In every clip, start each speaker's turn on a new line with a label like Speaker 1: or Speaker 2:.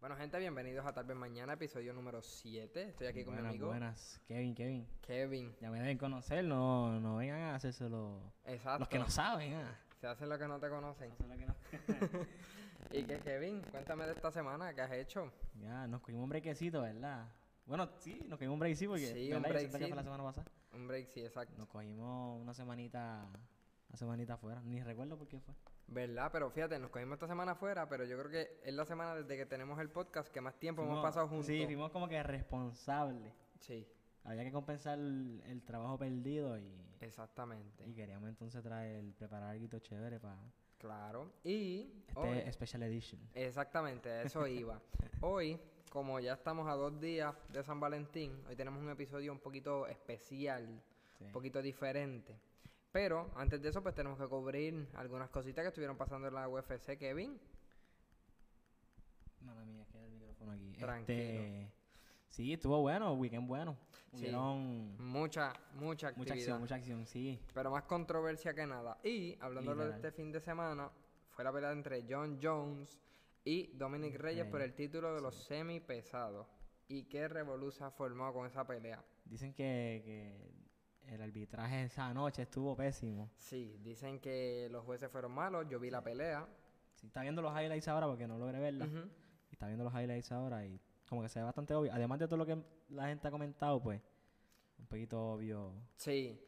Speaker 1: Bueno, gente, bienvenidos a Tal vez Mañana, episodio número 7. Estoy aquí con
Speaker 2: buenas,
Speaker 1: mi amigo
Speaker 2: Buenas, Kevin, Kevin.
Speaker 1: Kevin.
Speaker 2: Ya me deben conocer, no, no vengan a hacérselo.
Speaker 1: Exacto.
Speaker 2: Los que no saben, ah.
Speaker 1: Se hacen los que no te conocen. y que Kevin, cuéntame de esta semana, ¿qué has hecho?
Speaker 2: ya, nos cogimos un brequecito, ¿verdad? Bueno, sí, nos cogimos un break, sí, porque
Speaker 1: Sí, un
Speaker 2: ¿verdad? Yo
Speaker 1: break,
Speaker 2: siento que
Speaker 1: sí.
Speaker 2: fue la semana pasada.
Speaker 1: Un break, sí, exacto.
Speaker 2: Nos cogimos una semanita, una semanita afuera, ni recuerdo por qué fue.
Speaker 1: ¿Verdad? Pero fíjate, nos cogimos esta semana afuera, pero yo creo que es la semana desde que tenemos el podcast que más tiempo hemos
Speaker 2: Fuimos-
Speaker 1: pasado juntos.
Speaker 2: Sí, fuimos como que responsables.
Speaker 1: Sí,
Speaker 2: Había que compensar el, el trabajo perdido y,
Speaker 1: exactamente.
Speaker 2: y queríamos entonces traer, preparar algo chévere para
Speaker 1: Claro. Y
Speaker 2: este
Speaker 1: hoy-
Speaker 2: Special Edition.
Speaker 1: Exactamente, a eso iba. Hoy, como ya estamos a dos días de San Valentín, hoy tenemos un episodio un poquito especial,
Speaker 2: Sí.
Speaker 1: un poquito diferente. Pero antes de eso, pues tenemos que cubrir algunas cositas que estuvieron pasando en la UFC, Kevin.
Speaker 2: Mala mía, queda el micrófono aquí.
Speaker 1: Tranquilo.
Speaker 2: Este, sí, estuvo bueno, weekend bueno.
Speaker 1: Sí.
Speaker 2: Hubieron
Speaker 1: Mucha, mucha actividad.
Speaker 2: mucha acción, mucha acción, sí.
Speaker 1: Pero más controversia que nada. Y hablando de
Speaker 2: Literal.
Speaker 1: este fin de semana, fue la pelea entre John Jones y Dominic Reyes por el título de los semi pesados. Y qué revolución ha formado con esa pelea.
Speaker 2: Dicen que, que el arbitraje esa noche estuvo pésimo.
Speaker 1: Sí, dicen que los jueces fueron malos. Yo vi la pelea.
Speaker 2: Sí, está viendo los highlights ahora porque no logré verla. Y está viendo los highlights ahora y como que se ve bastante obvio. Además de todo lo que la gente ha comentado, pues, un poquito obvio.
Speaker 1: Sí,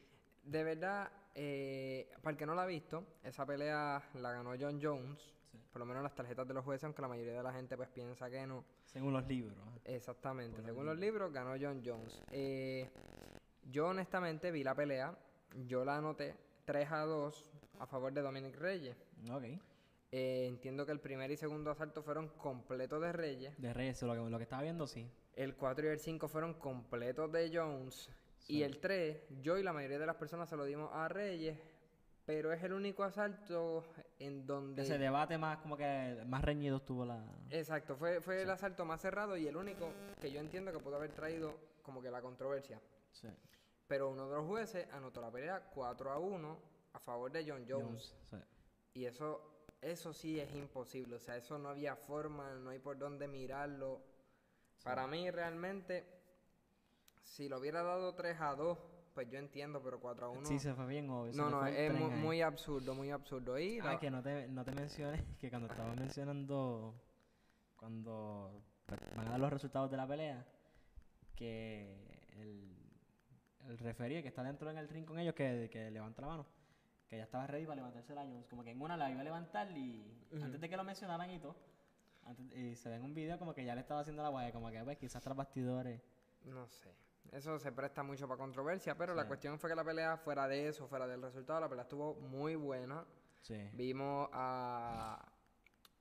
Speaker 1: de verdad, eh, para el que no la ha visto, esa pelea la ganó John Jones.
Speaker 2: Sí.
Speaker 1: Por lo menos las tarjetas de los jueces, aunque la mayoría de la gente pues piensa que no.
Speaker 2: Según los libros. ¿eh?
Speaker 1: Exactamente, según los libros ganó John Jones. Eh, yo honestamente vi la pelea, yo la anoté 3 a 2 a favor de Dominic Reyes.
Speaker 2: Ah, Ok.
Speaker 1: Eh, entiendo que el primer y segundo asalto fueron completos de Reyes.
Speaker 2: De Reyes, lo que, lo que estaba viendo, sí.
Speaker 1: El 4 y el 5 fueron completos de Jones. Y el 3, yo y la mayoría de las personas se lo dimos a Reyes. Pero es el único asalto en donde.
Speaker 2: Ese debate más como que más reñido estuvo la...
Speaker 1: Exacto, fue, fue el asalto más cerrado y el único que yo entiendo que pudo haber traído como que la controversia.
Speaker 2: Sí.
Speaker 1: Pero uno de los jueces anotó la pelea 4 a 1 a favor de John Jones.
Speaker 2: Sí.
Speaker 1: Y eso, eso sí es imposible. O sea, eso no había forma, no hay por dónde mirarlo. Para mí, realmente, si lo hubiera dado 3 a 2, pues yo entiendo, pero 4 a 1.
Speaker 2: Sí, se fue bien obvio. se
Speaker 1: no,
Speaker 2: le
Speaker 1: no,
Speaker 2: fue el
Speaker 1: es
Speaker 2: tren
Speaker 1: mu-
Speaker 2: ahí.
Speaker 1: muy, absurdo, muy absurdo. Y
Speaker 2: Ah,
Speaker 1: la-
Speaker 2: que no te, no te mencioné que cuando estabas mencionando cuando pues, van a dar los resultados de la pelea, que el, el referee que está dentro en el ring con ellos, que, que levanta la mano, que ya estaba ready para levantarse la Jones, como que en una la iba a levantar y antes de que lo mencionaran y todo, antes- y se ve en un video como que ya le estaba haciendo la guay, como que pues, quizás tras bastidores.
Speaker 1: No sé. Eso se presta mucho para controversia, pero la cuestión fue que la pelea, fuera de eso, fuera del resultado, la pelea estuvo muy buena.
Speaker 2: Sí.
Speaker 1: Vimos a,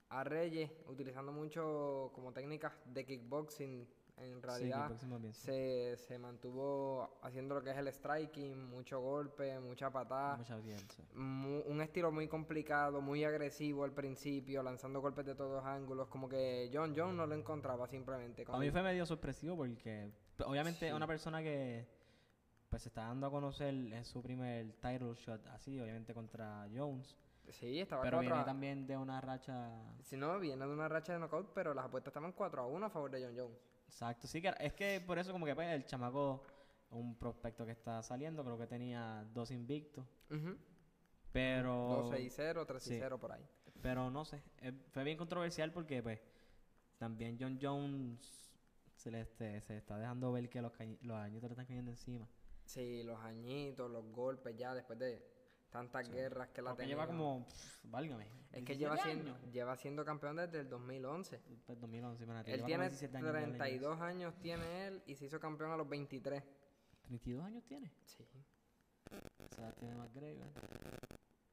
Speaker 1: a Reyes utilizando mucho como técnicas de kickboxing. En realidad
Speaker 2: kickboxing más bien, sí.
Speaker 1: se, se mantuvo haciendo lo que es el striking, mucho golpe, mucha patada.
Speaker 2: Mucha audiencia.
Speaker 1: mu- un estilo muy complicado, muy agresivo al principio, lanzando golpes de todos ángulos. Como que John John no lo encontraba simplemente.
Speaker 2: A
Speaker 1: Cuando-
Speaker 2: mí fue medio sorpresivo porque p- obviamente una persona que pues se está dando a conocer es su primer title shot así, obviamente contra Jones,
Speaker 1: Sí, estaba
Speaker 2: pero
Speaker 1: cuatro
Speaker 2: viene
Speaker 1: a-
Speaker 2: también de una racha
Speaker 1: Si no, viene de una racha de knockout, pero las apuestas estaban 4 a 1 a favor de John Jones.
Speaker 2: Exacto, sí que es que por eso como que pues, el chamaco un prospecto que está saliendo, creo que tenía dos invictos,
Speaker 1: Ujú.
Speaker 2: pero
Speaker 1: 12 y 0, 3 y
Speaker 2: Oh, Sí.
Speaker 1: 0 por ahí.
Speaker 2: pero no sé, eh, fue bien controversial porque pues también John Jones se le este, se está dejando ver que los cañi- los añitos le están cayendo encima.
Speaker 1: Sí, los añitos, los golpes ya después de tantas guerras que la
Speaker 2: Porque
Speaker 1: tenía.
Speaker 2: lleva como, pff, válgame.
Speaker 1: Es que lleva
Speaker 2: 17
Speaker 1: siendo, lleva siendo campeón desde el 2011.
Speaker 2: Pues 2011, imagínate,
Speaker 1: él
Speaker 2: lleva
Speaker 1: tiene
Speaker 2: como 17 años ya en la liga.
Speaker 1: 32 años, tiene él, y se hizo campeón a los 23.
Speaker 2: 32 años tiene.
Speaker 1: Sí,
Speaker 2: O sea, tiene más Gregor.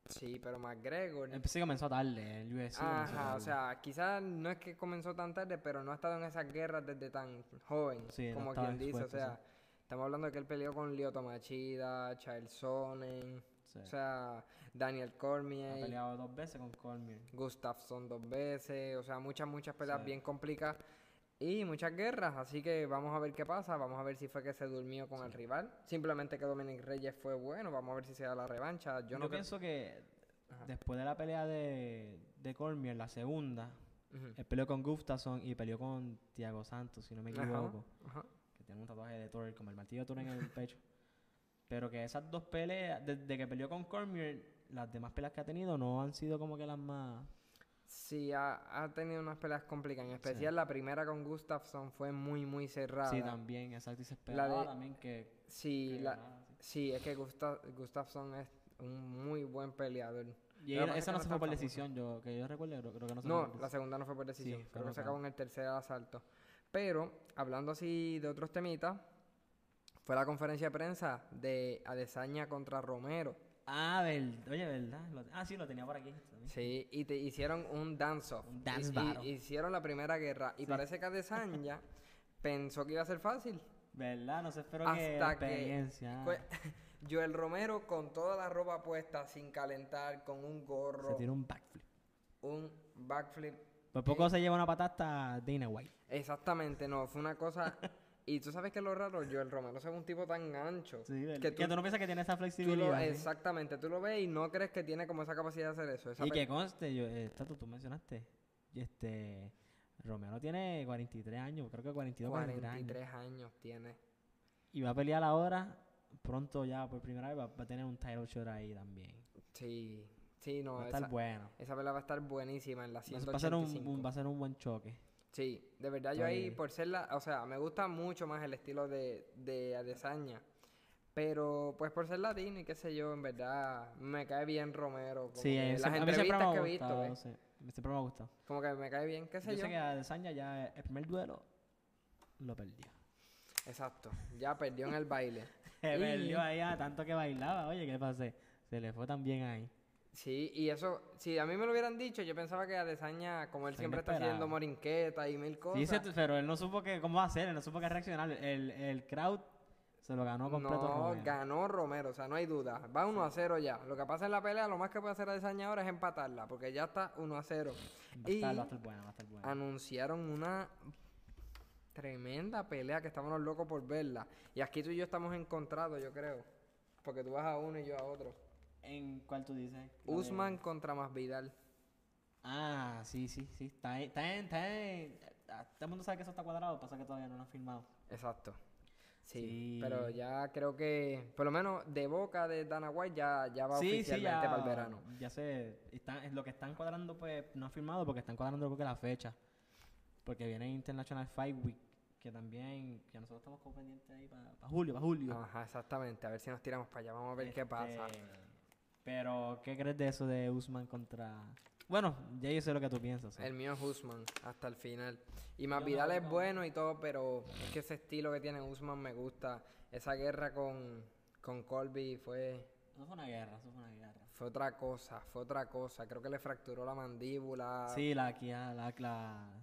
Speaker 1: sí, pero McGregor...
Speaker 2: Empecé y comenzó tarde, el UFC. comenzó
Speaker 1: Ajá, o
Speaker 2: tarde.
Speaker 1: sea, quizás no es que comenzó tan tarde, pero no ha estado en esas guerras desde tan joven,
Speaker 2: Sí, no
Speaker 1: como
Speaker 2: estaba
Speaker 1: quien dice. O
Speaker 2: expuesto,
Speaker 1: sea, estamos hablando de que él peleó con Lyoto Machida, Charles Sonnen,
Speaker 2: Sí.
Speaker 1: o sea, eh, Daniel
Speaker 2: Ha
Speaker 1: Cormier,
Speaker 2: peleado dos veces con Cormier.
Speaker 1: Gustafsson dos veces, o sea, muchas, muchas peleas bien complicadas y muchas guerras, así que vamos a ver qué pasa, vamos a ver si fue que se durmió con el rival, simplemente que Dominic Reyes fue bueno, vamos a ver si se da la revancha, yo
Speaker 2: Yo,
Speaker 1: no creo...
Speaker 2: pienso que después de la pelea de, de Cormier, la segunda,
Speaker 1: Ujú.
Speaker 2: Él peleó con Gustafsson y peleó con Thiago Santos, si no me
Speaker 1: Ajá,
Speaker 2: equivoco.
Speaker 1: ajá.
Speaker 2: Que tiene un tatuaje de Thor, como el martillo de Thor en el pecho. Pero que esas dos peleas, desde que peleó con Cormier, las demás peleas que ha tenido no han sido como que las más...
Speaker 1: Sí, ha, ha tenido unas peleas complicadas. En especial la primera con Gustafsson fue muy, muy cerrada.
Speaker 2: Sí, también, exacto. Y se esperaba
Speaker 1: de-
Speaker 2: también que...
Speaker 1: Sí,
Speaker 2: que
Speaker 1: la-
Speaker 2: ganara, sí.
Speaker 1: sí, es que Gusta- Gustafsson es un muy buen peleador.
Speaker 2: Y
Speaker 1: Lo que
Speaker 2: ella-
Speaker 1: pasa es
Speaker 2: esa
Speaker 1: que
Speaker 2: no
Speaker 1: no
Speaker 2: se
Speaker 1: es tan
Speaker 2: fue por
Speaker 1: famosa.
Speaker 2: decisión, yo, que yo recuerdo, creo, creo que no se fue
Speaker 1: No,
Speaker 2: por
Speaker 1: la
Speaker 2: decisión.
Speaker 1: segunda no fue por decisión.
Speaker 2: Sí, fue
Speaker 1: creo que se
Speaker 2: nocaut.
Speaker 1: acabó en el tercer asalto. Pero, hablando así de otros temitas, fue la conferencia de prensa de Adesanya contra Romero.
Speaker 2: Ah, ver- oye, ¿verdad? Lo- ah, sí, lo tenía por aquí. también.
Speaker 1: Sí, y te hicieron un dance-off.
Speaker 2: Un dance
Speaker 1: Y- y-
Speaker 2: battle.
Speaker 1: Hicieron la primera guerra. Y parece que Adesanya pensó que iba a ser fácil.
Speaker 2: ¿Verdad? No se esperó que...
Speaker 1: Hasta que-
Speaker 2: experiencia.
Speaker 1: Fue Joel Romero con toda la ropa puesta, sin calentar, con un
Speaker 2: Se
Speaker 1: gorro,
Speaker 2: tiró un backflip.
Speaker 1: un backflip.
Speaker 2: Por poco se lleva una patata Dana White.
Speaker 1: Exactamente, no, fue una cosa... y tú sabes que lo raro, Joel Romero es un tipo tan ancho.
Speaker 2: Sí, ¿verdad?
Speaker 1: que
Speaker 2: Que
Speaker 1: tú,
Speaker 2: tú, no piensas que tiene esa
Speaker 1: tú lo-
Speaker 2: flexibilidad. ¿sí?
Speaker 1: Exactamente, tú lo ves y no crees que tiene como esa capacidad de hacer eso. esa
Speaker 2: Y
Speaker 1: pe-
Speaker 2: que conste, yo, eh, Tato, tú mencionaste. y Este, Romero tiene 43 años, creo que 42, 43 años.
Speaker 1: 43 años tiene.
Speaker 2: Y va a pelear ahora, pronto ya por primera vez, va, va a tener un title shot ahí también.
Speaker 1: Sí, sí, no,
Speaker 2: va a
Speaker 1: esa,
Speaker 2: estar bueno.
Speaker 1: esa pelea va a estar buenísima en la
Speaker 2: Va a, ser un,
Speaker 1: 185.
Speaker 2: un- va a ser un buen choque.
Speaker 1: Sí, de verdad yo ahí,
Speaker 2: Estoy-
Speaker 1: por ser la, o sea, me gusta mucho más el estilo de, de Adesanya. Pero pues por ser latino y qué sé yo, en verdad me cae bien Romero. Como
Speaker 2: Sí,
Speaker 1: que
Speaker 2: eh,
Speaker 1: las
Speaker 2: se- a mí siempre me
Speaker 1: entrevistas
Speaker 2: ha
Speaker 1: que he visto,
Speaker 2: gustado.
Speaker 1: ¿ves?
Speaker 2: sí, siempre me ha gustado.
Speaker 1: como que me cae bien, qué sé
Speaker 2: Yo
Speaker 1: yo.
Speaker 2: sé que Adesanya ya el primer duelo lo perdió.
Speaker 1: Exacto, ya perdió en el baile.
Speaker 2: Se
Speaker 1: Y-
Speaker 2: perdió ahí ah, tanto que bailaba. Oye, ¿qué le pasé? Se le fue también ahí.
Speaker 1: Sí, y eso, si a mí me lo hubieran dicho, yo pensaba que Adesanya, como él
Speaker 2: Está
Speaker 1: siempre está
Speaker 2: inesperado.
Speaker 1: haciendo morinqueta y mil
Speaker 2: Sí,
Speaker 1: cosas.
Speaker 2: se- pero él no supo que, cómo hacer, él no supo qué reaccionar. El, el crowd se lo ganó completo.
Speaker 1: No,
Speaker 2: Romero.
Speaker 1: ganó Romero, o sea, no hay duda. Va 1 a 0 ya. Lo que pasa en la pelea, lo más que puede hacer Adesanya ahora es empatarla, porque ya está 1 a 0.
Speaker 2: Va a estar,
Speaker 1: y-
Speaker 2: va a estar bueno, va a estar bueno.
Speaker 1: anunciaron una tremenda pelea que estábamos locos por verla. Y aquí tú y yo estamos encontrados, yo creo. Porque tú vas a uno y yo a otro.
Speaker 2: ¿En cuál tú dices? La de-
Speaker 1: Usman contra Masvidal.
Speaker 2: Ah, sí, sí, sí. Está en, está en, está en. ah, Todo el mundo sabe que eso está cuadrado, pasa que todavía no lo han firmado.
Speaker 1: Exacto. Sí,
Speaker 2: Sí.
Speaker 1: pero ya creo que, por lo menos de boca de Dana White ya, ya va
Speaker 2: sí, sí,
Speaker 1: oficialmente
Speaker 2: ya.
Speaker 1: para el verano.
Speaker 2: Ya sé. Están, es lo que están cuadrando, pues, no han firmado porque están cuadrando creo que la fecha. Porque viene International Fight Week, que también, que nosotros estamos como pendientes ahí para julio, para julio.
Speaker 1: Ajá, exactamente. A ver si nos tiramos para allá, vamos a ver Pues, qué pasa.
Speaker 2: Este, Pero, ¿qué crees de eso de Usman contra.? Bueno, ya yo sé lo que tú piensas. ¿eh?
Speaker 1: El mío es Usman hasta el final. Y
Speaker 2: no
Speaker 1: Masvidal
Speaker 2: voy
Speaker 1: es
Speaker 2: con-
Speaker 1: bueno y todo, pero es que ese estilo que tiene Usman me gusta. Esa guerra con, con Colby fue,
Speaker 2: Eso fue una guerra, eso fue una guerra.
Speaker 1: fue otra cosa, fue otra cosa. Creo que le fracturó la mandíbula.
Speaker 2: Sí, la aquí, ah, la, la-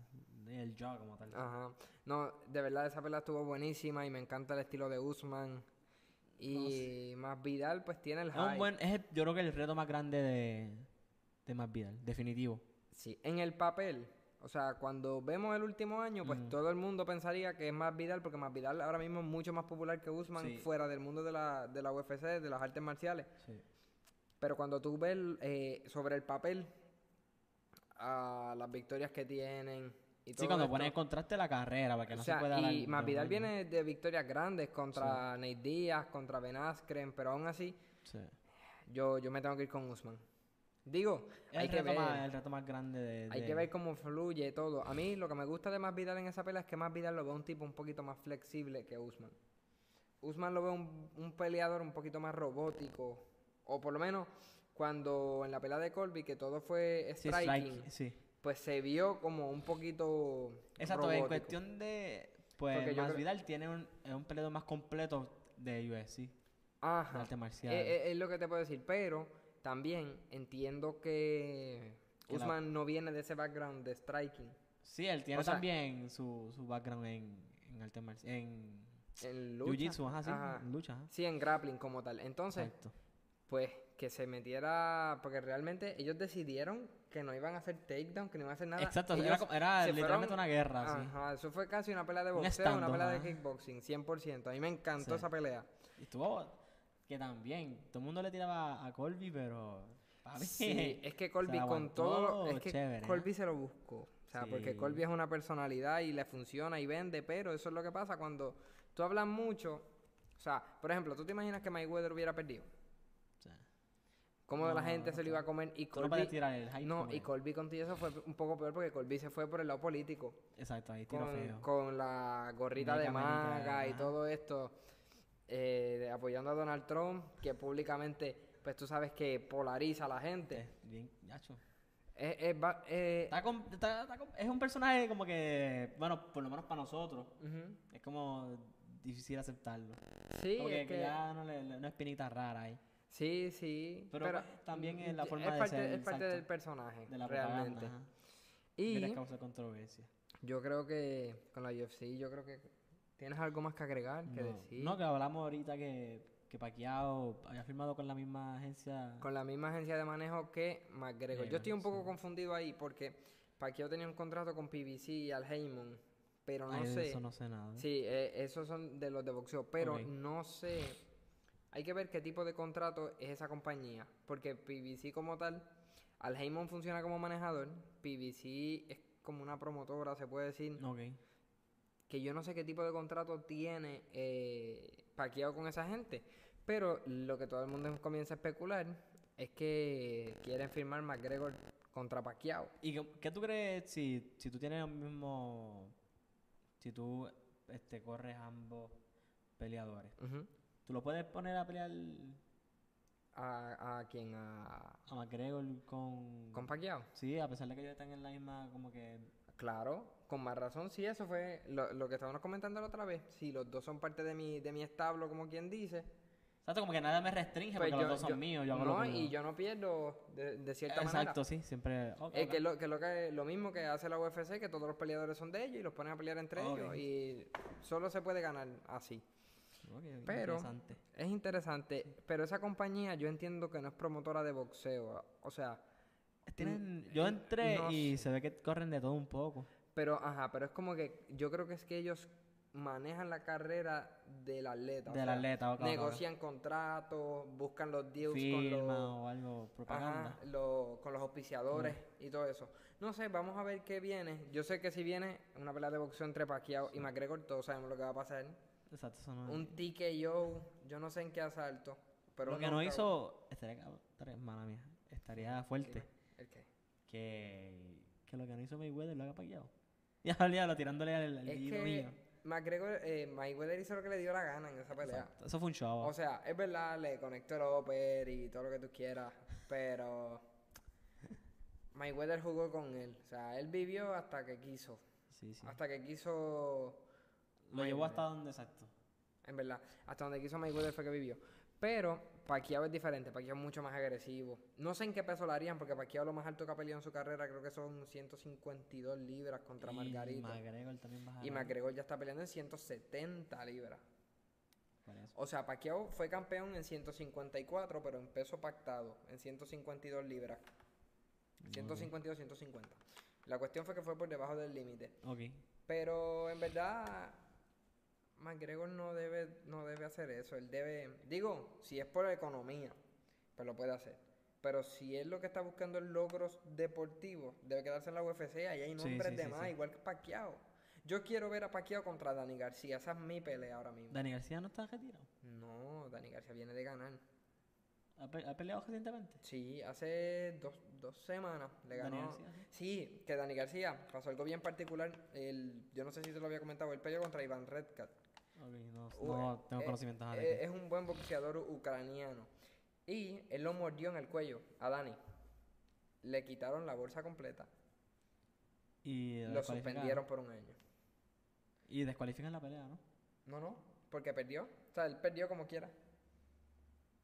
Speaker 2: el jaw como tal.
Speaker 1: Ajá. No, de verdad esa pelea estuvo buenísima y me encanta el estilo de Usman. Y Masvidal pues tiene el
Speaker 2: es
Speaker 1: hype.
Speaker 2: un buen, es el- yo creo que el reto más grande de, de Masvidal, definitivo.
Speaker 1: Sí, en el papel. O sea, cuando vemos el último año, pues todo el mundo pensaría que es más Vidal, porque más Vidal ahora mismo es mucho más popular que Usman
Speaker 2: Sí.
Speaker 1: fuera del mundo de la, de la UFC, de las artes marciales. Pero cuando tú ves eh, sobre el papel a las victorias que tienen y todo
Speaker 2: Sí, cuando
Speaker 1: esto,
Speaker 2: pones en contraste la carrera, porque
Speaker 1: o
Speaker 2: no
Speaker 1: sea,
Speaker 2: se puede hablar
Speaker 1: y
Speaker 2: de
Speaker 1: Masvidal
Speaker 2: algo.
Speaker 1: viene de victorias grandes contra Nate Díaz, contra Ben Askren, pero aún así
Speaker 2: Sí.
Speaker 1: yo, yo me tengo que ir con Usman. Digo,
Speaker 2: Es
Speaker 1: hay
Speaker 2: el
Speaker 1: que
Speaker 2: reto,
Speaker 1: ver.
Speaker 2: más, el reto más grande de.
Speaker 1: Hay
Speaker 2: de-
Speaker 1: que ver cómo fluye todo. A mí lo que me gusta de Más Vidal en esa pelea es que Más Vidal lo veo un tipo un poquito más flexible que Usman. Usman lo veo un, un peleador un poquito más robótico. O por lo menos cuando en la pelea de Colby, que todo fue
Speaker 2: Sí,
Speaker 1: striking,
Speaker 2: strike, sí.
Speaker 1: pues se vio como un poquito.
Speaker 2: Exacto, en
Speaker 1: robótico.
Speaker 2: cuestión de.
Speaker 1: Porque
Speaker 2: Pues
Speaker 1: yo creo-
Speaker 2: Masvidal tiene un, es un peleador más completo de UFC, de
Speaker 1: Ajá.
Speaker 2: arte
Speaker 1: Eh,
Speaker 2: marcial.
Speaker 1: eh, Es, lo que te puedo decir. Pero también entiendo que,
Speaker 2: Que la-
Speaker 1: Usman no viene de ese background de striking.
Speaker 2: sí, él tiene
Speaker 1: o sea-
Speaker 2: también su, su background en, en arte marcial. En
Speaker 1: En lucha.
Speaker 2: Jiu-Jitsu, ajá, sí,
Speaker 1: Ajá.
Speaker 2: en lucha. ajá.
Speaker 1: Sí, en grappling como tal. Entonces,
Speaker 2: Exacto.
Speaker 1: pues que se metiera, porque realmente ellos decidieron que no iban a hacer takedown, que no iban a hacer nada.
Speaker 2: Exacto,
Speaker 1: Ellos
Speaker 2: era, como- era
Speaker 1: se
Speaker 2: literalmente
Speaker 1: fueron-
Speaker 2: una guerra. sí.
Speaker 1: Ajá, eso fue casi una pelea de
Speaker 2: Un
Speaker 1: boxeo, una
Speaker 2: stand-up,
Speaker 1: pelea de
Speaker 2: ajá.
Speaker 1: kickboxing, 100%. A mí me encantó
Speaker 2: Sí.
Speaker 1: esa pelea.
Speaker 2: Y estuvo que también, todo el mundo le tiraba a Colby, pero papi.
Speaker 1: Sí, es que Colby
Speaker 2: Se la
Speaker 1: con todo lo- es
Speaker 2: aguantó,
Speaker 1: que
Speaker 2: chévere, ¿eh?
Speaker 1: Colby se lo buscó. O sea, porque
Speaker 2: Sí.
Speaker 1: Colby es una personalidad y le funciona y vende, pero eso es lo que pasa cuando tú hablas mucho. O sea, por ejemplo, ¿tú te imaginas que Mayweather hubiera perdido?
Speaker 2: O sea,
Speaker 1: ¿Cómo
Speaker 2: No,
Speaker 1: la
Speaker 2: no,
Speaker 1: gente
Speaker 2: no,
Speaker 1: se lo iba a comer? Y
Speaker 2: tú no puedes
Speaker 1: Colby,
Speaker 2: tirar el hype.
Speaker 1: no,
Speaker 2: como
Speaker 1: y
Speaker 2: que-
Speaker 1: Colby contigo eso fue un poco peor porque Colby se fue por el lado político.
Speaker 2: Exacto, ahí tiro
Speaker 1: Con,
Speaker 2: feo.
Speaker 1: con la gorrita de
Speaker 2: Meca, meca,
Speaker 1: maga y
Speaker 2: ajá.
Speaker 1: todo esto, eh, de- apoyando a Donald Trump, que públicamente, pues tú sabes que polariza a la gente.
Speaker 2: Es Bien, gacho.
Speaker 1: Es, es ba- eh,
Speaker 2: Está com- está- está com- es un personaje como que, bueno, por lo menos para nosotros,
Speaker 1: ujú.
Speaker 2: es como difícil aceptarlo.
Speaker 1: Sí,
Speaker 2: Como que,
Speaker 1: es
Speaker 2: que
Speaker 1: que-
Speaker 2: ya no le, le- una espinita rara ahí.
Speaker 1: sí, sí.
Speaker 2: Pero, pues, también es la
Speaker 1: mm,
Speaker 2: forma
Speaker 1: es
Speaker 2: de
Speaker 1: parte,
Speaker 2: ser,
Speaker 1: Es parte
Speaker 2: exacto,
Speaker 1: del personaje,
Speaker 2: De la
Speaker 1: realmente.
Speaker 2: propaganda. ajá, Que les
Speaker 1: Y
Speaker 2: causa controversia.
Speaker 1: yo creo que con la UFC, yo creo que tienes algo más que agregar, que
Speaker 2: no,
Speaker 1: decir.
Speaker 2: no, que hablamos ahorita que, que Paquiao había firmado con la misma agencia.
Speaker 1: Con la misma agencia de manejo que McGregor. Yo estoy un
Speaker 2: Mayweather,
Speaker 1: poco
Speaker 2: sí.
Speaker 1: confundido ahí porque Pacquiao tenía un contrato con PBC y Al Heyman, pero no
Speaker 2: Ay, de
Speaker 1: sé.
Speaker 2: Eso no sé nada.
Speaker 1: Sí, eh, esos son de los de boxeo, pero
Speaker 2: Ok.
Speaker 1: no sé. Hay que ver qué tipo de contrato es esa compañía, porque PBC como tal, Al Heyman funciona como manejador, PBC es como una promotora, se puede decir,
Speaker 2: Ok.
Speaker 1: que yo no sé qué tipo de contrato tiene eh, Pacquiao con esa gente, pero lo que todo el mundo comienza a especular es que quieren firmar McGregor contra Pacquiao.
Speaker 2: ¿Y qué, qué tú crees si, si tú tienes el mismo. Si tú este, corres ambos peleadores?
Speaker 1: Ujú.
Speaker 2: ¿Tú lo puedes poner a pelear
Speaker 1: ¿A, a quién? ¿A,
Speaker 2: a McGregor con.
Speaker 1: ¿Con Pacquiao?
Speaker 2: Sí, a pesar de que ellos están en la misma. Como que.
Speaker 1: Claro, con más razón, sí, eso fue lo, lo que estábamos comentando la otra vez. Si los dos son parte de mi, de mi establo, como quien dice,
Speaker 2: Exacto, como que nada me restringe
Speaker 1: pues
Speaker 2: porque
Speaker 1: yo-
Speaker 2: los dos son
Speaker 1: yo-
Speaker 2: míos. Yo hago lo
Speaker 1: no,
Speaker 2: que
Speaker 1: y yo no pierdo de, de cierta manera.
Speaker 2: Exacto, sí, siempre. ok,
Speaker 1: Eh,
Speaker 2: ok.
Speaker 1: que lo, que lo que lo mismo que hace la UFC, que todos los peleadores son de ellos y los ponen a pelear entre
Speaker 2: Ok.
Speaker 1: ellos y solo se puede ganar así.
Speaker 2: Ok,
Speaker 1: pero-
Speaker 2: Oh, interesante.
Speaker 1: Es interesante, pero esa compañía yo entiendo que no es promotora de boxeo, o sea,
Speaker 2: Tienen-
Speaker 1: eh,
Speaker 2: yo entré
Speaker 1: no
Speaker 2: y se ve que corren de todo un poco.
Speaker 1: pero ajá, pero es como que yo creo que es que ellos manejan la carrera del atleta, o
Speaker 2: Del
Speaker 1: sea,
Speaker 2: atleta, ok, ok, ok.
Speaker 1: negocian contratos, buscan los deals con los
Speaker 2: Firma o algo, propaganda.
Speaker 1: Ajá, lo- con los auspiciadores y todo eso. No sé, vamos a ver qué viene. Yo sé que si viene una pelea de boxeo entre Pacquiao y McGregor, todos sabemos lo que va a pasar.
Speaker 2: Exacto, eso no es-
Speaker 1: Un TKO, yo no sé en qué asalto, pero
Speaker 2: Lo
Speaker 1: un
Speaker 2: que no
Speaker 1: knockout.
Speaker 2: hizo. Estaría, cab- estaría- mala mía, estaría fuerte.
Speaker 1: ¿El qué?
Speaker 2: Que, que lo que no hizo Mayweather lo haga paqueado. Y al diablo tirándole al, al
Speaker 1: Es
Speaker 2: hilo
Speaker 1: que
Speaker 2: mío.
Speaker 1: McGregor, eh, Mayweather hizo lo que le dio la gana en esa pelea.
Speaker 2: Exacto, Eso fue un show.
Speaker 1: O sea, es verdad, le conectó el upper y todo lo que tú quieras, pero Mayweather jugó con él. O sea, él vivió hasta que quiso.
Speaker 2: sí, sí.
Speaker 1: Hasta que quiso
Speaker 2: Lo llevó hasta donde exacto.
Speaker 1: En verdad, hasta donde quiso Mayweather fue que vivió. Pero Pacquiao es diferente, Pacquiao es mucho más agresivo. No sé en qué peso lo harían, porque Pacquiao lo más alto que ha peleado en su carrera creo que son 152 libras contra
Speaker 2: Y
Speaker 1: Margarita.
Speaker 2: McGregor también baja.
Speaker 1: Y McGregor ya está peleando en 170 libras. O sea, Pacquiao fue campeón en 154, pero en peso pactado, en 152 libras. 152, 150. La cuestión fue que fue por debajo del límite.
Speaker 2: Ok.
Speaker 1: Pero en verdad, McGregor no debe, no debe hacer eso. Él debe, digo, si es por la economía, pues lo puede hacer. Pero si él lo que está buscando es logros deportivos, debe quedarse en la UFC. Ahí hay
Speaker 2: Sí,
Speaker 1: nombres
Speaker 2: sí,
Speaker 1: de
Speaker 2: sí,
Speaker 1: más,
Speaker 2: sí.
Speaker 1: igual que Pacquiao. Yo quiero ver a Pacquiao contra Dani García. Esa es mi pelea ahora mismo.
Speaker 2: Dani García no está retirado.
Speaker 1: no, Dani García viene de ganar.
Speaker 2: ¿Ha, pe- ha peleado recientemente?
Speaker 1: Sí, hace dos, dos semanas le
Speaker 2: Dani
Speaker 1: ganó.
Speaker 2: García,
Speaker 1: Sí, que Dani García pasó algo bien particular. El, yo no sé si te lo había comentado, él peleó contra Iván Redcat.
Speaker 2: Ok, no,
Speaker 1: Uh,
Speaker 2: no tengo
Speaker 1: eh,
Speaker 2: conocimientos
Speaker 1: Eh,
Speaker 2: de
Speaker 1: es un buen boxeador u- ucraniano. Y él lo mordió en el cuello a Dani. Le quitaron la bolsa completa.
Speaker 2: Y
Speaker 1: Lo
Speaker 2: descualificaron.
Speaker 1: suspendieron por un año.
Speaker 2: Y descualifican la pelea, ¿no?
Speaker 1: No, no, porque perdió. O sea, él perdió como quiera.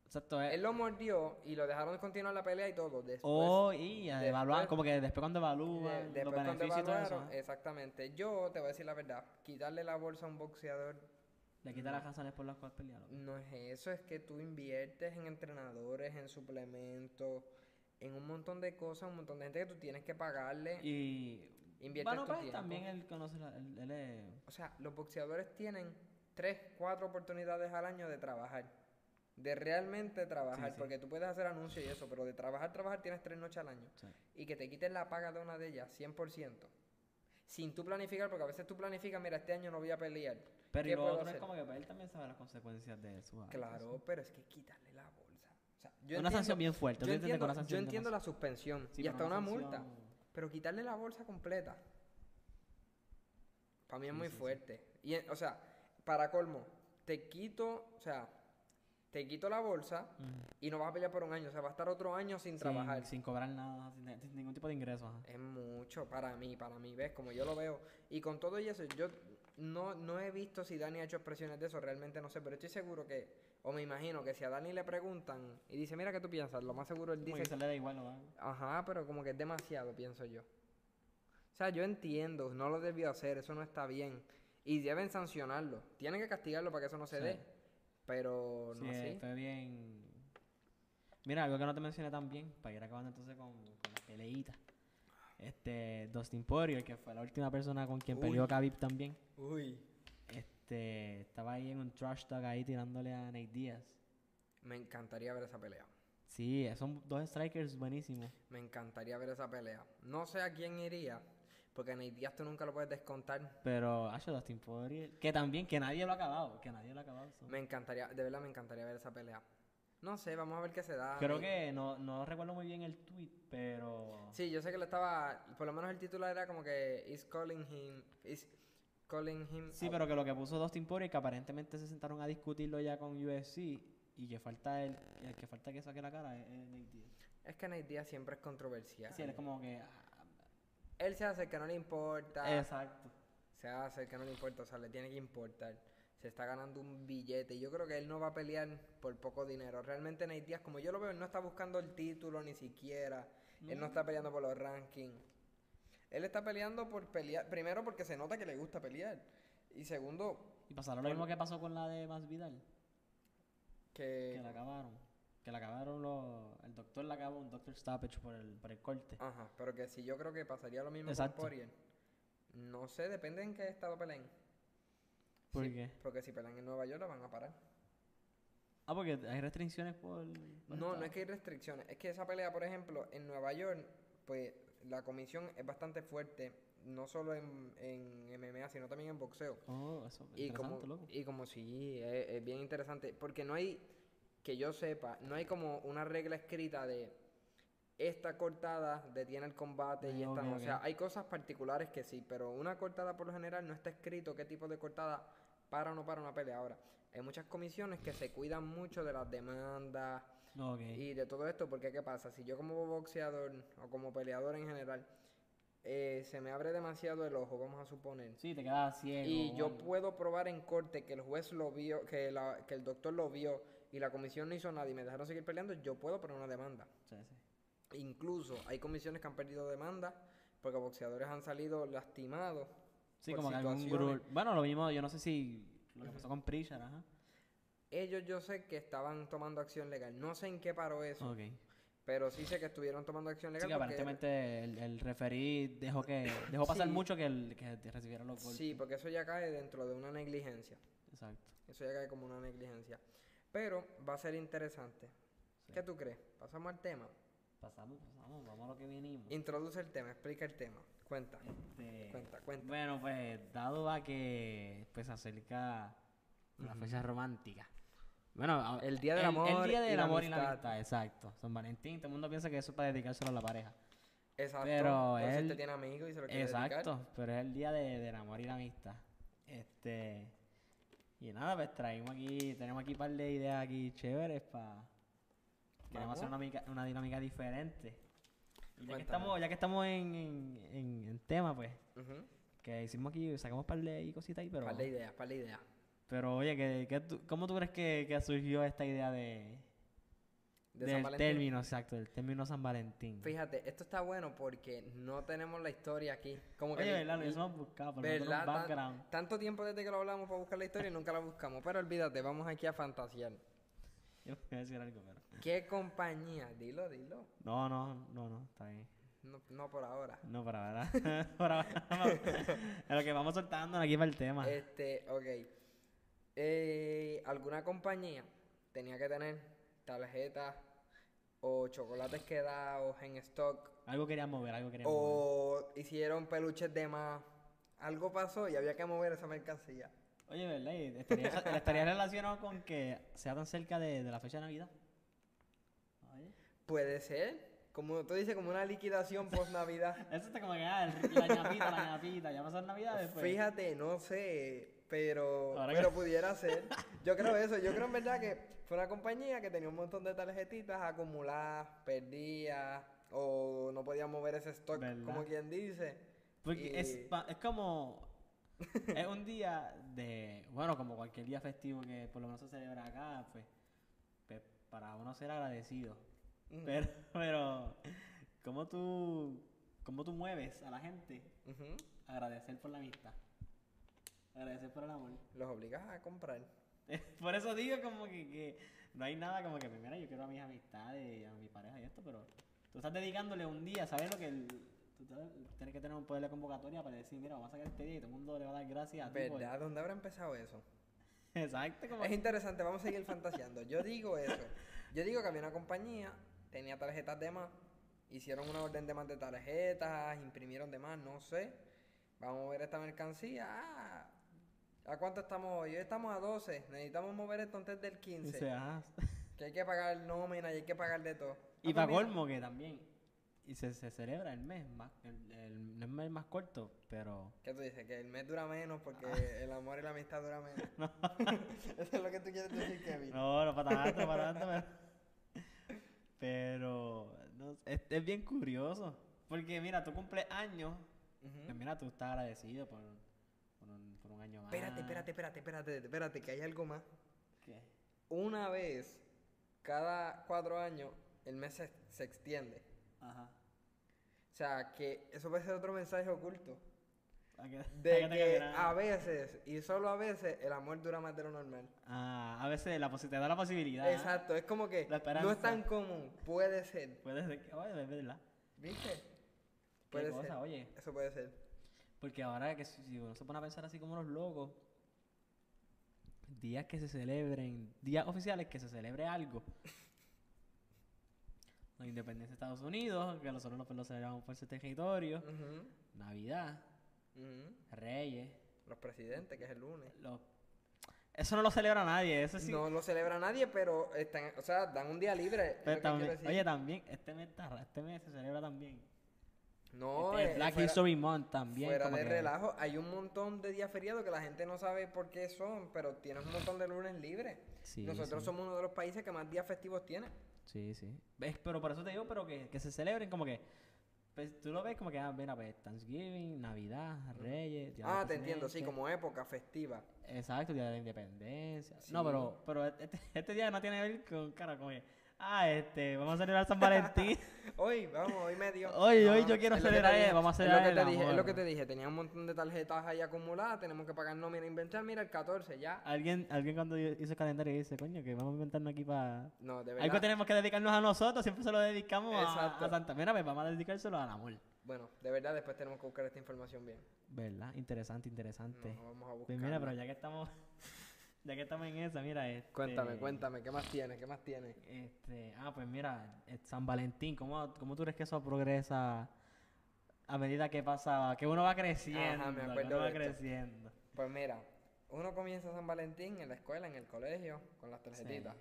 Speaker 2: Exacto. eh.
Speaker 1: Él lo mordió y lo dejaron continuar la pelea y todo. Después,
Speaker 2: oh, y
Speaker 1: después-
Speaker 2: evaluar, como que después cuando
Speaker 1: eh,
Speaker 2: evalúan los
Speaker 1: después cuando
Speaker 2: beneficios y todo eso.
Speaker 1: evaluaron,
Speaker 2: ¿eh?
Speaker 1: exactamente. Yo te voy a decir la verdad. Quitarle la bolsa a un boxeador
Speaker 2: Le quitan las razones por las cuales pelearon.
Speaker 1: eh, No es eso, es que tú inviertes en entrenadores, en suplementos, en un montón de cosas, un montón de gente que tú tienes que pagarle.
Speaker 2: Y.
Speaker 1: Inviertes
Speaker 2: bueno,
Speaker 1: tu
Speaker 2: pues
Speaker 1: tiempo.
Speaker 2: también él conoce. la- él, él es-
Speaker 1: O sea, los boxeadores tienen tres, cuatro oportunidades al año de trabajar. De realmente trabajar,
Speaker 2: sí.
Speaker 1: porque tú puedes hacer anuncios y eso, pero de trabajar, trabajar tienes tres noches al año.
Speaker 2: Sí.
Speaker 1: Y que te quiten la paga de una de ellas, 100%. Sin tú planificar, porque a veces tú planificas, mira, este año no voy a pelear.
Speaker 2: Pero
Speaker 1: ¿Qué
Speaker 2: y lo
Speaker 1: puedo
Speaker 2: otro es
Speaker 1: hacer?
Speaker 2: como que para él también sabe las consecuencias de su acto,
Speaker 1: Claro,
Speaker 2: sí.
Speaker 1: pero es que quitarle la bolsa. O sea, yo
Speaker 2: una
Speaker 1: entiendo-
Speaker 2: sanción bien fuerte.
Speaker 1: Yo
Speaker 2: tú entiendes que
Speaker 1: entiendo,
Speaker 2: una
Speaker 1: yo
Speaker 2: sanción
Speaker 1: entiendo la
Speaker 2: demasiado-
Speaker 1: suspensión
Speaker 2: Sí,
Speaker 1: y
Speaker 2: pero
Speaker 1: hasta una,
Speaker 2: sanción-
Speaker 1: multa, pero quitarle la bolsa completa, para mí es
Speaker 2: Sí,
Speaker 1: muy
Speaker 2: sí, sí.
Speaker 1: fuerte. Y, eh, o sea, para colmo, te quito, o sea, te quito la bolsa
Speaker 2: Ujú.
Speaker 1: y no vas a pelear por un año, o sea, vas a estar otro año sin
Speaker 2: Sin-
Speaker 1: trabajar.
Speaker 2: Sin, cobrar nada, sin, sin ningún tipo de ingreso. ajá.
Speaker 1: Es mucho para mí, para mí, ves, como yo lo veo. Y con todo y eso, yo no, no he visto si Dani ha hecho expresiones de eso, realmente no sé, pero estoy seguro que, o me imagino que si a Dani le preguntan y dice, mira, ¿qué tú piensas? Lo más seguro él
Speaker 2: Como
Speaker 1: dice
Speaker 2: que se le da igual, ¿no?
Speaker 1: Ajá, pero como que es demasiado, pienso yo. O sea, yo entiendo, no lo debió hacer, eso no está bien. Y deben sancionarlo. Tienen que castigarlo para que eso no se
Speaker 2: Sí.
Speaker 1: dé. Pero no
Speaker 2: Sí,
Speaker 1: así.
Speaker 2: fue bien. Mira, algo que no te mencioné también, para ir acabando entonces con, con las peleitas. Este, Dustin Poirier, que fue la última persona con quien
Speaker 1: Uy.
Speaker 2: peleó Khabib también.
Speaker 1: Uy.
Speaker 2: Este, estaba ahí en un trash talk ahí tirándole a Nate Diaz.
Speaker 1: Me encantaría ver esa pelea.
Speaker 2: Sí, son dos strikers buenísimos.
Speaker 1: Me encantaría ver esa pelea. No sé a quién iría, porque Nate Díaz tú nunca lo puedes descontar.
Speaker 2: Pero, hacho, Dustin Poirier, que también, que nadie lo ha acabado, que nadie lo ha acabado. so.
Speaker 1: Me encantaría, de verdad me encantaría ver esa pelea. No sé, vamos a ver qué se da.
Speaker 2: Creo
Speaker 1: Nate-
Speaker 2: que no, no recuerdo muy bien el tweet, pero...
Speaker 1: Sí, yo sé que lo estaba, por lo menos el título era como que is calling him, is calling him
Speaker 2: Sí,
Speaker 1: out".
Speaker 2: pero que lo que puso Dustin Poirier, que aparentemente se sentaron a discutirlo ya con UFC y que falta el, el que falta que saque la cara es, es Nate Diaz.
Speaker 1: Es que Nate Diaz siempre es controversial.
Speaker 2: Sí, él es como que... ah,
Speaker 1: Él se hace el que no le importa.
Speaker 2: Exacto.
Speaker 1: Se hace el que no le importa, o sea, le tiene que importar. Se está ganando un billete. Yo creo que él no va a pelear por poco dinero. Realmente Nate Diaz, como yo lo veo, él no está buscando el título ni siquiera. Él no está peleando por los rankings. Él está peleando por pelear. Primero porque se nota que le gusta pelear. Y segundo,
Speaker 2: Y pasará lo mismo que pasó con la de Masvidal, que
Speaker 1: que...
Speaker 2: la acabaron. Que la acabaron los... El doctor la acabó, un doctor stoppage por el, por el corte.
Speaker 1: Ajá, pero que si yo creo que pasaría lo mismo
Speaker 2: Exacto.
Speaker 1: con Poirier. No sé, depende en qué estado peleen.
Speaker 2: ¿Por
Speaker 1: Sí,
Speaker 2: qué?
Speaker 1: Porque si pelean en Nueva York, la van a parar.
Speaker 2: Ah, porque hay restricciones por... por
Speaker 1: No, no
Speaker 2: estado.
Speaker 1: es que hay restricciones. Es que esa pelea, por ejemplo, en Nueva York, pues la comisión es bastante fuerte, no solo en, en MMA, sino también en boxeo.
Speaker 2: Oh, eso
Speaker 1: Y como,
Speaker 2: interesante, loco.
Speaker 1: y como sí, es, es bien interesante, porque no hay, que yo sepa, no hay como una regla escrita de esta cortada detiene el combate y
Speaker 2: Ah,
Speaker 1: esta
Speaker 2: ok,
Speaker 1: no. O sea,
Speaker 2: ok.
Speaker 1: hay cosas particulares que sí, pero una cortada por lo general no está escrito qué tipo de cortada para o no para una pelea. Ahora, hay muchas comisiones que se cuidan mucho de las demandas,
Speaker 2: No, ok.
Speaker 1: y de todo esto, porque ¿qué pasa? Si yo como boxeador o como peleador en general, eh, se me abre demasiado el ojo, vamos a suponer.
Speaker 2: Sí, te quedas ciego.
Speaker 1: Y
Speaker 2: o
Speaker 1: yo
Speaker 2: algo.
Speaker 1: puedo probar en corte que el juez lo vio, que, la- que el doctor lo vio y la comisión no hizo nada y me dejaron seguir peleando, yo puedo poner una demanda.
Speaker 2: Sí, sí.
Speaker 1: Incluso hay comisiones que han perdido demandas porque boxeadores han salido lastimados.
Speaker 2: Sí,
Speaker 1: por
Speaker 2: como que algún
Speaker 1: situaciones.
Speaker 2: gru- Bueno, lo mismo, yo no sé si lo que pasó con Pritchard, ajá.
Speaker 1: Ellos yo sé que estaban tomando acción legal. No sé en qué paró eso,
Speaker 2: Ok.
Speaker 1: pero sí sé que estuvieron tomando acción legal.
Speaker 2: Ah. Sí, que
Speaker 1: porque-
Speaker 2: aparentemente el, el referí dejó que dejó pasar
Speaker 1: Sí.
Speaker 2: mucho que, el, que te recibieron los golpes.
Speaker 1: Sí, porque eso ya cae dentro de una negligencia.
Speaker 2: Exacto.
Speaker 1: Eso ya cae como una negligencia. Pero va a ser interesante.
Speaker 2: Sí.
Speaker 1: ¿Qué tú crees? Pasamos al tema.
Speaker 2: Pasamos, pasamos, vamos a lo que vinimos.
Speaker 1: Introduce el tema, explica el tema. Cuenta,
Speaker 2: Este,
Speaker 1: cuenta, cuenta.
Speaker 2: Bueno, pues dado a que pues se acerca la fecha romántica. Bueno, a-
Speaker 1: El Día del Amor
Speaker 2: el día
Speaker 1: y
Speaker 2: del
Speaker 1: la
Speaker 2: amor y la
Speaker 1: Amistad.
Speaker 2: amistad, exacto. San Valentín, todo el mundo piensa que eso es para dedicárselo a la pareja.
Speaker 1: Exacto.
Speaker 2: pero
Speaker 1: Entonces
Speaker 2: él-
Speaker 1: usted tiene amigos y se lo quiere dedicar.
Speaker 2: Exacto, pero es el día de- del amor y la amistad. Este. Y nada, pues traímos aquí, tenemos aquí un par de ideas aquí chéveres para.
Speaker 1: Vamos.
Speaker 2: Queremos hacer una, mica- una dinámica diferente. Y Ya
Speaker 1: Cuéntame.
Speaker 2: que, estamos, ya que estamos en, en- en- en tema, pues,
Speaker 1: Ujú.
Speaker 2: que hicimos aquí, sacamos par de ahí cositas ahí, pero.
Speaker 1: Par de ideas, par de ideas.
Speaker 2: Pero oye, que, que tú- ¿cómo tú crees que, que surgió esta idea de,
Speaker 1: De San
Speaker 2: del
Speaker 1: Valentín.
Speaker 2: término, exacto, del término San Valentín?
Speaker 1: Fíjate, esto está bueno porque no tenemos la historia aquí. Como que
Speaker 2: Oye,
Speaker 1: ni-
Speaker 2: ¿verdad? Lo
Speaker 1: ni-
Speaker 2: hemos buscado, pero no
Speaker 1: ¿verdad?
Speaker 2: tenemos
Speaker 1: Tan-
Speaker 2: background.
Speaker 1: tanto tiempo desde que lo hablamos para buscar la historia y nunca la buscamos. Pero olvídate, vamos aquí a fantasear.
Speaker 2: Yo voy a decir algo, pero.
Speaker 1: ¿Qué compañía? Dilo, dilo.
Speaker 2: No, no, no, no, está bien.
Speaker 1: No, no por ahora.
Speaker 2: No, para ahora. para ahora. vamos- a lo que vamos
Speaker 1: Eh.
Speaker 2: soltando aquí para el tema.
Speaker 1: Este, ok. Eh, ¿Alguna compañía tenía que tener tarjetas o chocolates quedados en stock
Speaker 2: Algo querían mover, algo querían mover.
Speaker 1: o hicieron peluches de más. Algo pasó y había que mover esa mercancía.
Speaker 2: Oye, ¿verdad? Y Estaría, estaría relacionado con que sea tan cerca de, de la fecha de Navidad. Oye.
Speaker 1: Puede ser, como tú dices, como una liquidación post Navidad.
Speaker 2: Eso está como que, ah, el- la ñapita, la ñapita, ya pasó Navidad después.
Speaker 1: Fíjate, no sé, pero,
Speaker 2: pues. Ahora
Speaker 1: pero
Speaker 2: que-
Speaker 1: pudiera ser. Yo creo eso, yo creo en verdad que fue una compañía que tenía un montón de tarjetitas acumuladas, perdidas, o no podía mover ese stock,
Speaker 2: ¿Verdad?
Speaker 1: como quien dice.
Speaker 2: Porque es,
Speaker 1: Y-
Speaker 2: pa- es como. es un día de. Bueno, como cualquier día festivo que por lo menos se celebra acá, pues. pues, para uno ser agradecido.
Speaker 1: Mm.
Speaker 2: Pero, pero. ¿Cómo tú. ¿Cómo tú mueves a la gente?
Speaker 1: Ujú.
Speaker 2: Agradecer por la amistad. Agradecer por el amor.
Speaker 1: Los obligas a comprar.
Speaker 2: por eso digo, como que, que No hay nada como que primero yo quiero a mis amistades, y a mi pareja y esto, pero. Tú estás dedicándole un día, ¿sabes lo que.? el- tú sabes, tienes que tener un poder de convocatoria para decir, mira, vamos a sacar este día y todo el mundo le va a dar gracias a ti. por-
Speaker 1: ¿Verdad? ¿Dónde habrá empezado eso?
Speaker 2: Exacto, como
Speaker 1: Es interesante, vamos a seguir fantaseando. Yo digo eso. Yo digo que había una compañía, tenía tarjetas de más, hicieron una orden de más de tarjetas, imprimieron de más, no sé. Vamos a ver esta mercancía. Ah, ¿A cuánto estamos hoy? Hoy estamos a 12. Necesitamos mover esto antes del 15.
Speaker 2: dice, ajá.
Speaker 1: Que hay que pagar nómina y hay que pagar de todo.
Speaker 2: Y
Speaker 1: Ah,
Speaker 2: para
Speaker 1: pues mira,
Speaker 2: colmo que también. Y se, se celebra el mes más, el, el- no es el mes más corto, pero
Speaker 1: ¿Qué tú dices? Que el mes dura menos porque el amor y la amistad dura menos.
Speaker 2: Ah. No.
Speaker 1: eso es lo que tú quieres decir, Kevin.
Speaker 2: no, no para tanto, para tanto, pero, pero no sé, es, es bien curioso. Porque mira, tú cumples años,
Speaker 1: Ujú.
Speaker 2: pues mira, tú estás agradecido por, por, un, por un año más.
Speaker 1: Espérate, espérate, espérate, espérate, espérate, que hay algo más.
Speaker 2: ¿Qué?
Speaker 1: una vez cada cuatro años el mes se, se extiende.
Speaker 2: Ajá.
Speaker 1: O sea, que eso puede ser otro mensaje oculto.
Speaker 2: ¿A qué-
Speaker 1: De
Speaker 2: a qué te
Speaker 1: que
Speaker 2: quedará?
Speaker 1: a veces, y solo a veces, el amor dura más de lo normal.
Speaker 2: Ah, a veces la posi- te da la posibilidad.
Speaker 1: Exacto, es como que
Speaker 2: La
Speaker 1: no es
Speaker 2: esperanza.
Speaker 1: tan común, puede ser.
Speaker 2: Puede ser que, oye, es verdad.
Speaker 1: ¿Viste?
Speaker 2: Qué
Speaker 1: Puede
Speaker 2: cosa,
Speaker 1: ser.
Speaker 2: oye.
Speaker 1: Eso puede ser.
Speaker 2: Porque ahora que si si uno se pone a pensar así como los locos, días que se celebren, días oficiales que se celebre algo. La independencia de Estados Unidos, que nosotros los lo celebramos por su territorio.
Speaker 1: Ujú,
Speaker 2: Navidad,
Speaker 1: ujú.
Speaker 2: Reyes,
Speaker 1: Los presidentes, que es el lunes.
Speaker 2: los... Eso no lo celebra nadie, eso sí.
Speaker 1: No lo celebra nadie, pero están, o sea, dan un día libre. es
Speaker 2: Pero
Speaker 1: lo que
Speaker 2: también-
Speaker 1: quiero decir.
Speaker 2: oye, también, este mes, está ra- este mes se celebra también.
Speaker 1: no,
Speaker 2: Este, el
Speaker 1: eh,
Speaker 2: Black
Speaker 1: fuera-
Speaker 2: History Month también.
Speaker 1: Fuera
Speaker 2: como
Speaker 1: de
Speaker 2: que-
Speaker 1: relajo, hay un montón de días feriados que la gente no sabe por qué son, pero tienes un montón de lunes libres.
Speaker 2: Sí,
Speaker 1: Nosotros
Speaker 2: sí.
Speaker 1: somos uno de los países que más días festivos tiene.
Speaker 2: Sí, sí. ¿Ves? Pero por eso te digo, pero que, que se celebren como que... pues, tú lo ves como que, ah, mira, pues Thanksgiving, Navidad, Reyes... Día de
Speaker 1: ah,
Speaker 2: los
Speaker 1: te entiendo, sí,
Speaker 2: Presidentes.
Speaker 1: como época festiva.
Speaker 2: Exacto, Día de la Independencia.
Speaker 1: Sí.
Speaker 2: No, pero, pero este, este día no tiene que ver con, cara, como que... Ah, este, vamos a celebrar San Valentín.
Speaker 1: Hoy, vamos, hoy medio.
Speaker 2: Hoy, hoy yo
Speaker 1: es
Speaker 2: quiero
Speaker 1: lo que te
Speaker 2: celebrar,
Speaker 1: dije,
Speaker 2: vamos a
Speaker 1: es
Speaker 2: celebrar
Speaker 1: lo que te
Speaker 2: el
Speaker 1: dije, Es lo
Speaker 2: amor.
Speaker 1: que te dije, tenía un montón de tarjetas ahí acumuladas, tenemos que pagar nómina, e inventar, mira, el 14 ya.
Speaker 2: alguien, alguien cuando hizo el calendario dice, coño, que vamos a inventarnos aquí para...
Speaker 1: No, de
Speaker 2: Algo
Speaker 1: verdad.
Speaker 2: tenemos que dedicarnos a nosotros, siempre se lo dedicamos a,
Speaker 1: Exacto.
Speaker 2: a Santa. Mira, pues vamos a dedicárselo al amor.
Speaker 1: Bueno, de verdad, después tenemos que buscar esta información bien.
Speaker 2: ¿Verdad? Interesante,
Speaker 1: No,
Speaker 2: interesante.
Speaker 1: vamos a
Speaker 2: Pues
Speaker 1: buscar.
Speaker 2: mira, pero ya que estamos, ya que estamos en esa, mira, este,
Speaker 1: Cuéntame, cuéntame, ¿qué más tienes? ¿Qué más tienes?
Speaker 2: Este, ah, pues mira, eh, San Valentín, ¿cómo, ¿cómo tú crees que eso progresa a medida que pasa, que uno va creciendo, que
Speaker 1: acuerdo
Speaker 2: uno va
Speaker 1: de esto.
Speaker 2: creciendo?
Speaker 1: Pues mira, uno comienza San Valentín en la escuela, en el colegio, con las tarjetitas.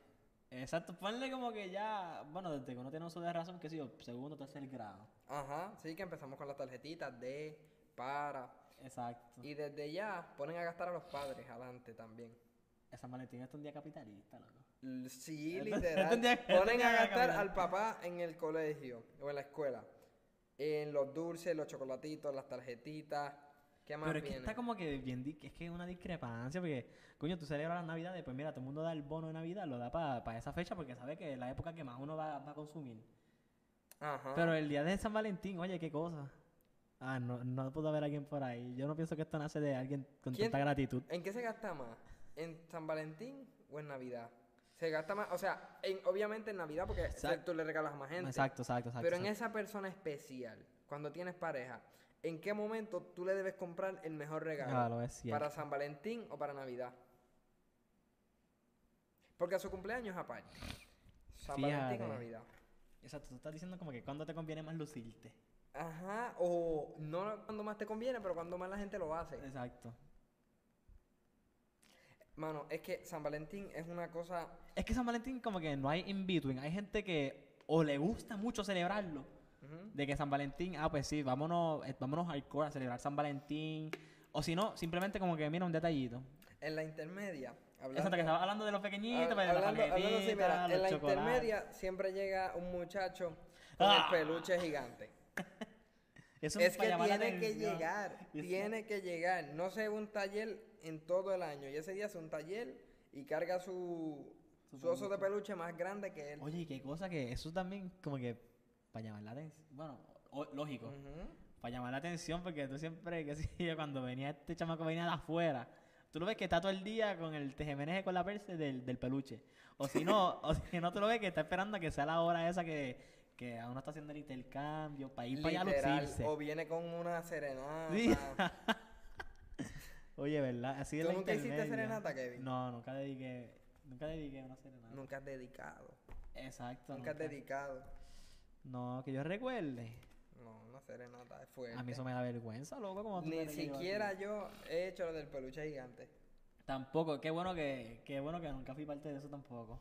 Speaker 2: Exacto, ponle como que ya, bueno, desde que uno tiene uso de razón, que sé yo, segundo, tercer grado.
Speaker 1: Ajá, sí que empezamos con las tarjetitas de, para.
Speaker 2: Exacto.
Speaker 1: Y desde ya ponen a gastar a los padres adelante también.
Speaker 2: San Valentín es un día capitalista, loco.
Speaker 1: L- Sí,
Speaker 2: Esto-
Speaker 1: literal.
Speaker 2: esto tiene que- esto
Speaker 1: Ponen
Speaker 2: tiene
Speaker 1: a
Speaker 2: que
Speaker 1: gastar
Speaker 2: cambiar.
Speaker 1: al papá en el colegio o en la escuela. En los dulces, los chocolatitos, las tarjetitas. ¿Qué más
Speaker 2: Pero es que
Speaker 1: viene?
Speaker 2: está como que bien, di- es que es una discrepancia, porque, coño, tú celebras las navidades, pues mira, todo el mundo da el bono de Navidad, lo da para esa fecha, porque sabe que es la época que más uno va, va a consumir.
Speaker 1: Ajá.
Speaker 2: Pero el día de San Valentín, oye, qué cosa. Ah, no, no pudo haber alguien por ahí. Yo no pienso que esto nace de alguien con
Speaker 1: ¿Quién-
Speaker 2: tanta gratitud.
Speaker 1: ¿En qué se gasta más? ¿En San Valentín o en Navidad? Se gasta más, o sea, en, obviamente en Navidad porque o sea,
Speaker 2: Exacto.
Speaker 1: tú le regalas a más gente.
Speaker 2: Exacto, exacto, exacto.
Speaker 1: Pero en
Speaker 2: exacto.
Speaker 1: esa persona especial, cuando tienes pareja, ¿en qué momento tú le debes comprar el mejor regalo?
Speaker 2: Claro, es cierto.
Speaker 1: ¿Para San Valentín o para Navidad? Porque su cumpleaños es aparte. San Valentín o
Speaker 2: Fíjate.
Speaker 1: Navidad.
Speaker 2: Exacto, tú estás diciendo como que cuando te conviene más lucirte.
Speaker 1: Ajá, o no cuando más te conviene, pero cuando más la gente lo hace.
Speaker 2: Exacto.
Speaker 1: Mano, es que San Valentín es una cosa.
Speaker 2: Es que San Valentín como que no hay in between. Hay gente que o le gusta mucho celebrarlo,
Speaker 1: Ujú.
Speaker 2: de que San Valentín, ah, pues sí, vámonos, eh, vámonos hardcore a celebrar San Valentín. O si no, simplemente como que mira un detallito.
Speaker 1: En la intermedia.
Speaker 2: Exacto,
Speaker 1: hablando-
Speaker 2: que estaba hablando de los pequeñitos,
Speaker 1: Hab-
Speaker 2: pero de las
Speaker 1: hablando, hablando así, mira,
Speaker 2: paletitas,
Speaker 1: en la
Speaker 2: los chocolates.
Speaker 1: intermedia siempre llega un muchacho con
Speaker 2: Ah.
Speaker 1: el peluche gigante.
Speaker 2: Eso
Speaker 1: Es
Speaker 2: para
Speaker 1: que
Speaker 2: llamar la
Speaker 1: tiene que
Speaker 2: atención.
Speaker 1: llegar,
Speaker 2: Y es-
Speaker 1: tiene que llegar. No se un taller en todo el año. Y ese día hace un taller y carga su,
Speaker 2: Su
Speaker 1: su oso de peluche más grande que él.
Speaker 2: Oye, y qué cosa que eso también como que para llamar la atención. Bueno, o- lógico.
Speaker 1: Ujú.
Speaker 2: para llamar la atención, porque tú siempre, qué sé yo, cuando venía este chamaco, venía de afuera. Tú lo ves que está todo el día con el tejemeneje con la perse del, del peluche. O si no, o si no, tú lo ves que está esperando a que sea la hora esa que, que a uno está haciendo el intercambio, para ir para allá a
Speaker 1: Literal,
Speaker 2: lucirse.
Speaker 1: o viene con una serenata.
Speaker 2: Sí. Oye, ¿verdad? Así es
Speaker 1: ¿Tú
Speaker 2: la
Speaker 1: nunca hiciste
Speaker 2: intermedia.
Speaker 1: serenata, Kevin?
Speaker 2: No, nunca dediqué, nunca dediqué una serenata.
Speaker 1: Nunca has dedicado.
Speaker 2: Exacto.
Speaker 1: Nunca has dedicado.
Speaker 2: No, que yo recuerde.
Speaker 1: No, una serenata es fuerte.
Speaker 2: A mí eso me da vergüenza, loco. Como tú me
Speaker 1: Ni
Speaker 2: digas que yo-
Speaker 1: siquiera yo he hecho lo del peluche gigante.
Speaker 2: Tampoco, qué bueno que, qué bueno que nunca fui parte de eso tampoco.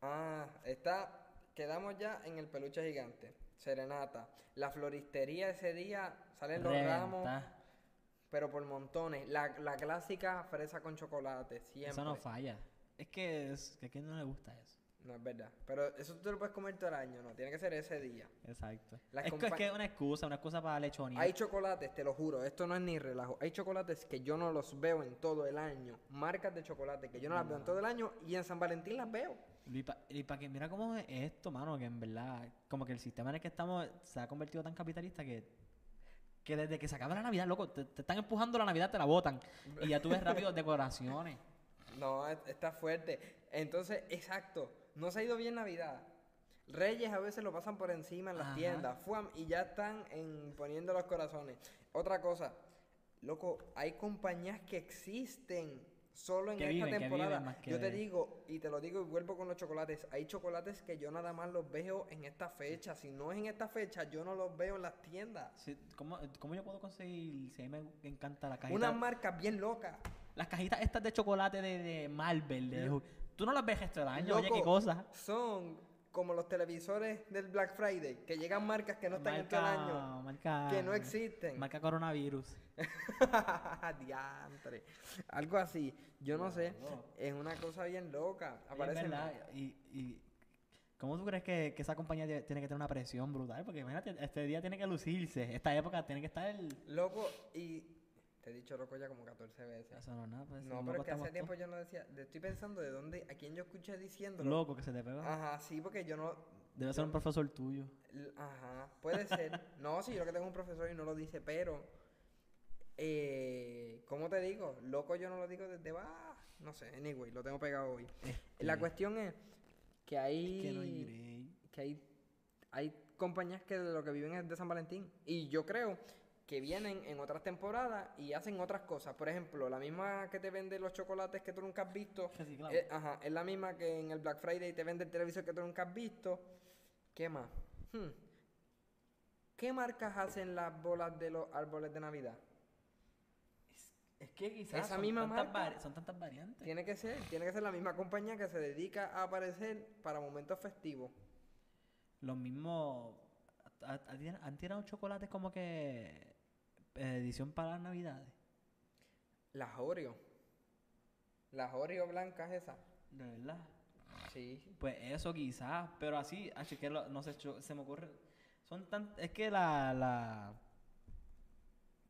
Speaker 1: Ah, está. Quedamos ya en el peluche gigante. Serenata. La floristería ese día salen los ramos,
Speaker 2: Reventa.
Speaker 1: pero por montones. La, la clásica fresa con chocolate, siempre.
Speaker 2: Eso no falla. Es que, es, que a quién no le gusta eso.
Speaker 1: No, es verdad. Pero eso tú te lo puedes comer todo el año, no. Tiene que ser ese día.
Speaker 2: Exacto.
Speaker 1: Las
Speaker 2: es, que, es
Speaker 1: compa-
Speaker 2: que es una excusa, una excusa para lechonear.
Speaker 1: Hay chocolates, te lo juro, esto no es ni relajo. Hay chocolates que yo no los veo en todo el año. Marcas de chocolate que yo no las veo en todo el año y en San Valentín las veo.
Speaker 2: Y para que mira cómo es esto, mano, que en verdad, como que el sistema en el que estamos se ha convertido tan capitalista que, que desde que se acaba la Navidad, loco, te, te están empujando la Navidad, te la botan. Y ya tú ves rápido decoraciones.
Speaker 1: No, es- está fuerte. Entonces, exacto, no se ha ido bien Navidad. Reyes a veces lo pasan por encima en las
Speaker 2: Ajá.
Speaker 1: tiendas, fuam, y ya están en- poniendo los corazones. Otra cosa, loco, hay compañías que existen solo en
Speaker 2: Que
Speaker 1: esta
Speaker 2: viven, que viven
Speaker 1: temporada.
Speaker 2: más que
Speaker 1: Yo te
Speaker 2: de-
Speaker 1: digo, y te lo digo y vuelvo con los chocolates, hay chocolates que yo nada más los veo en esta fecha. Si no es en esta fecha, yo no los veo en las tienas.
Speaker 2: Sí, ¿Cómo, ¿Cómo yo puedo conseguir, si a mí me encanta la cajita?
Speaker 1: Unas marcas bien locas.
Speaker 2: Las cajitas estas de chocolate de, de Marvel, de-
Speaker 1: Lo-
Speaker 2: tú no las ves esto del año, oye,
Speaker 1: Loco,
Speaker 2: qué cosa.
Speaker 1: Son como los televisores del Black Friday, que llegan marcas que no están en todo el año,
Speaker 2: marca-
Speaker 1: que no existen.
Speaker 2: Marca coronavirus.
Speaker 1: Diantre. Algo así, yo no sé, es una cosa bien loca.
Speaker 2: Oye, en
Speaker 1: Aparecen
Speaker 2: verdad, y, y ¿cómo tú crees que, que esa compañía tie- tiene que tener una presión brutal? Porque imagínate, este día tiene que lucirse, esta época tiene que estar el...
Speaker 1: loco y te he dicho loco ya como 14 veces.
Speaker 2: Eso no, es nada, pues,
Speaker 1: No,
Speaker 2: loco
Speaker 1: pero es que
Speaker 2: estamos
Speaker 1: hace tiempo
Speaker 2: todos.
Speaker 1: yo no decía, le estoy pensando de dónde, a quién yo Ah. escuché diciéndolo.
Speaker 2: Loco que se te pegó.
Speaker 1: Ajá, sí, porque yo no
Speaker 2: Debe ser un profesor tuyo.
Speaker 1: L- Ajá, puede ser. No, sí, yo lo que tengo un profesor y no lo dice, pero. Eh, ¿Cómo te digo? Loco, yo no lo digo desde. va no sé, anyway, lo tengo pegado hoy. La
Speaker 2: Este,
Speaker 1: cuestión es que hay.
Speaker 2: que no hay break.
Speaker 1: que hay, hay compañías que de lo que viven es de San Valentín. Y yo creo que vienen en otras temporadas y hacen otras cosas. Por ejemplo, la misma que te vende los chocolates que tú nunca has visto.
Speaker 2: Reciclado.
Speaker 1: eh, ajá, es la misma que en el Black Friday te vende el televisor que tú nunca has visto. ¿Qué más? Hmm. ¿Qué marcas hacen las bolas de los árboles de Navidad?
Speaker 2: Es que quizás
Speaker 1: esa
Speaker 2: son,
Speaker 1: misma
Speaker 2: tantas
Speaker 1: marca-
Speaker 2: vari- son tantas variantes.
Speaker 1: Tiene que ser, tiene que ser la misma compañía que se dedica a aparecer para momentos festivos.
Speaker 2: los mismos a- a- a- han tirado chocolates como que eh, edición para las navidades
Speaker 1: Las Oreo. Las Oreo blancas esas.
Speaker 2: de verdad
Speaker 1: Sí,
Speaker 2: pues eso quizás pero así así que lo- no sé yo- se me ocurre son tan es que la la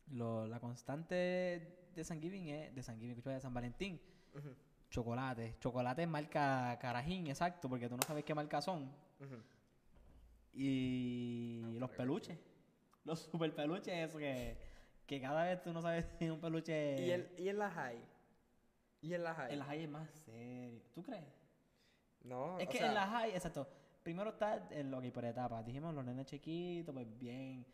Speaker 2: lo- la constante de San Giving es de San Giving escucha, de San Valentín
Speaker 1: Ujú,
Speaker 2: chocolate chocolate marca Carajín exacto porque tú no sabes qué marca son
Speaker 1: ujú.
Speaker 2: Y
Speaker 1: Ah, para
Speaker 2: los
Speaker 1: que
Speaker 2: peluches. Los super peluches, eso que, que cada vez tú no sabes si un peluche.
Speaker 1: ¿Y, el, y en las hay. Y en las hay.
Speaker 2: Eh. en las hay es más serio. ¿Tú crees?
Speaker 1: No,
Speaker 2: es
Speaker 1: o
Speaker 2: que
Speaker 1: sea,
Speaker 2: en las hay, exacto. Primero está en lo que por etapas. Dijimos los nenes chiquitos, pues bien.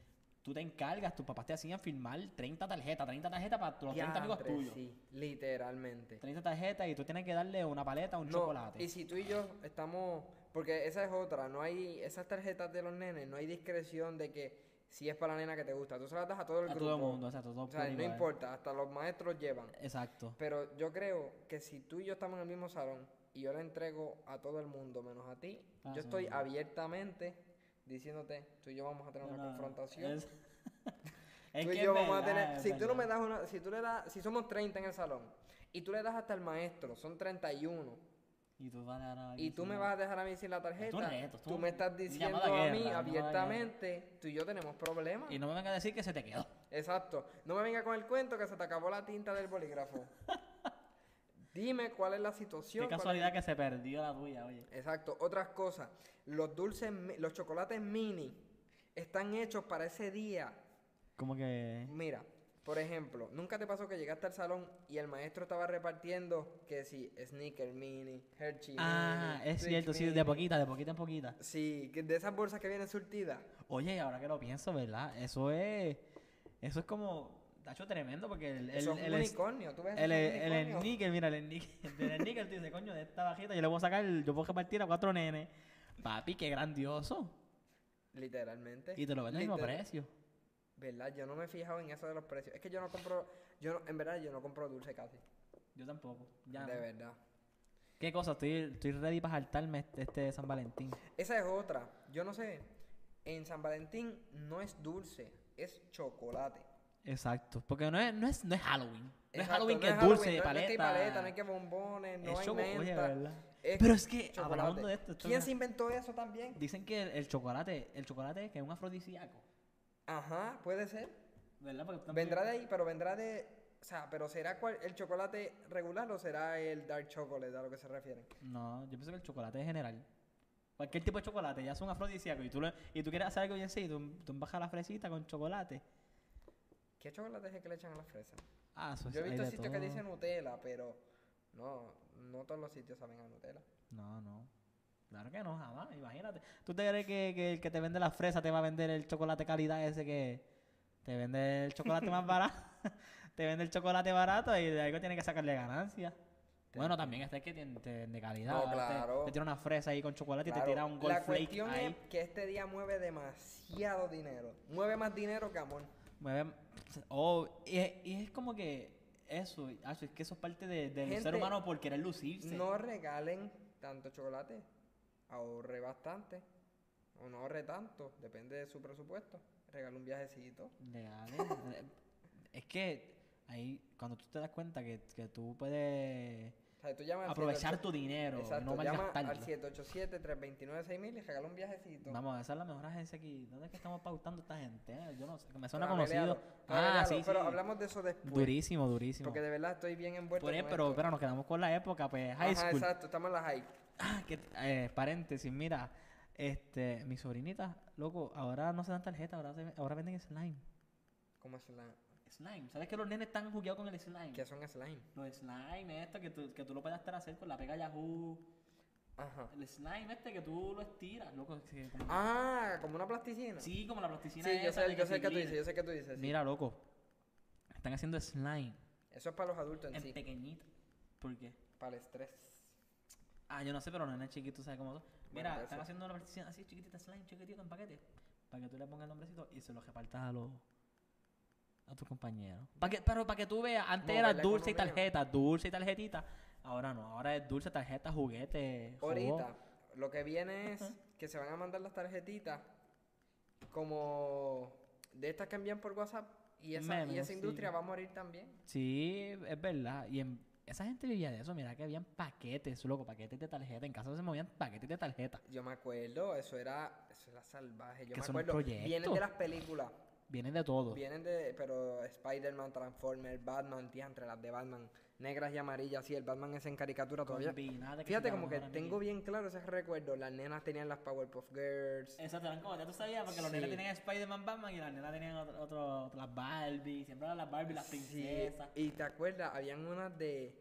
Speaker 2: tú te encargas, tus papás te hacían firmar 30 tarjetas, 30 tarjetas para los 30 amigos
Speaker 1: Diantre,
Speaker 2: tuyos.
Speaker 1: Sí, literalmente.
Speaker 2: 30 tarjetas y tú tienes que darle una paleta, un
Speaker 1: No,
Speaker 2: chocolate.
Speaker 1: Y si tú y yo estamos. Porque esa es otra, no hay. Esas tarjetas de los nenes, no hay discreción de que si es para la nena que te gusta. Tú se las das a todo el
Speaker 2: a
Speaker 1: grupo.
Speaker 2: todo el mundo, exacto, todo
Speaker 1: O sea,
Speaker 2: por
Speaker 1: no
Speaker 2: igual.
Speaker 1: importa, hasta los maestros llevan.
Speaker 2: Exacto.
Speaker 1: Pero yo creo que si tú y yo estamos en el mismo salón y yo la entrego a todo el mundo menos a ti,
Speaker 2: Ah,
Speaker 1: yo
Speaker 2: sí,
Speaker 1: estoy
Speaker 2: sí.
Speaker 1: abiertamente diciéndote, tú y yo vamos a tener una
Speaker 2: No, no,
Speaker 1: confrontación.
Speaker 2: es- es
Speaker 1: tú y
Speaker 2: que
Speaker 1: yo
Speaker 2: es
Speaker 1: vamos a
Speaker 2: verdad,
Speaker 1: tener.
Speaker 2: es
Speaker 1: Si tú no me
Speaker 2: verdad.
Speaker 1: das una. Si tú le das. Si somos 30 en el salón y tú le das hasta el maestro, son 31.
Speaker 2: Y tú vas a dar a
Speaker 1: Y
Speaker 2: alguien
Speaker 1: tú
Speaker 2: sin
Speaker 1: me
Speaker 2: nada.
Speaker 1: vas a dejar a mí sin la
Speaker 2: un
Speaker 1: tarjeta.
Speaker 2: reto, esto es
Speaker 1: tú
Speaker 2: un-
Speaker 1: me estás
Speaker 2: una
Speaker 1: diciendo
Speaker 2: llamada
Speaker 1: a
Speaker 2: guerra,
Speaker 1: mí
Speaker 2: una llamada guerra.
Speaker 1: abiertamente, tú y yo tenemos problemas.
Speaker 2: Y no me vengas a decir que se te quedó.
Speaker 1: Exacto. No me venga con el cuento que se te acabó la tinta del bolígrafo. Dime cuál es la situación.
Speaker 2: Qué
Speaker 1: cuál es-
Speaker 2: casualidad que se perdió la tuya, oye.
Speaker 1: Exacto. Otras cosas. Los dulces, mi- los chocolates mini están hechos para ese día.
Speaker 2: Como que.
Speaker 1: Mira, por ejemplo, ¿nunca te pasó que llegaste al salón y el maestro estaba repartiendo que sí, Sneaker mini, Hershey
Speaker 2: Ah,
Speaker 1: mini,
Speaker 2: es
Speaker 1: Twix
Speaker 2: cierto, sí,
Speaker 1: mini?
Speaker 2: de poquita, de poquita en poquita.
Speaker 1: Sí, que de esas bolsas que vienen surtidas.
Speaker 2: Oye, y ahora que lo pienso, ¿verdad? Eso es. Eso es como. Tacho tremendo porque el. el,
Speaker 1: Eso es un
Speaker 2: el, es-
Speaker 1: unicornio, tú ves
Speaker 2: el,
Speaker 1: eso es un
Speaker 2: el
Speaker 1: unicornio.
Speaker 2: níquel, mira, el níquel. Del níquel, tú dices, coño, de esta bajita yo le voy a sacar. Yo puedo repartir a cuatro nenes. Papi, qué grandioso.
Speaker 1: Literalmente.
Speaker 2: Y te lo venden al mismo
Speaker 1: Liter-
Speaker 2: precio.
Speaker 1: ¿Verdad? Yo no me he fijado en eso de los precios. Es que yo no compro, yo no- en verdad yo no compro dulce casi.
Speaker 2: Yo tampoco. Ya.
Speaker 1: de
Speaker 2: no.
Speaker 1: verdad.
Speaker 2: ¿Qué cosa? Estoy, estoy ready para saltarme este, este San Valentín.
Speaker 1: Esa es otra. Yo no sé. En San Valentín no es dulce, es chocolate.
Speaker 2: Exacto. Porque no es, no es, no es Halloween. No es
Speaker 1: Exacto,
Speaker 2: Halloween
Speaker 1: no
Speaker 2: que es
Speaker 1: Halloween,
Speaker 2: dulce,
Speaker 1: no-
Speaker 2: paleta.
Speaker 1: No es que hay paleta, no hay que bombones, no
Speaker 2: Es
Speaker 1: hay
Speaker 2: choco- oye,
Speaker 1: menta.
Speaker 2: ¿verdad? Pero es que,
Speaker 1: chocolate.
Speaker 2: hablando de esto, esto
Speaker 1: ¿Quién
Speaker 2: me-
Speaker 1: se inventó eso también?
Speaker 2: Dicen que el, el chocolate, el chocolate que es un afrodisíaco.
Speaker 1: Ajá, puede ser.
Speaker 2: ¿Verdad? Porque también-
Speaker 1: Vendrá de ahí, pero vendrá de. O sea, pero será cual- el chocolate regular o será el dark chocolate a lo que se refieren.
Speaker 2: No, yo pienso que el chocolate es general. Cualquier tipo de chocolate ya es un afrodisíaco y tú, lo- y tú quieres hacer algo bien sí, tú, tú embajas la fresita con chocolate.
Speaker 1: ¿Qué chocolate es el que le echan a las fresas?
Speaker 2: Ah, eso
Speaker 1: Yo he
Speaker 2: hay
Speaker 1: visto
Speaker 2: de
Speaker 1: sitios que
Speaker 2: todo.
Speaker 1: dicen Nutella, pero no, no todos los sitios saben a Nutella.
Speaker 2: No, no. Claro que no, jamás, imagínate. ¿Tú te crees que, que el que te vende la fresa te va a vender el chocolate calidad ese que te vende el chocolate más barato? te vende el chocolate barato y de algo tiene que sacarle ganancia. Bueno, también está el que tiene- te vende calidad.
Speaker 1: No,
Speaker 2: ¿verdad? Te-
Speaker 1: claro.
Speaker 2: Te, tira una fresa ahí con chocolate y
Speaker 1: Claro,
Speaker 2: te tira un gold
Speaker 1: la
Speaker 2: flake
Speaker 1: cuestión
Speaker 2: ahí.
Speaker 1: es que este día mueve demasiado dinero. Mueve más dinero que amor.
Speaker 2: Mueve- oh, y, es- y es como que eso, acho, es que eso es parte de- del ser
Speaker 1: Gente,
Speaker 2: humano por querer lucirse.
Speaker 1: No regalen tanto chocolate. Ahorre bastante. O no ahorre tanto. Depende de su presupuesto. Regale un viajecito.
Speaker 2: Legales. le- es que ahí, cuando tú te das cuenta que, que tú puedes
Speaker 1: O sea, tú llamas al
Speaker 2: aprovechar
Speaker 1: 787
Speaker 2: tu dinero,
Speaker 1: Exacto,
Speaker 2: no
Speaker 1: llama
Speaker 2: malgastarlo.
Speaker 1: al 787-329-6000 y regala un viajecito.
Speaker 2: Vamos, esa es la mejor agencia aquí. ¿Dónde es que estamos pautando esta gente? Eh, Yo no sé, que me suena
Speaker 1: Travelealo,
Speaker 2: conocido. Ah,
Speaker 1: travelealo,
Speaker 2: sí,
Speaker 1: Pero
Speaker 2: sí.
Speaker 1: hablamos de eso después.
Speaker 2: Durísimo, durísimo.
Speaker 1: Porque de verdad estoy bien envuelto.
Speaker 2: Por ahí,
Speaker 1: con
Speaker 2: pero,
Speaker 1: esto.
Speaker 2: pero nos quedamos con la época, pues, high
Speaker 1: Ajá,
Speaker 2: school.
Speaker 1: exacto, estamos en la high.
Speaker 2: Ah, que, eh, paréntesis, mira, este, mi sobrinita, loco, ahora no se dan tarjeta, ahora, se- ahora venden slime.
Speaker 1: ¿Cómo es slime?
Speaker 2: Slime, ¿sabes que los nenes están jugueados con el slime?
Speaker 1: ¿Qué son slime?
Speaker 2: Los slime, esto que tú, que tú lo puedes estar hacer con la pega Yahoo.
Speaker 1: Ajá.
Speaker 2: El slime este que tú lo estiras, loco. que- como-
Speaker 1: Ah, como una plasticina.
Speaker 2: sí, como la
Speaker 1: Sí,
Speaker 2: plasticina.
Speaker 1: yo
Speaker 2: esa
Speaker 1: sé,
Speaker 2: de
Speaker 1: yo
Speaker 2: se
Speaker 1: sé que tú
Speaker 2: glide.
Speaker 1: dices, yo sé que tú dices. sí.
Speaker 2: Mira, loco. Están haciendo slime
Speaker 1: Eso es para los adultos en
Speaker 2: en
Speaker 1: sí,
Speaker 2: pequeñito. ¿Por qué?
Speaker 1: para el estrés.
Speaker 2: Ah, yo no sé, pero los nenes chiquitos saben cómo son. Mira,
Speaker 1: puede
Speaker 2: están
Speaker 1: ser.
Speaker 2: haciendo una plasticina así chiquitita, slime chiquitito en paquete. Para que tú le pongas el nombrecito y se lo repartas a los. A tus compañeros. Pa' que, pero para que tú veas, antes
Speaker 1: Mover
Speaker 2: era
Speaker 1: la
Speaker 2: dulce y
Speaker 1: economía.
Speaker 2: tarjeta, dulce y tarjetita. Ahora no, ahora es dulce, tarjeta, juguete. jugo.
Speaker 1: Ahorita, lo que viene es que se van a mandar las tarjetitas como de estas que envían por WhatsApp y esa, y
Speaker 2: Memes,
Speaker 1: esa industria
Speaker 2: sí.
Speaker 1: va a morir también.
Speaker 2: Sí, es verdad. Y en- esa gente vivía de eso. Mira que habían paquetes, loco, paquetes de tarjeta. En casa se movían paquetes de tarjeta.
Speaker 1: Yo me acuerdo, eso era, eso era salvaje. Yo
Speaker 2: Que
Speaker 1: me
Speaker 2: son
Speaker 1: acuerdo, vienen
Speaker 2: proyectos. Oh.
Speaker 1: de las películas,
Speaker 2: Vienen de todo.
Speaker 1: vienen de, pero Spider-Man, Transformers, Batman, tía, entre las de Batman, negras y amarillas, sí, el Batman es en caricatura todavía.
Speaker 2: Combinadas que se
Speaker 1: Fíjate
Speaker 2: llaman
Speaker 1: como que
Speaker 2: ahora
Speaker 1: tengo
Speaker 2: mismo.
Speaker 1: bien claro ese recuerdo. Las nenas tenían las Powerpuff Girls.
Speaker 2: Exacto, eran como ya tú sabías, porque los
Speaker 1: Sí.
Speaker 2: nenes tenían Spider-Man, Batman y las nenas tenían otro, otro- otro- las Barbie. Siempre eran las Barbie, las
Speaker 1: Sí,
Speaker 2: princesas.
Speaker 1: y te acuerdas, habían unas de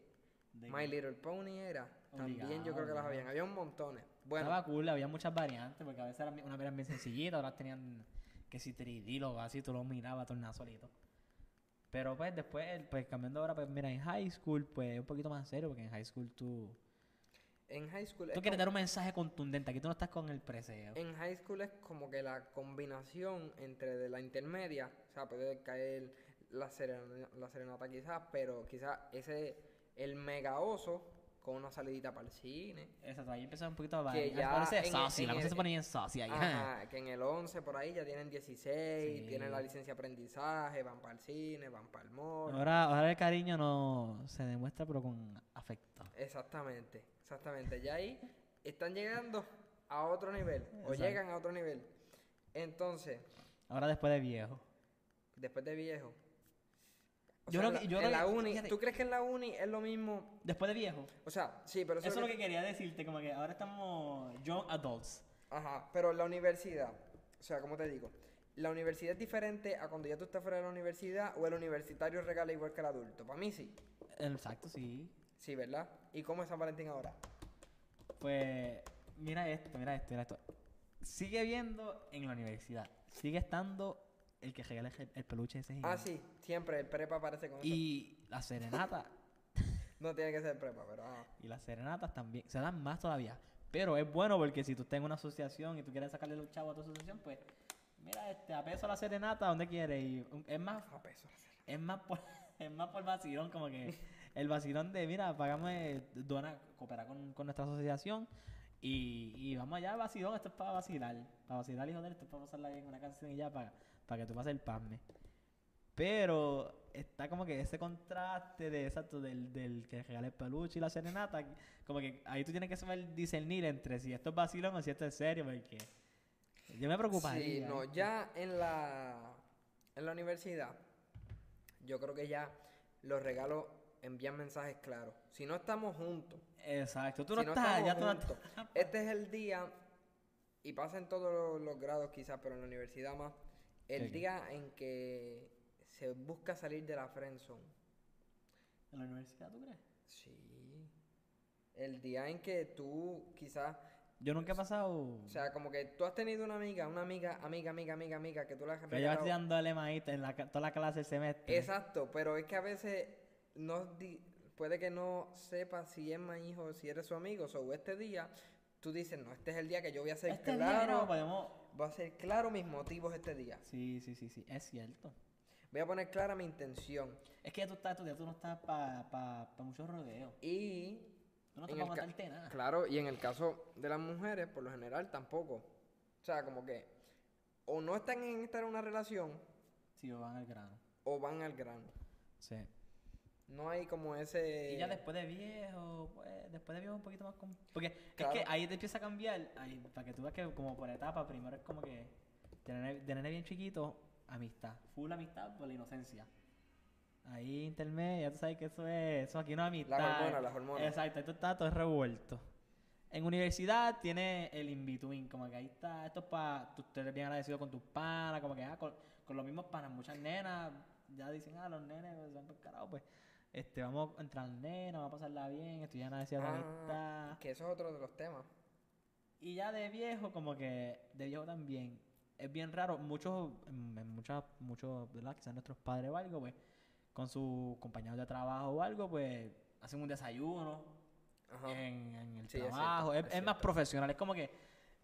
Speaker 2: De-
Speaker 1: My Little Pony era. También yo
Speaker 2: Obligado,
Speaker 1: creo que las
Speaker 2: obligado.
Speaker 1: habían. Había un montones. Bueno,
Speaker 2: Estaba cool, había muchas variantes, porque a veces eran, bi- unas eran bien sencillitas, otras tenían que si tridilo así, tú lo mirabas tornasolito. Pero pues después, el- pues cambiando ahora, pues mira, en high school, pues es un poquito más serio, porque en high school tú...
Speaker 1: En high school. eh, es
Speaker 2: Tú quieres dar un mensaje contundente, aquí tú no estás con el preseo.
Speaker 1: En high school es como que la combinación entre de la intermedia, o sea, puede caer la serenata, la serenata quizás, pero quizás ese, el mega oso con una salidita para el cine.
Speaker 2: Exacto, ahí empezamos un poquito a...
Speaker 1: Que
Speaker 2: variar.
Speaker 1: ya
Speaker 2: Parece
Speaker 1: en el-
Speaker 2: saucy,
Speaker 1: en
Speaker 2: la cosa
Speaker 1: el-
Speaker 2: se pone bien saucy ahí.
Speaker 1: Ajá, que en el 11 por ahí ya tienen 16,
Speaker 2: Sí.
Speaker 1: tienen la licencia de aprendizaje, van para el cine, van para el mall.
Speaker 2: Ahora, ahora el cariño no se demuestra, pero con afecto.
Speaker 1: Exactamente, exactamente. Ya ahí están llegando a otro nivel, o
Speaker 2: Exacto.
Speaker 1: llegan a otro nivel. Entonces,
Speaker 2: Ahora después de viejo.
Speaker 1: después de viejo. o
Speaker 2: Yo
Speaker 1: sea,
Speaker 2: creo que-
Speaker 1: en la-
Speaker 2: yo
Speaker 1: en
Speaker 2: creo
Speaker 1: la
Speaker 2: que-
Speaker 1: uni,
Speaker 2: fíjate.
Speaker 1: ¿tú crees que en la uni es lo mismo?
Speaker 2: Después de viejo.
Speaker 1: O sea, sí, pero
Speaker 2: Eso es lo que quería decirte, como que ahora estamos young adults.
Speaker 1: Ajá, pero la universidad, o sea, ¿cómo te digo? ¿La universidad es diferente a cuando ya tú estás fuera de la universidad o el universitario regala igual que el adulto? Para mí sí,
Speaker 2: Exacto, sí.
Speaker 1: sí, ¿verdad? ¿Y cómo es San Valentín ahora?
Speaker 2: Pues mira esto, mira esto, mira esto. Sigue viendo en la universidad. Sigue estando el que regala el, el peluche ese.
Speaker 1: Ah,
Speaker 2: gigante.
Speaker 1: sí, siempre el prepa aparece con eso.
Speaker 2: Y la serenata.
Speaker 1: No tiene que ser prepa, pero ah, ajá.
Speaker 2: y las serenatas también. Se dan más todavía. Pero es bueno porque si tú estás en una asociación y tú quieres sacarle los chavos a tu asociación, pues mira, este, a peso la serenata donde quieres. Y un- es más
Speaker 1: A ah, peso la cena.
Speaker 2: Es más por, es más por vacilón, como que el vacilón de, mira, pagamos, dona, coopera con, con nuestra asociación y, y vamos allá, vacilón, esto es para vacilar, para vacilar y joder, esto es para pasarla bien una canción y ya, para, para que tú pases el pasme. Pero está como que ese contraste de exacto del, del que regala el peluche y la serenata, como que ahí tú tienes que saber discernir entre si esto es vacilón o si esto es serio, porque yo me preocuparía.
Speaker 1: Sí, no, ya en la, en la universidad, yo creo que ya los regalos envían mensajes claros. Si no estamos juntos,
Speaker 2: Exacto, tú
Speaker 1: si
Speaker 2: no, estás,
Speaker 1: estamos
Speaker 2: ya tú no
Speaker 1: juntos,
Speaker 2: estás.
Speaker 1: Este es el día, y pasa en todos lo- los, grados quizás, pero en la universidad más, el
Speaker 2: Sí.
Speaker 1: día en que se busca salir de la friendzone.
Speaker 2: ¿En la universidad tú crees?
Speaker 1: Sí. El día en que tú quizás
Speaker 2: Yo nunca he pasado.
Speaker 1: O sea, como que tú has tenido una amiga, una amiga, amiga, amiga, amiga, amiga, que tú la has
Speaker 2: que llevas
Speaker 1: regalado.
Speaker 2: tirando lemaíta en la, ca- toda la clase del semestre.
Speaker 1: Exacto, pero es que a veces no di- puede que no sepas si es más hijo, si eres su amigo. O este día, tú dices, no, este es el día que yo voy a ser
Speaker 2: Este día
Speaker 1: claro.
Speaker 2: no podemos.
Speaker 1: Voy a ser claro mis motivos este día.
Speaker 2: Sí, sí, sí, sí, es cierto.
Speaker 1: Voy a poner clara mi intención.
Speaker 2: Es que ya tú estás estudiando, tú no estás para pa, pa muchos rodeos.
Speaker 1: Y,
Speaker 2: Tú no
Speaker 1: En
Speaker 2: estás para
Speaker 1: el ca-
Speaker 2: matarte nada.
Speaker 1: claro, y en el caso de las mujeres, por lo general tampoco. O sea, como que o no están en estar en una relación
Speaker 2: Si yo van al grano.
Speaker 1: o van al grano.
Speaker 2: Sí.
Speaker 1: No hay como ese...
Speaker 2: Y ya después de viejo, pues, después de viejo un poquito más. com- Porque
Speaker 1: Claro.
Speaker 2: es que ahí te empieza a cambiar, ahí, para que tú veas que como por etapa, primero es como que de nene, de nene bien chiquito, amistad, full amistad por la inocencia. Ahí intermedia, tú sabes que eso es, eso aquí no es amistad.
Speaker 1: hormonas, las hormonas.
Speaker 2: Exacto, esto está todo revuelto. En universidad tiene el in-between, como que ahí está, esto es para, tú estés bien agradecido con tus panas, como que ah, con, con los mismos panas, muchas nenas ya dicen, ah, los nenes pues, son por carajo, pues, este, vamos a entrar al nena, vamos a pasarla bien, esto ya agradecido con
Speaker 1: Ah,
Speaker 2: amistad.
Speaker 1: Que eso es otro de los temas.
Speaker 2: Y ya de viejo, como que de viejo también. Es bien raro. Muchos, mm, en muchas, muchos, ¿verdad? Quizás nuestros padres o algo, pues, con sus compañeros de trabajo o algo, pues, hacen un desayuno
Speaker 1: Ajá.
Speaker 2: en, en el
Speaker 1: Sí, es cierto,
Speaker 2: trabajo. Es,
Speaker 1: es
Speaker 2: es más
Speaker 1: cierto.
Speaker 2: profesional, es como que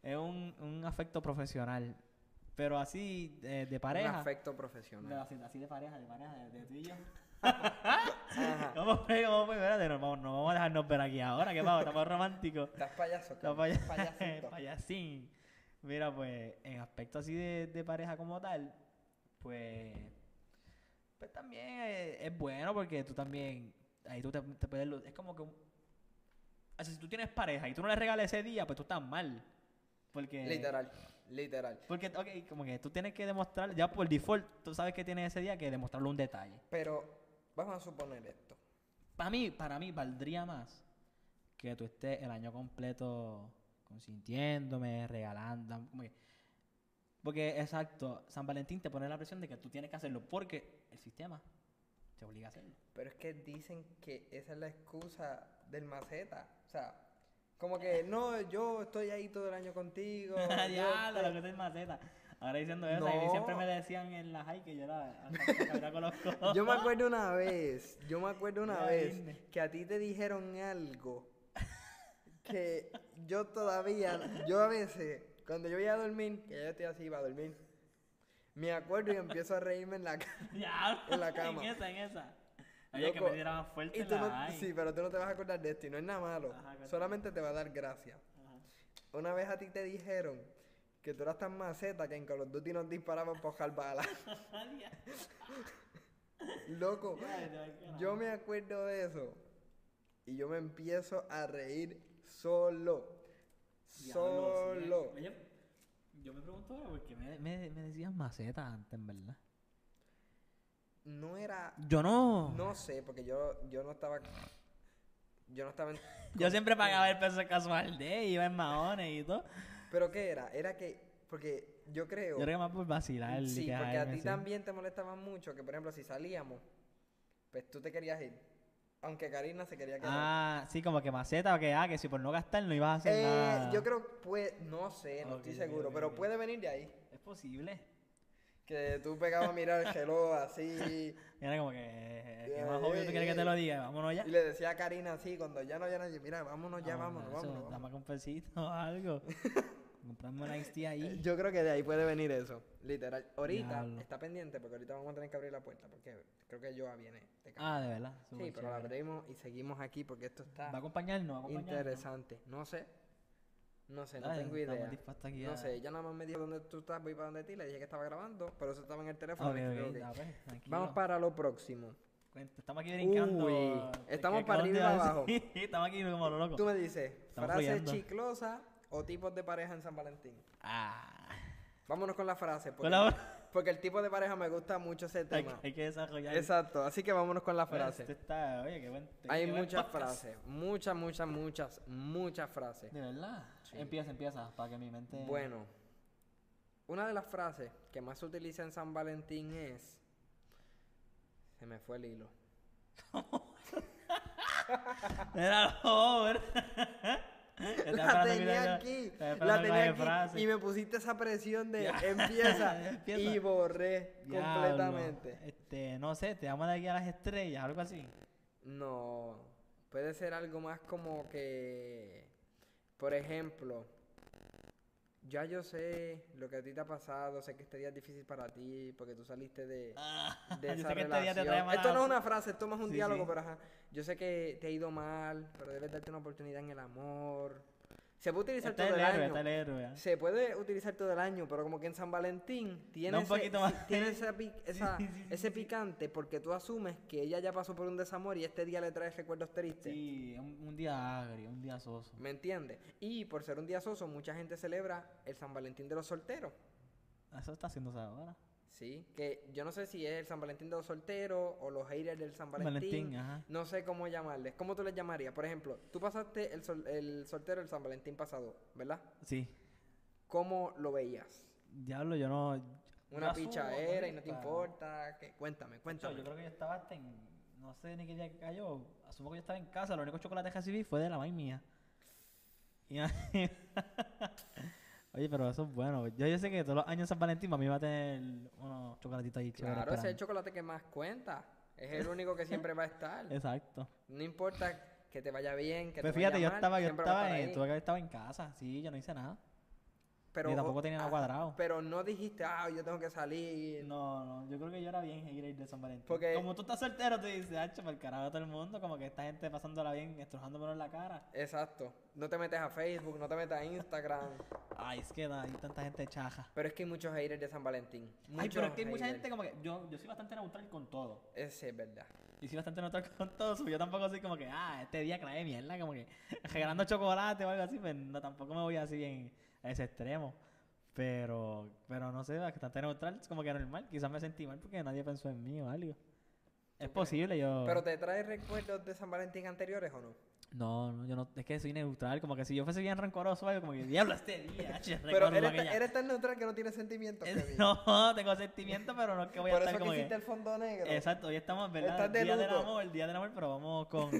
Speaker 2: es un, un afecto profesional. Pero así, eh, de, de
Speaker 1: Un
Speaker 2: pareja.
Speaker 1: afecto
Speaker 2: de-
Speaker 1: profesional.
Speaker 2: así, así de pareja, de pareja, de, de tú y yo.
Speaker 1: Ajá.
Speaker 2: ¿Cómo fue? ¿Cómo fue? Espérate, no, vamos- no vamos a dejarnos ver aquí ahora, que vamos, estamos románticos.
Speaker 1: Estás payaso,
Speaker 2: Los
Speaker 1: Carlos,
Speaker 2: paya-
Speaker 1: estás payasito.
Speaker 2: payasín. Mira, pues, en aspecto así de, de pareja como tal, pues, pues también eh, es, bueno porque tú también, ahí tú te, te puedes, lu- es como que, un- o sea, si tú tienes pareja y tú no le regales ese día, pues tú estás mal. Porque,
Speaker 1: Literal, literal.
Speaker 2: Porque, ok, como que tú tienes que demostrar, ya por default, tú sabes que tienes ese día que demostrarle un detalle.
Speaker 1: Pero vamos a suponer esto.
Speaker 2: Para mí, para mí valdría más que tú estés el año completo consintiéndome, regalando. como que- Porque, exacto, San Valentín te pone la presión de que tú tienes que hacerlo porque el sistema te obliga a hacerlo.
Speaker 1: Pero es que dicen que esa es la excusa del maceta. O sea, como que no, yo estoy ahí todo el año contigo. yo
Speaker 2: Diablo,
Speaker 1: te-
Speaker 2: lo que es maceta. Ahora diciendo eso, y
Speaker 1: No.
Speaker 2: siempre me decían en la high que yo era hasta que cabría con los codos.
Speaker 1: Yo me acuerdo una vez, yo me acuerdo una
Speaker 2: Ya,
Speaker 1: vez
Speaker 2: dime.
Speaker 1: que a ti te dijeron algo que yo todavía, yo a veces, cuando yo voy a dormir, que yo estoy así, iba a dormir, me acuerdo y empiezo a reírme en la cara.
Speaker 2: Ya,
Speaker 1: En la cama.
Speaker 2: En esa, en esa. Oye, que
Speaker 1: Loco,
Speaker 2: me diera más fuerte
Speaker 1: Y
Speaker 2: en
Speaker 1: tú
Speaker 2: la
Speaker 1: no,
Speaker 2: high.
Speaker 1: sí, pero tú no te vas a acordar de esto y no es nada malo,
Speaker 2: Ajá, cuéntame.
Speaker 1: solamente te va a dar gracia.
Speaker 2: Ajá.
Speaker 1: Una vez a ti te dijeron que tú eras tan maceta que en Call of Duty nos disparaban por ojar balas. Loco,
Speaker 2: Ay, de verdad que no.
Speaker 1: Yo me acuerdo de eso. Y yo me empiezo a reír solo.
Speaker 2: Diablo, sí,
Speaker 1: Solo.
Speaker 2: Oye, yo me pregunto ahora por qué me, me, me decían maceta antes, en verdad.
Speaker 1: No era.
Speaker 2: Yo no.
Speaker 1: No sé, porque yo, yo no estaba. Yo no estaba. en-
Speaker 2: Yo siempre pagaba el peso casual de iba en maones y todo.
Speaker 1: Pero ¿qué era? Era que. Porque yo creo.
Speaker 2: Yo creo que más por vacilar. y
Speaker 1: sí,
Speaker 2: que
Speaker 1: porque a
Speaker 2: jalarme
Speaker 1: ti
Speaker 2: así.
Speaker 1: también te molestaba mucho que, por ejemplo, si salíamos, pues tú te querías ir. Aunque Karina se quería quedar.
Speaker 2: Ah, sí, como que maceta o que, ah, que si por no gastar no ibas a hacer
Speaker 1: Eh,
Speaker 2: nada.
Speaker 1: yo creo que puede. No sé, no
Speaker 2: Ok,
Speaker 1: estoy
Speaker 2: ok,
Speaker 1: seguro,
Speaker 2: ok,
Speaker 1: pero
Speaker 2: ok.
Speaker 1: puede venir de ahí.
Speaker 2: Es posible.
Speaker 1: Que tú pegabas a mirar el reloj así.
Speaker 2: Era como que, eh, que
Speaker 1: Ya,
Speaker 2: más obvio
Speaker 1: eh,
Speaker 2: tú quieres que te lo diga. Vámonos ya.
Speaker 1: Y le decía a Karina así, cuando ya no había nadie, mira, vámonos ya,
Speaker 2: Vámonos,
Speaker 1: vámonos,
Speaker 2: Ah, eso,
Speaker 1: vámonos. vámonos".
Speaker 2: Dame con pesito o algo. Comprarme una Ice
Speaker 1: Eh,
Speaker 2: ahí.
Speaker 1: Yo creo que de ahí puede venir eso, literal. Ahorita
Speaker 2: Diablo.
Speaker 1: está pendiente porque ahorita vamos a tener que abrir la puerta porque creo que Joa viene. de casa.
Speaker 2: Ah, de verdad.
Speaker 1: sí,
Speaker 2: súper
Speaker 1: pero la
Speaker 2: chévere.
Speaker 1: abrimos y seguimos aquí porque esto
Speaker 2: ¿Va a
Speaker 1: está
Speaker 2: acompañarnos? ¿Va a acompañarnos?
Speaker 1: interesante. No sé, no sé, no
Speaker 2: Ay,
Speaker 1: tengo
Speaker 2: estamos
Speaker 1: idea.
Speaker 2: dispuestos aquí a-
Speaker 1: No sé, ella nada más me dijo dónde tú estás, voy para donde ti, le dije que estaba grabando, pero eso estaba en el
Speaker 2: Ah,
Speaker 1: teléfono.
Speaker 2: ok,
Speaker 1: y dije,
Speaker 2: ok,
Speaker 1: "Ok".
Speaker 2: ah, pues, tranquilo.
Speaker 1: Vamos para lo próximo.
Speaker 2: Cuenta, Estamos aquí brincando.
Speaker 1: Uy,
Speaker 2: ¿Qué-
Speaker 1: estamos
Speaker 2: qué-
Speaker 1: para
Speaker 2: dónde
Speaker 1: arriba y
Speaker 2: vas?
Speaker 1: para abajo.
Speaker 2: Sí, estamos aquí como lo loco.
Speaker 1: Tú me dices,
Speaker 2: Estamos
Speaker 1: frase
Speaker 2: fluyendo.
Speaker 1: chiclosa o tipos de pareja en San Valentín.
Speaker 2: Ah.
Speaker 1: Vámonos con la frase. Porque,
Speaker 2: Con la-
Speaker 1: porque el tipo de pareja me gusta mucho ese
Speaker 2: Hay,
Speaker 1: tema.
Speaker 2: que- hay que Este, desarrollar.
Speaker 1: Exacto, así que vámonos con la
Speaker 2: Bueno,
Speaker 1: frase.
Speaker 2: esto está, oye, qué buen,
Speaker 1: Hay
Speaker 2: qué buen
Speaker 1: muchas
Speaker 2: este, podcast.
Speaker 1: frases, muchas, muchas, muchas, muchas frases.
Speaker 2: De verdad. Empieza, empieza, para que mi mente.
Speaker 1: Bueno, una de las frases que más se utiliza en San Valentín es... Se me fue el hilo.
Speaker 2: Era over.
Speaker 1: La tenía aquí, la tenía aquí y me pusiste esa presión de empieza,
Speaker 2: Empieza.
Speaker 1: y borré completamente.
Speaker 2: Este, no sé, te amo de aquí a las estrellas, algo así.
Speaker 1: No, puede ser algo más como que, por ejemplo, ya yo sé lo que a ti te ha pasado, sé que este día es difícil para ti porque tú saliste de,
Speaker 2: Ah,
Speaker 1: de
Speaker 2: yo
Speaker 1: esa
Speaker 2: sé que este día te
Speaker 1: relación.
Speaker 2: trae malas-
Speaker 1: Esto no es una frase, esto es más un
Speaker 2: Sí,
Speaker 1: diálogo,
Speaker 2: sí.
Speaker 1: pero ajá. Yo sé que te ha ido mal, pero debes darte una oportunidad en el amor. Se puede utilizar
Speaker 2: Está
Speaker 1: todo
Speaker 2: Este el
Speaker 1: el
Speaker 2: héroe,
Speaker 1: año.
Speaker 2: está el héroe. ¿eh?
Speaker 1: Se puede utilizar todo el año, pero como que en San Valentín tiene,
Speaker 2: Da un
Speaker 1: ese,
Speaker 2: poquito
Speaker 1: sí,
Speaker 2: más.
Speaker 1: tiene esa pi- esa-
Speaker 2: sí, sí,
Speaker 1: ese picante porque tú asumes que ella ya pasó por un desamor y este día le trae recuerdos tristes.
Speaker 2: Sí, un, un día agrio, un día soso.
Speaker 1: ¿Me entiendes? Y por ser un día soso, mucha gente celebra el San Valentín de los solteros.
Speaker 2: Eso está haciéndose ahora.
Speaker 1: Sí, que yo no sé si es el San Valentín de los solteros o los haters del San Valentín.
Speaker 2: Valentín, ajá.
Speaker 1: No sé cómo llamarles. ¿Cómo tú les llamarías? Por ejemplo, tú pasaste el, sol- el soltero el San Valentín pasado, ¿verdad?
Speaker 2: Sí.
Speaker 1: ¿Cómo lo veías?
Speaker 2: Diablo, yo no.
Speaker 1: Una
Speaker 2: yo asumo,
Speaker 1: pichadera y no te
Speaker 2: importa.
Speaker 1: importa. ¿qué? Cuéntame,
Speaker 2: Yo,
Speaker 1: cuéntame.
Speaker 2: yo creo que yo estaba hasta en. No sé ni qué día cayó. Asumo que yo estaba en casa. Lo único chocolate que recibí fue de la madre mía. Y- Oye, pero eso es bueno. Yo, yo sé que todos los años en San Valentín mami va a tener unos chocolatitos ahí chéveres
Speaker 1: claro, ese es el
Speaker 2: esperando.
Speaker 1: chocolate que más cuenta. Es el único que siempre va a estar.
Speaker 2: Exacto.
Speaker 1: No importa que te vaya bien, que
Speaker 2: Pues
Speaker 1: te
Speaker 2: fíjate,
Speaker 1: vaya
Speaker 2: yo
Speaker 1: mal,
Speaker 2: estaba, yo
Speaker 1: siempre va a
Speaker 2: estaba,
Speaker 1: estar
Speaker 2: en,
Speaker 1: ahí.
Speaker 2: tuve que haber estado en casa. Sí, yo no hice nada.
Speaker 1: Pero
Speaker 2: ni tampoco tenía nada
Speaker 1: ah,
Speaker 2: cuadrado.
Speaker 1: Pero no dijiste, ah, yo tengo que salir.
Speaker 2: No, no, yo creo que yo era bien hater de San Valentín.
Speaker 1: Porque-
Speaker 2: Como tú estás soltero, te dices, hacho, para el carajo a todo el mundo, como que esta gente pasándola bien, estrujándomelo en la cara.
Speaker 1: Exacto. No te metes a Facebook, no te metes a Instagram.
Speaker 2: Ay, es que da- hay tanta gente chaja.
Speaker 1: pero es que hay muchos haters de San Valentín.
Speaker 2: Ay, pero es
Speaker 1: Muchos
Speaker 2: que hay mucha
Speaker 1: haters.
Speaker 2: gente como que. Yo, yo soy bastante neutral con todo.
Speaker 1: Ese es verdad.
Speaker 2: Y soy bastante neutral con todo. so Yo tampoco soy como que, ah, este día clave mierda, como que regalando chocolate o algo así. Pues no, tampoco me voy así bien a ese extremo. Pero, pero no sé, bastante neutral es como que normal. Quizás me sentí mal porque nadie pensó en mí o algo. Es posible, yo.
Speaker 1: ¿Pero te trae recuerdos de San Valentín anteriores o no?
Speaker 2: No, no, yo no. Es que soy neutral. Como que si yo fuese bien rancoroso o algo, como que diablo este día. che,
Speaker 1: Pero
Speaker 2: recuerdo
Speaker 1: eres,
Speaker 2: aquella-
Speaker 1: tan- eres tan neutral que no tienes sentimientos.
Speaker 2: Es-
Speaker 1: Kevin.
Speaker 2: No, tengo sentimientos, pero no es que voy a
Speaker 1: Por
Speaker 2: estar
Speaker 1: eso que
Speaker 2: como que.
Speaker 1: hiciste el fondo negro.
Speaker 2: Exacto, hoy estamos, ¿verdad?
Speaker 1: Estás de
Speaker 2: día del
Speaker 1: luto.
Speaker 2: amor, el día del amor, pero vamos con.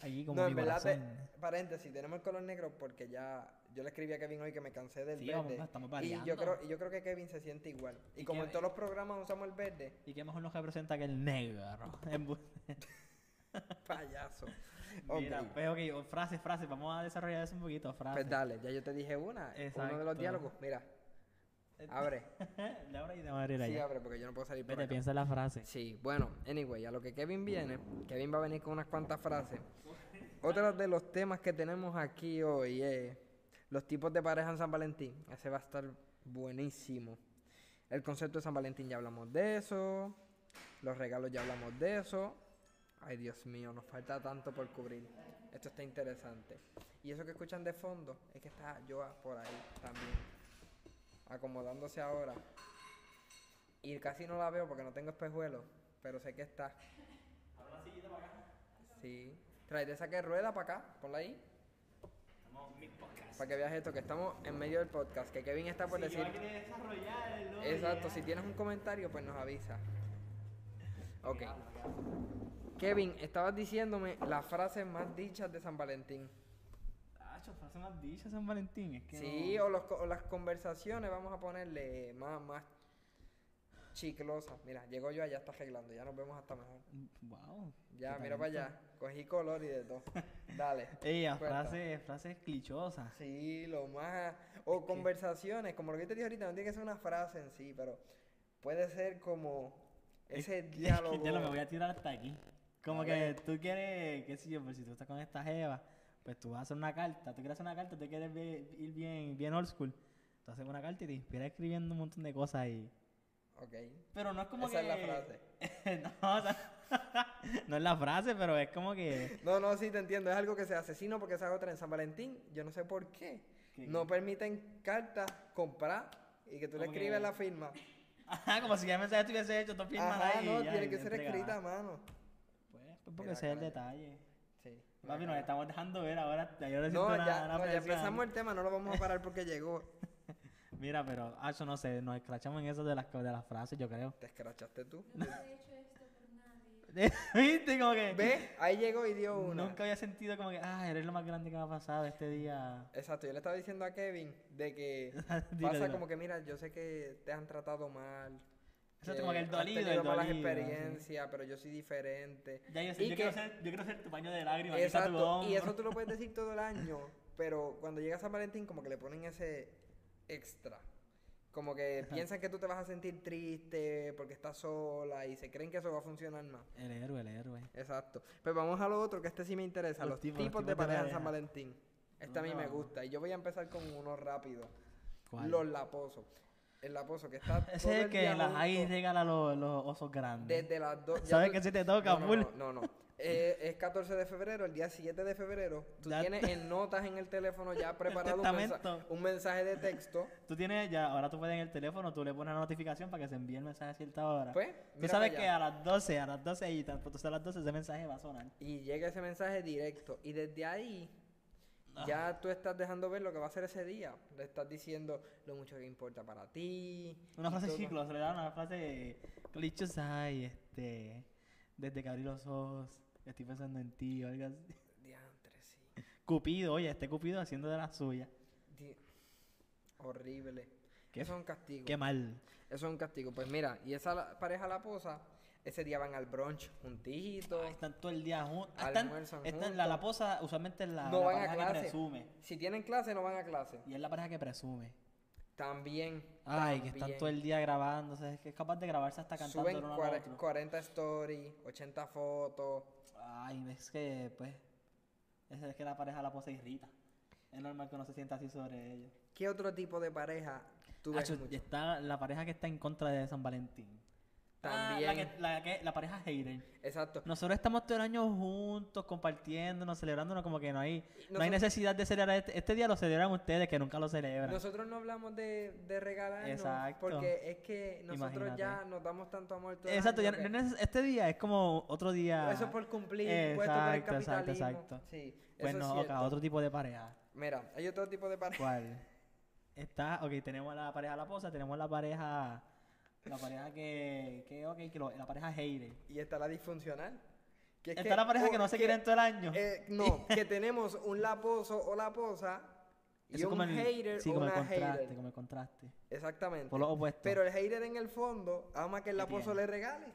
Speaker 2: Allí como
Speaker 1: no,
Speaker 2: mi
Speaker 1: en verdad, te-
Speaker 2: corazón.
Speaker 1: paréntesis, tenemos el color negro porque ya, yo le escribí a Kevin hoy que me cansé del
Speaker 2: Sí, vamos,
Speaker 1: verde.
Speaker 2: estamos
Speaker 1: y
Speaker 2: variando.
Speaker 1: yo creo, y yo creo que Kevin se siente igual. Y,
Speaker 2: ¿Y
Speaker 1: como
Speaker 2: qué-
Speaker 1: en todos los programas usamos el verde,
Speaker 2: ¿Y qué mejor nos representa que el negro? Embu-
Speaker 1: payaso.
Speaker 2: Mira,
Speaker 1: Ok,
Speaker 2: pues, ok, frase, frase, vamos a desarrollar eso un poquito, frase.
Speaker 1: Pues dale, ya yo te dije una. Uno de los
Speaker 2: Exacto.
Speaker 1: diálogos, mira. Abre.
Speaker 2: Laura y de Madrid
Speaker 1: Sí,
Speaker 2: ahí.
Speaker 1: abre, porque yo no puedo salir por
Speaker 2: Vete,
Speaker 1: acá.
Speaker 2: piensa la frase.
Speaker 1: Sí, bueno, anyway, a lo que Kevin viene, Kevin va a venir con unas cuantas frases. Otro de los temas que tenemos aquí hoy es los tipos de pareja en San Valentín. Ese va a estar buenísimo. El concepto de San Valentín ya hablamos de eso. Los regalos ya hablamos de eso. Ay, Dios mío, nos falta tanto por cubrir. Esto está interesante. Y eso que escuchan de fondo es que está Joa por ahí también. Acomodándose ahora. Y casi no la veo porque no tengo espejuelos, pero sé que está. Sí. Tráete esa que rueda para acá, ponla ahí. Para que veas esto, que estamos en medio del podcast, que Kevin está por decir. Exacto, si tienes un comentario, pues nos avisa. Ok. Kevin, estabas diciéndome las frases más dichas de San Valentín.
Speaker 2: Tacho, frase más dicha San Valentín. Es que
Speaker 1: Sí,
Speaker 2: no-
Speaker 1: o, los co- o las conversaciones, vamos a ponerle más, más chiclosas. Mira, llego yo allá, está arreglando, ya nos vemos hasta mejor.
Speaker 2: Mm, Wow.
Speaker 1: Ya,
Speaker 2: qué
Speaker 1: mira para
Speaker 2: talento.
Speaker 1: allá. Cogí color y de todo. Dale.
Speaker 2: Ella,
Speaker 1: cuenta.
Speaker 2: frases, frases clichosas.
Speaker 1: Sí, lo más. O conversaciones, como lo que yo te dije ahorita, no tiene que ser una frase en sí, pero puede ser como ese
Speaker 2: Es que-
Speaker 1: diálogo.
Speaker 2: Ya lo me voy a tirar hasta aquí. Como
Speaker 1: Dale.
Speaker 2: que tú quieres, qué sé yo, pues si tú estás con esta jeva, pues tú vas a hacer una carta, tú quieres hacer una carta, tú quieres ve- ir bien, bien old school. Tú haces una carta y te inspiras escribiendo un montón de cosas ahí.
Speaker 1: Ok.
Speaker 2: Pero no es como
Speaker 1: Esa es
Speaker 2: que...
Speaker 1: la frase.
Speaker 2: no, o sea, no es la frase, pero es como que...
Speaker 1: No, no, sí, te entiendo. Es algo que se asesino porque se hace otra en San Valentín. Yo no sé por qué.
Speaker 2: ¿Qué?
Speaker 1: No permiten cartas comprar y que tú le
Speaker 2: Como
Speaker 1: escribes
Speaker 2: que-
Speaker 1: la firma.
Speaker 2: Ajá, como si ya el mensaje estuviese hecho, tú firmas
Speaker 1: Ajá,
Speaker 2: ahí.
Speaker 1: no,
Speaker 2: y ya,
Speaker 1: tiene
Speaker 2: y
Speaker 1: que
Speaker 2: te
Speaker 1: ser
Speaker 2: entregas.
Speaker 1: escrita a mano.
Speaker 2: Pues, pues porque
Speaker 1: Mira,
Speaker 2: ese es el
Speaker 1: cara.
Speaker 2: detalle.
Speaker 1: Sí.
Speaker 2: Papi, nos estamos dejando ver ahora. ya Yo le siento
Speaker 1: No,
Speaker 2: una,
Speaker 1: ya,
Speaker 2: una
Speaker 1: no, ya
Speaker 2: presión.
Speaker 1: empezamos el tema, no lo vamos a parar porque llegó.
Speaker 2: Mira, pero, ah, eso no sé, nos escrachamos en eso de las, co- de las frases, yo creo.
Speaker 1: Te escrachaste tú.
Speaker 3: Yo nunca he hecho esto por nadie.
Speaker 2: ¿Viste? Como que.
Speaker 1: ¿Ves? Ahí llegó y dio una.
Speaker 2: Nunca había sentido como que, ah, eres lo más grande que me ha pasado este día.
Speaker 1: Exacto, yo le estaba diciendo a Kevin de que
Speaker 2: Dilo,
Speaker 1: pasa
Speaker 2: dilo.
Speaker 1: como que, mira, yo sé que te han tratado mal.
Speaker 2: Exacto, como que el
Speaker 1: has
Speaker 2: dolido,
Speaker 1: tenido
Speaker 2: el
Speaker 1: malas
Speaker 2: dolido, sí.
Speaker 1: experiencias, pero yo soy diferente.
Speaker 2: Ya yo,
Speaker 1: Y
Speaker 2: sé, yo,
Speaker 1: que-
Speaker 2: quiero ser, yo quiero ser tu paño de lágrimas. aquí está tu
Speaker 1: Exacto, y
Speaker 2: hombro.
Speaker 1: eso tú lo puedes decir todo el año, pero cuando llega San Valentín como que le ponen ese extra. Como que piensan que tú te vas a sentir triste porque estás sola y se creen que eso va a funcionar más.
Speaker 2: El héroe, el héroe.
Speaker 1: Exacto. Pero vamos a lo otro, que este sí me interesa, los, tipos, de pareja en San Valentín. Este a mí me
Speaker 2: Anda.
Speaker 1: gusta y yo voy a empezar con uno rápido.
Speaker 2: ¿Cuál?
Speaker 1: Los laposos. El laposo que está
Speaker 2: Ese
Speaker 1: todo
Speaker 2: es
Speaker 1: el
Speaker 2: el que
Speaker 1: día
Speaker 2: las ahí
Speaker 1: junto,
Speaker 2: regala los, los osos grandes.
Speaker 1: desde las dos. ya
Speaker 2: Sabes
Speaker 1: tú-
Speaker 2: que si te toca,
Speaker 1: no, no,
Speaker 2: full.
Speaker 1: no, no, no. Eh, es 14 de febrero, el día 7 de febrero. Tú
Speaker 2: Ya-
Speaker 1: tienes en notas en el teléfono ya preparado un, mensa-
Speaker 2: testamento.
Speaker 1: un mensaje de texto.
Speaker 2: Tú tienes ya, ahora tú puedes en el teléfono, tú le pones la notificación para que se envíe el mensaje a cierta hora.
Speaker 1: Pues,
Speaker 2: tú
Speaker 1: mira
Speaker 2: sabes
Speaker 1: pa'
Speaker 2: que
Speaker 1: allá.
Speaker 2: a las 12, a las 12 y tan pronto sea a las 12 ese mensaje va a sonar.
Speaker 1: Y llega ese mensaje directo. Y desde ahí
Speaker 2: Ah.
Speaker 1: ya tú estás dejando ver lo que va a ser ese día. Le estás diciendo lo mucho que importa para ti.
Speaker 2: Una
Speaker 1: y
Speaker 2: frase
Speaker 1: todo.
Speaker 2: chiclosa, le dan una frase clichosa y este. Desde que abrí los ojos, estoy pensando en ti o algo así.
Speaker 1: Diantre, sí.
Speaker 2: Cupido, oye, este Cupido haciendo de la suya.
Speaker 1: Di- Horrible.
Speaker 2: Qué
Speaker 1: Eso es un castigo.
Speaker 2: Qué mal.
Speaker 1: Eso es un castigo. Pues mira, y esa la- pareja la posa, ese día van al brunch juntitos.
Speaker 2: Ay, están todo el día juntos. Están,
Speaker 1: Almuerzan
Speaker 2: están- la, la
Speaker 1: juntos.
Speaker 2: posa usualmente es la,
Speaker 1: No
Speaker 2: la
Speaker 1: van a
Speaker 2: pareja que
Speaker 1: clase.
Speaker 2: presume.
Speaker 1: Si tienen clase, no van a clase.
Speaker 2: Y es la pareja que presume.
Speaker 1: También.
Speaker 2: Ay, que están
Speaker 1: también.
Speaker 2: todo el día grabando. o sea, es que es capaz de grabarse hasta cantando
Speaker 1: Suben
Speaker 2: el uno al
Speaker 1: cuare-
Speaker 2: otro.
Speaker 1: 40 stories, 80 fotos.
Speaker 2: Ay, es que, pues. Es es que la pareja la posa irrita. Es normal que uno se sienta así sobre ellos.
Speaker 1: ¿Qué otro tipo de pareja tú ves
Speaker 2: Acho,
Speaker 1: mucho?
Speaker 2: está la pareja que está en contra de San Valentín. Ah,
Speaker 1: También.
Speaker 2: la, que- la que- la pareja hater.
Speaker 1: Exacto.
Speaker 2: Nosotros estamos todo el año juntos, compartiéndonos, celebrándonos, como que no hay, no hay
Speaker 1: Nosotros-
Speaker 2: necesidad de celebrar. Este, este día lo celebran ustedes, que nunca lo celebran.
Speaker 1: Nosotros no hablamos de, de regalarnos
Speaker 2: Exacto.
Speaker 1: porque es que nosotros ya
Speaker 2: Imagínate.
Speaker 1: nos damos tanto amor todo el
Speaker 2: Exacto,
Speaker 1: año
Speaker 2: ya
Speaker 1: que-
Speaker 2: no es neces- este día es como otro día.
Speaker 1: Eso es por cumplir, puesto por el
Speaker 2: Exacto, exacto,
Speaker 1: capitalismo.
Speaker 2: exacto.
Speaker 1: Sí,
Speaker 2: Pues
Speaker 1: eso es
Speaker 2: no, ok,
Speaker 1: cierto.
Speaker 2: otro tipo de pareja.
Speaker 1: Mira, hay otro tipo de pareja.
Speaker 2: ¿Cuál? Está, ok, tenemos la pareja la posa, tenemos la pareja. La pareja que. que ok, que lo- la pareja hater.
Speaker 1: Y está la disfuncional. Que es
Speaker 2: Está la pareja que
Speaker 1: o-
Speaker 2: no se quiere en todo el año.
Speaker 1: eh, no, que tenemos un laposo o laposa Y
Speaker 2: Eso es
Speaker 1: un
Speaker 2: como el-
Speaker 1: hater
Speaker 2: sí,
Speaker 1: o
Speaker 2: como el
Speaker 1: una
Speaker 2: contraste,
Speaker 1: hater.
Speaker 2: como el contraste.
Speaker 1: Exactamente.
Speaker 2: Por lo opuesto.
Speaker 1: Pero el hater en el fondo ama que el
Speaker 2: ¿Qué
Speaker 1: laposo
Speaker 2: tiene?
Speaker 1: le regale.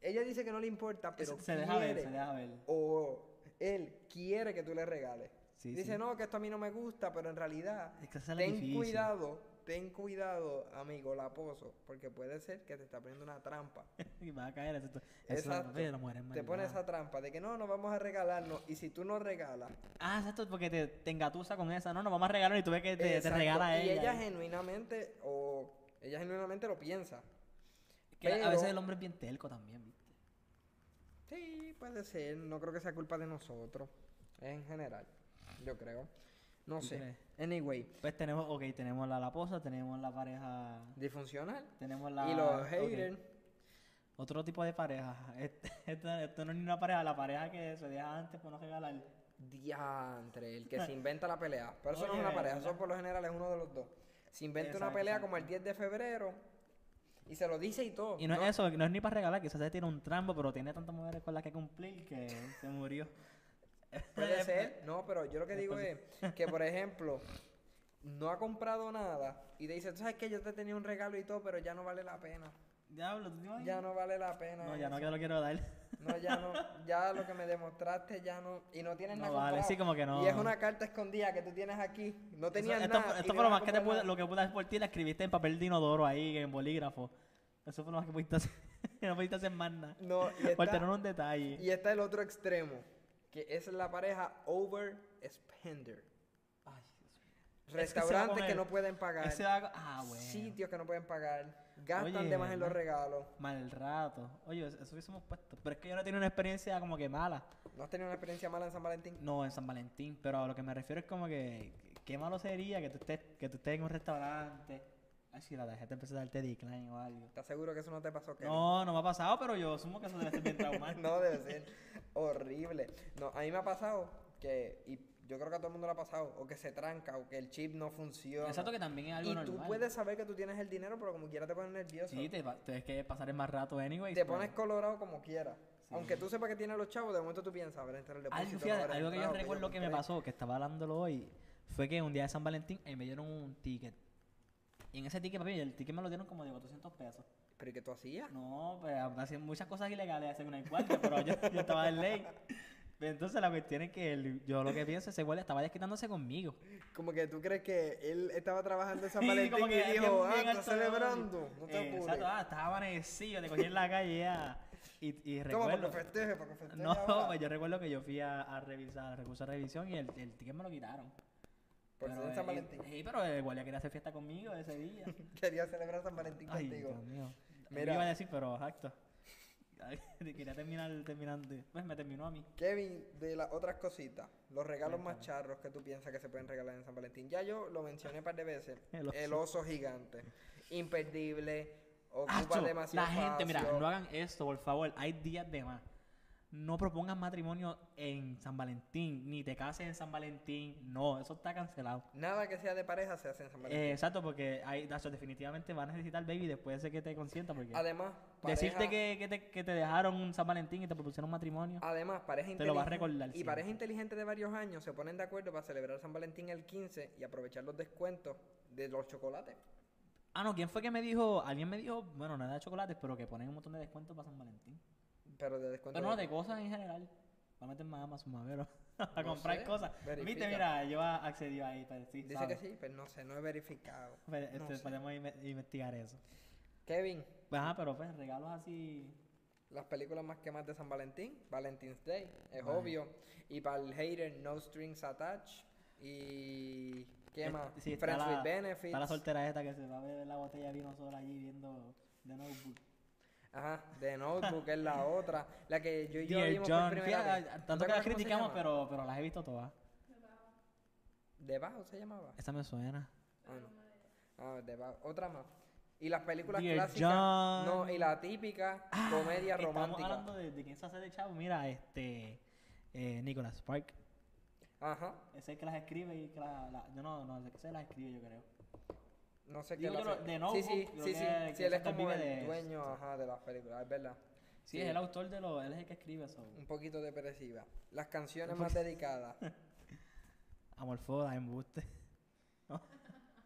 Speaker 1: Ella dice que no le importa, pero
Speaker 2: Eso se deja ver,
Speaker 1: quiere.
Speaker 2: se deja ver.
Speaker 1: O él quiere que tú le regales.
Speaker 2: Sí,
Speaker 1: dice,
Speaker 2: sí.
Speaker 1: no, que esto a mí no me gusta, pero en realidad,
Speaker 2: Es que esa es la
Speaker 1: ten
Speaker 2: difícil.
Speaker 1: cuidado, ten cuidado, amigo laposo, porque puede ser que te está poniendo una trampa.
Speaker 2: Y va a caer. Eso, eso
Speaker 1: Exacto.
Speaker 2: oye, la mujer es
Speaker 1: Te pone
Speaker 2: malvada.
Speaker 1: esa trampa de que no, no vamos a regalarnos, y si tú no regalas,
Speaker 2: Ah, exacto, porque te, te engatusa con esa. No, no, vamos a regalar y tú ves que te, te
Speaker 1: Exacto,
Speaker 2: regala a
Speaker 1: y
Speaker 2: ella.
Speaker 1: ella
Speaker 2: ¿eh?
Speaker 1: genuinamente, o ella genuinamente lo piensa.
Speaker 2: Que a- a veces
Speaker 1: pero-
Speaker 2: el hombre es bien telco también, ¿viste?
Speaker 1: Sí, puede ser. No creo que sea culpa de nosotros. Es en general, yo creo. No
Speaker 2: ¿Tú
Speaker 1: sé.
Speaker 2: crees?
Speaker 1: Anyway,
Speaker 2: Pues tenemos, ok, tenemos la laposa, tenemos la pareja.
Speaker 1: disfuncional.
Speaker 2: Tenemos la.
Speaker 1: y los
Speaker 2: ok.
Speaker 1: haters.
Speaker 2: Otro tipo de pareja. Este- esta- esto no es ni una pareja, la pareja que se deja antes por no regalar.
Speaker 1: Diantre, el que se inventa la pelea. Pero eso no es
Speaker 2: Oye,
Speaker 1: una pareja,
Speaker 2: ¿verdad?
Speaker 1: eso por lo general es uno de los dos. Se inventa una
Speaker 2: Exacto,
Speaker 1: pelea
Speaker 2: exacto.
Speaker 1: como el 10 de febrero y se lo dice y todo.
Speaker 2: Y no, es eso, no es ni para regalar, quizás se tiene un trambo, pero tiene tantas mujeres con las que cumplir que se murió.
Speaker 1: Puede ser, no, pero yo lo que digo es
Speaker 2: Después-
Speaker 1: que, por ejemplo, no ha comprado nada y te dice, tú sabes que yo te tenía un regalo y todo, pero ya no vale la pena.
Speaker 2: Diablo, ¿tú te imaginas?
Speaker 1: Ya no vale la pena.
Speaker 2: No, ya no
Speaker 1: eso.
Speaker 2: que lo quiero dar.
Speaker 1: No, ya no, ya lo que me demostraste ya no, y no tienes
Speaker 2: No
Speaker 1: nada
Speaker 2: vale,
Speaker 1: comprado.
Speaker 2: sí, como que no.
Speaker 1: Y es una carta escondida que tú tienes aquí, no tenías
Speaker 2: Eso- esto,
Speaker 1: nada.
Speaker 2: fue-
Speaker 1: y
Speaker 2: esto
Speaker 1: no
Speaker 2: fue
Speaker 1: ibas
Speaker 2: lo
Speaker 1: a
Speaker 2: más que te
Speaker 1: comprar
Speaker 2: pude,
Speaker 1: nada.
Speaker 2: lo que pudiste escribir, la escribiste en papel de inodoro ahí, en bolígrafo. Eso fue lo más que pudiste hacer. no pudiste hacer más nada.
Speaker 1: No, y
Speaker 2: Por
Speaker 1: está,
Speaker 2: tener un detalle.
Speaker 1: y está el otro extremo, que es la pareja overspender.
Speaker 2: Ay, Dios mío. Ese se va a
Speaker 1: Restaurantes que
Speaker 2: comer.
Speaker 1: no pueden pagar,
Speaker 2: Ese va a- Ah, bueno.
Speaker 1: sitios que no pueden pagar, gastan
Speaker 2: Oye,
Speaker 1: de más en los
Speaker 2: ¿verdad?
Speaker 1: regalos.
Speaker 2: Mal rato. Oye, eso eso hubiésemos puesto. Pero es que yo no tengo una experiencia como que mala.
Speaker 1: ¿No has tenido una experiencia mala en San Valentín?
Speaker 2: No, en San Valentín, pero a lo que me refiero es como que qué malo sería que tú estés, que tú estés en un restaurante, ay, si la tarjeta empezó a darte decline o algo.
Speaker 1: ¿Estás seguro que eso no te pasó? Kevin?
Speaker 2: No, no me ha pasado, pero yo asumo que eso debe ser bien traumante.
Speaker 1: No, debe ser horrible. No, a mí me ha pasado que, y yo creo que a todo el mundo le ha pasado, o que se tranca, o que el chip no funciona.
Speaker 2: Exacto que también es algo
Speaker 1: y
Speaker 2: normal.
Speaker 1: tú puedes saber que tú tienes el dinero, pero como quiera te pones nervioso.
Speaker 2: Sí, te, va- tienes que pasar el más rato anyway.
Speaker 1: te
Speaker 2: pues.
Speaker 1: pones colorado como quiera. Aunque tú sepas que tienes los chavos, de momento tú piensas, habrá entrado el depósito.
Speaker 2: Algo,
Speaker 1: no
Speaker 2: fíjate,
Speaker 1: habrá
Speaker 2: algo que yo
Speaker 1: entrado,
Speaker 2: recuerdo que me
Speaker 1: compré.
Speaker 2: pasó, que estaba hablándolo hoy, fue que un día de San Valentín ahí me dieron un ticket. Y en ese ticket, papi, el ticket me lo dieron como de 400 pesos.
Speaker 1: ¿Pero y qué tú hacías?
Speaker 2: No, pues hacían muchas cosas ilegales hacen una guardia, pero yo, yo estaba en ley. Pues, Entonces la cuestión es que el- yo lo que pienso es que ese guardia estaba desquitándose conmigo.
Speaker 1: Como que tú crees que él estaba trabajando en San
Speaker 2: Sí,
Speaker 1: Valentín
Speaker 2: como
Speaker 1: y
Speaker 2: que bien-
Speaker 1: dijo,
Speaker 2: bien
Speaker 1: ah,
Speaker 2: alto
Speaker 1: estás
Speaker 2: de odio.
Speaker 1: celebrando. No te
Speaker 2: Eh, Exacto,
Speaker 1: apures.
Speaker 2: ah, estaba amanecido, te cogí en la calle ya. Y, y
Speaker 1: Toma, para
Speaker 2: recuerdo...
Speaker 1: que festeje, para que festeje.
Speaker 2: No,
Speaker 1: ahora.
Speaker 2: pues yo recuerdo que yo fui a, a revisar, recurso de revisión y el, el ticket me lo quitaron.
Speaker 1: Por ser
Speaker 2: eh,
Speaker 1: en San Valentín.
Speaker 2: Sí, pero el guardia quería hacer fiesta conmigo ese día.
Speaker 1: Quería celebrar San Valentín
Speaker 2: Ay,
Speaker 1: contigo.
Speaker 2: Dios mío.
Speaker 1: Mira.
Speaker 2: Mira. iba a decir, pero exacto. Ay, Quería terminar, terminando. Pues me terminó a mí.
Speaker 1: Kevin, de las otras cositas, los regalos más charros que tú piensas que se pueden regalar en San Valentín. Ya yo lo mencioné un par de veces. El
Speaker 2: El
Speaker 1: oso,
Speaker 2: oso.
Speaker 1: gigante. Imperdible.
Speaker 2: Acho,
Speaker 1: Ocupa demasiado
Speaker 2: la gente, mira,
Speaker 1: espacio.
Speaker 2: no hagan esto, por favor. Hay días de más. No propongan matrimonio en San Valentín, ni te cases en San Valentín. No, eso está cancelado.
Speaker 1: Nada que sea de pareja se hace en San Valentín.
Speaker 2: Eh, exacto, porque hay, acho, definitivamente vas a necesitar baby después de que te consienta. Porque
Speaker 1: además,
Speaker 2: decirte
Speaker 1: pareja-
Speaker 2: que, que te, que te dejaron un San Valentín y te propusieron matrimonio.
Speaker 1: Además, pareja
Speaker 2: Te lo va a recordar
Speaker 1: Y pareja
Speaker 2: siempre.
Speaker 1: inteligente de varios años se ponen de acuerdo para celebrar San Valentín el 15 y aprovechar los descuentos de los chocolates.
Speaker 2: Ah, no, ¿quién fue que me dijo? Alguien me dijo, bueno, nada de chocolates, pero que ponen un montón de descuentos para San Valentín.
Speaker 1: Pero de descuento.
Speaker 2: Pero no,
Speaker 1: de-
Speaker 2: de cosas en general. Va a meter más Amazon, a ver, a
Speaker 1: No
Speaker 2: comprar
Speaker 1: sé,
Speaker 2: cosas.
Speaker 1: verifica.
Speaker 2: Viste, mira, yo a- accedí ahí, pero sí,
Speaker 1: Dice
Speaker 2: sabe.
Speaker 1: que sí, pero no sé, no he verificado.
Speaker 2: Pero,
Speaker 1: No
Speaker 2: este,
Speaker 1: sé.
Speaker 2: podemos inve- investigar eso.
Speaker 1: Kevin,
Speaker 2: Pues, ajá, pero pues regalos así.
Speaker 1: las películas más quemadas de San Valentín, Valentine's Day, es
Speaker 2: Vale.
Speaker 1: obvio. Y para el hater, No Strings Attached. Y. ¿Qué
Speaker 2: es-
Speaker 1: más?
Speaker 2: Este, sí, está
Speaker 1: Friends
Speaker 2: la-
Speaker 1: with Benefits.
Speaker 2: Está la soltera esta que se va a beber la botella de vino sola allí viendo The Notebook.
Speaker 1: Ajá, The Notebook es la otra. La que yo y yo
Speaker 2: Dear
Speaker 1: vimos por
Speaker 2: John,
Speaker 1: primera
Speaker 2: fíjate,
Speaker 1: vez. ¿Tú te
Speaker 2: tanto que
Speaker 1: acuerdas
Speaker 2: las
Speaker 1: cómo se
Speaker 2: criticamos,
Speaker 1: llama?
Speaker 2: pero, pero las he visto todas.
Speaker 1: The Vow se llamaba.
Speaker 2: Esa me suena.
Speaker 1: Ah, no. Ah, The Vow. Otra más. Y las películas
Speaker 2: Dear
Speaker 1: clásicas.
Speaker 2: John. Ah,
Speaker 1: No, y la típica comedia
Speaker 2: Estamos
Speaker 1: romántica.
Speaker 2: hablando de, de quién se hace de chavo. Mira, este. Eh, Nicholas Spark.
Speaker 1: Ajá.
Speaker 2: Ese es el que las escribe y que la- la- yo no, no, sé que se las escribe, yo creo.
Speaker 1: No sé qué
Speaker 2: Digo
Speaker 1: la
Speaker 2: yo lo-
Speaker 1: hace.
Speaker 2: The
Speaker 1: Sí,
Speaker 2: Notebook,
Speaker 1: sí,
Speaker 2: lo
Speaker 1: sí,
Speaker 2: que-
Speaker 1: sí.
Speaker 2: que
Speaker 1: Sí, él es
Speaker 2: Sandra
Speaker 1: como
Speaker 2: vive
Speaker 1: el
Speaker 2: de-
Speaker 1: dueño ajá, de las películas, es verdad.
Speaker 2: Sí, es el autor de los. Él es el que escribe eso.
Speaker 1: un poquito depresiva. Las canciones más dedicadas.
Speaker 2: Amorfoda, embuste.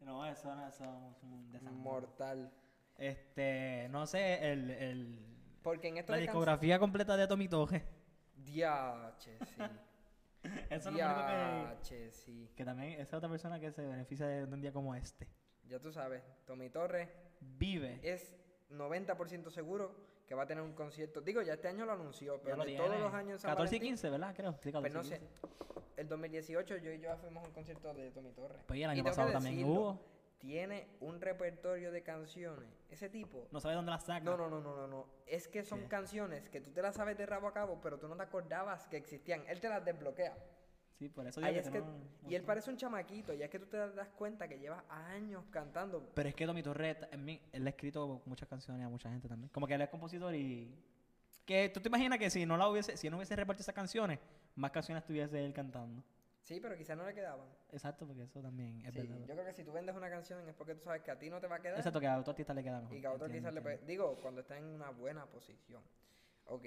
Speaker 2: No, eso no, eso es un desastre.
Speaker 1: Mortal.
Speaker 2: Este, no sé, el, el,
Speaker 1: Porque en esta
Speaker 2: la discografía completa de Tommy Toje.
Speaker 1: Diache, sí.
Speaker 2: Eso es lo único que,
Speaker 1: Diache, sí.
Speaker 2: que también es otra persona que se beneficia de un día como este.
Speaker 1: Ya tú sabes, Tommy Torres
Speaker 2: Vive.
Speaker 1: es 90% seguro que va a tener un concierto. Digo, ya este año lo anunció,
Speaker 2: ya
Speaker 1: pero
Speaker 2: lo
Speaker 1: de todos
Speaker 2: tiene.
Speaker 1: los años en San
Speaker 2: 14 y
Speaker 1: Valentín,
Speaker 2: 15, ¿verdad? Creo. Sí, 14
Speaker 1: Pues
Speaker 2: y
Speaker 1: no sé.
Speaker 2: 15.
Speaker 1: El 2018 yo y yo fuimos a un concierto de Tommy Torres.
Speaker 2: Pues y
Speaker 1: Y
Speaker 2: el año
Speaker 1: tengo que
Speaker 2: pasado también
Speaker 1: decirlo,
Speaker 2: hubo.
Speaker 1: Tiene un repertorio de canciones. Ese tipo.
Speaker 2: No sabe dónde la saca.
Speaker 1: No, no, no, no, no, no. Es que son
Speaker 2: ¿Qué?
Speaker 1: canciones que tú te las sabes de rabo a cabo, pero tú no te acordabas que existían. Él te las desbloquea.
Speaker 2: Sí, por eso digo
Speaker 1: Ay,
Speaker 2: que
Speaker 1: es que-
Speaker 2: no- no
Speaker 1: y él
Speaker 2: sé.
Speaker 1: parece un chamaquito, y es que tú te das cuenta que llevas años cantando.
Speaker 2: Pero es que Tommy Torres, ta- en mí, él ha escrito muchas canciones a mucha gente también. Como que él es compositor y... Que tú te imaginas que si no la hubiese, si él no hubiese repartido esas canciones, más canciones estuviese él cantando.
Speaker 1: Sí, pero quizás no le quedaban.
Speaker 2: Exacto, porque eso también es
Speaker 1: Sí,
Speaker 2: verdad.
Speaker 1: yo creo que si tú vendes una canción es porque tú sabes que a ti no te va a quedar.
Speaker 2: Exacto, que a otro artista le queda mejor.
Speaker 1: Y que a otro
Speaker 2: entiendo,
Speaker 1: quizás le puede-
Speaker 2: entiendo.
Speaker 1: Digo, cuando está en una buena posición. Ok.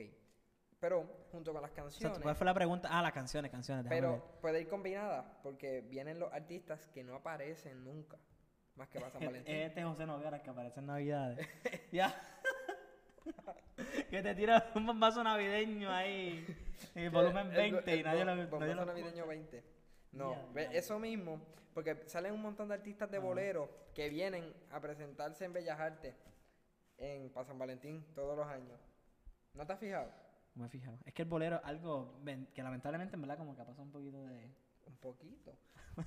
Speaker 1: Pero, junto con las
Speaker 2: Exacto,
Speaker 1: canciones.
Speaker 2: ¿cuál fue la pregunta? Ah, las canciones, canciones. déjame
Speaker 1: pero
Speaker 2: ver.
Speaker 1: puede ir combinada, porque vienen los artistas que no aparecen nunca. Más que para San Valentín.
Speaker 2: Este José Noguera que aparece en Navidades. ya. que te tira un bombazo navideño ahí. El volumen
Speaker 1: El- el-
Speaker 2: 20 y
Speaker 1: el
Speaker 2: nadie
Speaker 1: bo-
Speaker 2: lo... nadie
Speaker 1: bombazo
Speaker 2: lo-
Speaker 1: navideño 20. No,
Speaker 2: Ya,
Speaker 1: ve,
Speaker 2: ya.
Speaker 1: eso mismo, porque salen un montón de artistas de
Speaker 2: Ajá.
Speaker 1: boleros que vienen a presentarse en Bellas Artes en para San Valentín todos los años. ¿No te has fijado?
Speaker 2: No me he fijado. Es que el bolero, algo ven- que lamentablemente, en verdad, como que ha pasado un poquito de.
Speaker 1: Un poquito.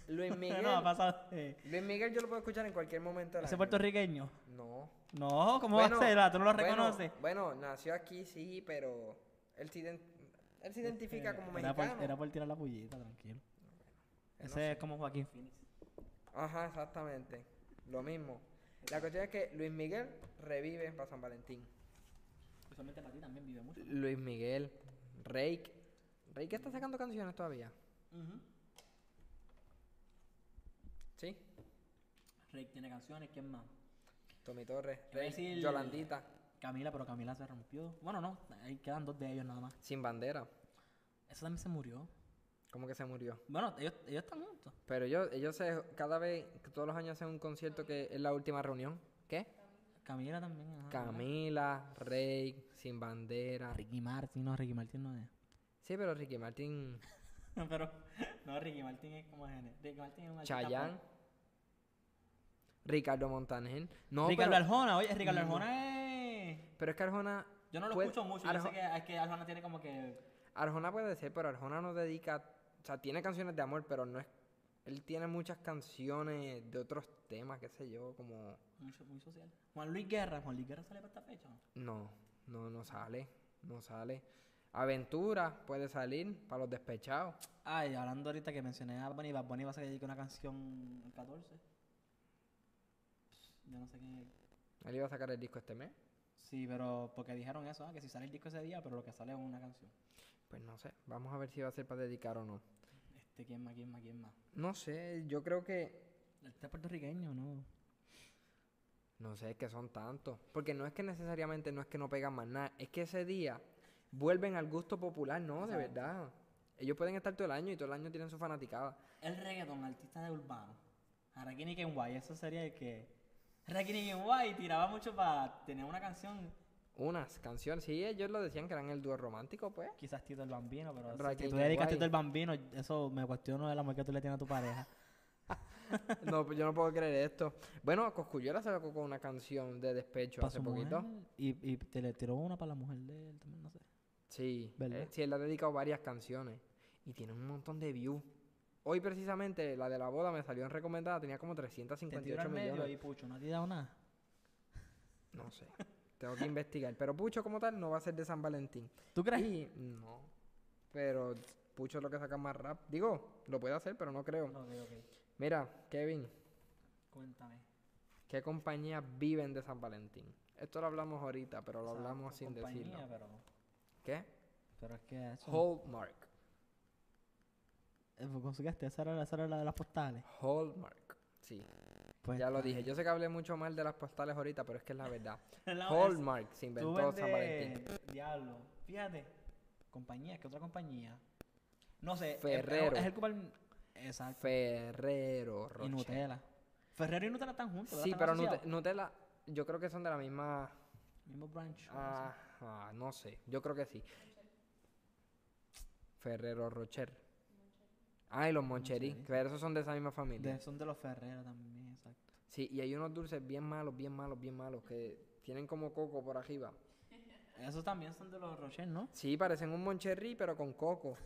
Speaker 1: Luis Miguel.
Speaker 2: no, ha pasado. de-
Speaker 1: Luis Miguel yo lo puedo escuchar en cualquier momento del
Speaker 2: ¿Ese
Speaker 1: año.
Speaker 2: puertorriqueño?
Speaker 1: No.
Speaker 2: No, ¿cómo
Speaker 1: Bueno,
Speaker 2: va a ser? Ah, Tú no lo
Speaker 1: bueno,
Speaker 2: reconoces.
Speaker 1: Bueno, nació aquí, sí, pero él se, ident- él se identifica
Speaker 2: Eh,
Speaker 1: como
Speaker 2: era por,
Speaker 1: mexicano.
Speaker 2: era por tirar la pullita, tranquilo.
Speaker 1: no
Speaker 2: Ese
Speaker 1: sé.
Speaker 2: es como Joaquín Phoenix.
Speaker 1: Ajá, exactamente. Lo mismo. La cuestión es que Luis Miguel revive para San Valentín.
Speaker 2: Usualmente para ti también vive mucho.
Speaker 1: Luis Miguel, Rake. Rake está sacando canciones todavía. Sí.
Speaker 2: Rey tiene canciones, ¿quién más?
Speaker 1: Tommy Torres,
Speaker 2: Yo voy a
Speaker 1: Rake,
Speaker 2: decir-
Speaker 1: Yolandita,
Speaker 2: Camila, pero Camila se rompió. Bueno, no, ahí quedan dos de ellos nada más.
Speaker 1: Sin Bandera.
Speaker 2: Eso también se murió.
Speaker 1: Como que se murió.
Speaker 2: Bueno, ellos, ellos están juntos.
Speaker 1: Pero ellos, ellos se, cada vez, todos los años hacen un concierto que es la última reunión. ¿Qué?
Speaker 2: Camila también. ajá,
Speaker 1: Camila, Rake, Sin Bandera.
Speaker 2: Ricky Martin, no, Ricky Martin no es.
Speaker 1: Sí, pero Ricky Martin,
Speaker 2: Pero, no, Ricky Martin es como género. Ricky Martin es un artista
Speaker 1: Chayanne,
Speaker 2: pop.
Speaker 1: Ricardo Montaner. No,
Speaker 2: Ricardo
Speaker 1: pero,
Speaker 2: Arjona, oye, Ricardo
Speaker 1: Mm.
Speaker 2: Arjona es.
Speaker 1: pero es que Arjona...
Speaker 2: Yo no lo
Speaker 1: puede-
Speaker 2: escucho mucho, yo
Speaker 1: Arjo-
Speaker 2: sé que, es que Arjona tiene como que.
Speaker 1: Arjona puede ser, pero Arjona no dedica, o sea, tiene canciones de amor, pero no es, él tiene muchas canciones de otros temas, qué sé yo, como,
Speaker 2: Mucho, muy social. Juan Luis Guerra, Juan Luis Guerra sale para esta fecha. ¿no?
Speaker 1: no, no, no sale, no sale. Aventura puede salir para los despechados.
Speaker 2: Ay, Ah, hablando ahorita que mencioné a Bunny, Bad Bunny va a salir con una canción el 14. Yo no sé qué.
Speaker 1: Él iba a sacar el disco este mes,
Speaker 2: Sí, pero porque dijeron eso, ah, que si sale el disco ese día, pero lo que sale es una canción.
Speaker 1: pues no sé, vamos a ver si va a ser para dedicar o no.
Speaker 2: Este, ¿quién más, quién más, quién más?
Speaker 1: No sé, yo creo que,
Speaker 2: Este es puertorriqueño, ¿no?
Speaker 1: no sé, es que son tantos, porque no es que necesariamente no es que no pegan más nada, es que ese día vuelven al gusto popular, no, de
Speaker 2: Exacto.
Speaker 1: verdad. Ellos pueden estar todo el año y todo el año tienen su fanaticada.
Speaker 2: El reggaeton, artista de urbano. A Rakini Kenway, eso sería el que. Rakini Kenway tiraba mucho para tener una canción.
Speaker 1: Unas canciones, sí, ellos lo decían que eran el dúo romántico, pues.
Speaker 2: Quizás Tito el Bambino, pero si
Speaker 1: Raquel
Speaker 2: tú dedicas
Speaker 1: Guay.
Speaker 2: Tito el Bambino, eso me cuestiono del amor que tú le tienes a tu pareja.
Speaker 1: No, pues yo no puedo creer esto. Bueno, Cosculluela sacó con una canción de despecho
Speaker 2: Pa'
Speaker 1: hace
Speaker 2: su mujer,
Speaker 1: poquito.
Speaker 2: Y, y te le tiró una para la mujer de él también, no sé.
Speaker 1: Sí,
Speaker 2: ¿Verdad?
Speaker 1: eh, sí, él le ha dedicado varias canciones y tiene un montón de views. Hoy precisamente la de la boda me salió en recomendada, tenía como
Speaker 2: Te tiró
Speaker 1: 358
Speaker 2: al medio
Speaker 1: millones.
Speaker 2: y pucho, no te ha dado nada.
Speaker 1: No sé, tengo que investigar. Pero Pucho como tal no va a ser de San Valentín.
Speaker 2: ¿Tú crees?
Speaker 1: Y no, pero Pucho es lo que saca más rap. Digo, lo puede hacer, pero no creo.
Speaker 2: Ok, ok.
Speaker 1: Mira, Kevin,
Speaker 2: Cuéntame.
Speaker 1: ¿Qué compañías viven de San Valentín? Esto lo hablamos ahorita, pero lo
Speaker 2: O sea,
Speaker 1: hablamos
Speaker 2: tu
Speaker 1: sin
Speaker 2: compañía,
Speaker 1: decirlo.
Speaker 2: Pero,
Speaker 1: ¿Qué?
Speaker 2: pero es que eso...
Speaker 1: Hallmark.
Speaker 2: Eh, pues, ¿Conseguiste? Esa era, esa era la de las postales.
Speaker 1: Hallmark. Sí,
Speaker 2: Pues,
Speaker 1: ya lo
Speaker 2: está
Speaker 1: dije. Yo sé que hablé mucho mal de las postales ahorita, pero es que es la verdad.
Speaker 2: bien. La-
Speaker 1: Hallmark se
Speaker 2: tú
Speaker 1: inventó San Valentín.
Speaker 2: vendes- Diablo. Fíjate. Compañía, ¿qué otra compañía? No sé. es-
Speaker 1: Ferrero.
Speaker 2: Es, el, culpable- Exacto.
Speaker 1: Ferrero Rocher.
Speaker 2: Y Nutella. Ferrero y Nutella están juntos, ¿verdad?
Speaker 1: Sí,
Speaker 2: Están
Speaker 1: pero Nute-
Speaker 2: asociados.
Speaker 1: Nutella, yo creo que son de la misma.
Speaker 2: Mismo branch. o algo así.
Speaker 1: Ah, ah, no sé, yo creo que sí. Ferrero Rocher. Ah, y los Moncherí,
Speaker 2: Moncherí.
Speaker 1: pero esos son de esa misma familia.
Speaker 2: De- son de los Ferrero también, exacto.
Speaker 1: Sí, y hay unos dulces bien malos, bien malos, bien malos que tienen como coco por arriba.
Speaker 2: Esos también son de los Rocher, ¿no?
Speaker 1: Sí, parecen un Moncherry, pero con coco.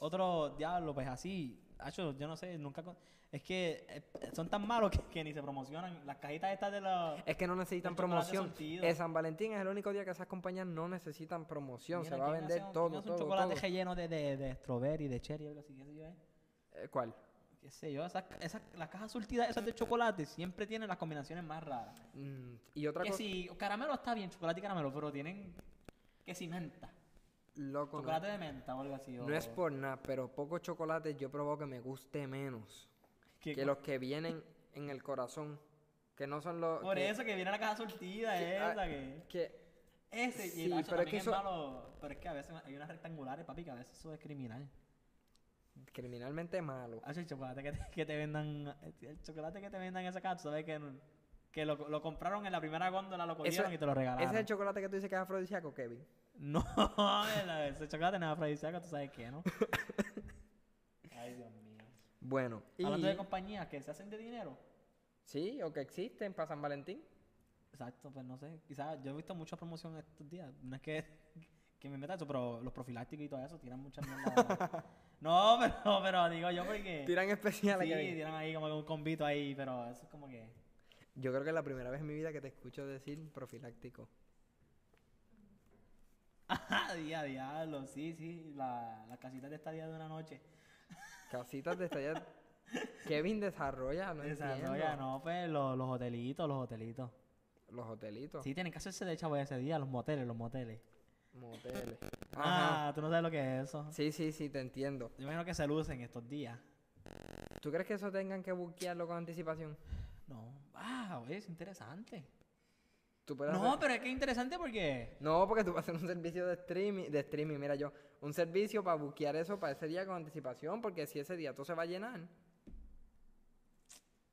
Speaker 2: Otro diablo, pues así. Hacho, yo no sé, nunca. con- Es que eh, son tan malos que, que ni se promocionan. Las cajitas estas de los.
Speaker 1: Es que no necesitan
Speaker 2: El chocolate
Speaker 1: promoción.
Speaker 2: surtido.
Speaker 1: En San Valentín es el único día que esas compañías no necesitan promoción.
Speaker 2: Mira,
Speaker 1: Se va a
Speaker 2: ¿quién
Speaker 1: vender
Speaker 2: hace un-
Speaker 1: todo,
Speaker 2: quién hace
Speaker 1: todo,
Speaker 2: un chocolate
Speaker 1: todo.
Speaker 2: relleno de, de, de strawberry, de cherry, algo así, qué sé yo, eh?
Speaker 1: Eh, ¿Cuál?
Speaker 2: Qué sé yo, esas, esas, las cajas surtidas esas de chocolate siempre tienen las combinaciones más raras.
Speaker 1: Mm, y otra
Speaker 2: Que
Speaker 1: cosa,
Speaker 2: si caramelo está bien, chocolate y caramelo, pero tienen que si menta,
Speaker 1: loco, no,
Speaker 2: chocolate de menta o algo así. o-
Speaker 1: no es por nada, pero pocos chocolates yo provoco que me guste menos
Speaker 2: que-
Speaker 1: que los que vienen en el corazón, que no son los...
Speaker 2: Por
Speaker 1: que-
Speaker 2: eso que viene la caja surtida
Speaker 1: que- ah,
Speaker 2: esa que...
Speaker 1: que-
Speaker 2: Ese, y
Speaker 1: sí,
Speaker 2: el hacho
Speaker 1: pero es
Speaker 2: también
Speaker 1: que
Speaker 2: es
Speaker 1: eso-
Speaker 2: malo, pero es que a veces hay unas rectangulares, papi, que a veces eso es criminal.
Speaker 1: criminalmente malo.
Speaker 2: Hacho, el chocolate que te, que te vendan, el chocolate que te vendan en esa caja, tú sabes que, no- que lo, lo compraron en la primera góndola, lo
Speaker 1: Eso
Speaker 2: cogieron
Speaker 1: es-
Speaker 2: y te lo regalaron.
Speaker 1: Ese es el chocolate que tú dices que es afrodisíaco, Kevin.
Speaker 2: No, la- ese chocolate nada afrodisíaco, tú sabes qué, ¿no? Ay, Dios mío.
Speaker 1: Bueno, y,
Speaker 2: Hablando de compañías que se hacen de dinero.
Speaker 1: sí, o que existen para San Valentín.
Speaker 2: Exacto, pues no sé. Quizás yo he visto mucha promoción estos días. No es que, que me meta eso, pero los profilácticos y todo eso tiran mucha mierda. no, pero, pero digo yo porque.
Speaker 1: Tiran especial a
Speaker 2: sí,
Speaker 1: Kevin.
Speaker 2: tiran ahí como que un convito ahí, pero eso es como que.
Speaker 1: Yo creo que es la primera vez en mi vida que te escucho decir profiláctico.
Speaker 2: Ajá, ah, día, diablo, sí, sí. La, las casitas de estadía de una noche.
Speaker 1: Casitas de estallar. Kevin desarrolla, no
Speaker 2: Desarrolla,
Speaker 1: entiendo.
Speaker 2: no, pues los, los hotelitos, los hotelitos.
Speaker 1: Los hotelitos,
Speaker 2: Sí, tienen que hacerse de chavo ese día, los moteles, los moteles.
Speaker 1: moteles. Ajá.
Speaker 2: Ah, tú no sabes lo que es eso.
Speaker 1: Sí, sí, sí, te entiendo.
Speaker 2: Yo imagino que se lucen estos días.
Speaker 1: ¿Tú crees que eso tengan que buquearlo con anticipación?
Speaker 2: No. Ah, oye, es interesante.
Speaker 1: ¿Tú puedes
Speaker 2: No,
Speaker 1: hacer-
Speaker 2: pero es que es interesante porque.
Speaker 1: No, porque tú vas a hacer un servicio de streaming, de streaming, mira yo, un servicio para buquear eso para ese día con anticipación, porque si ese día todo se va a llenar.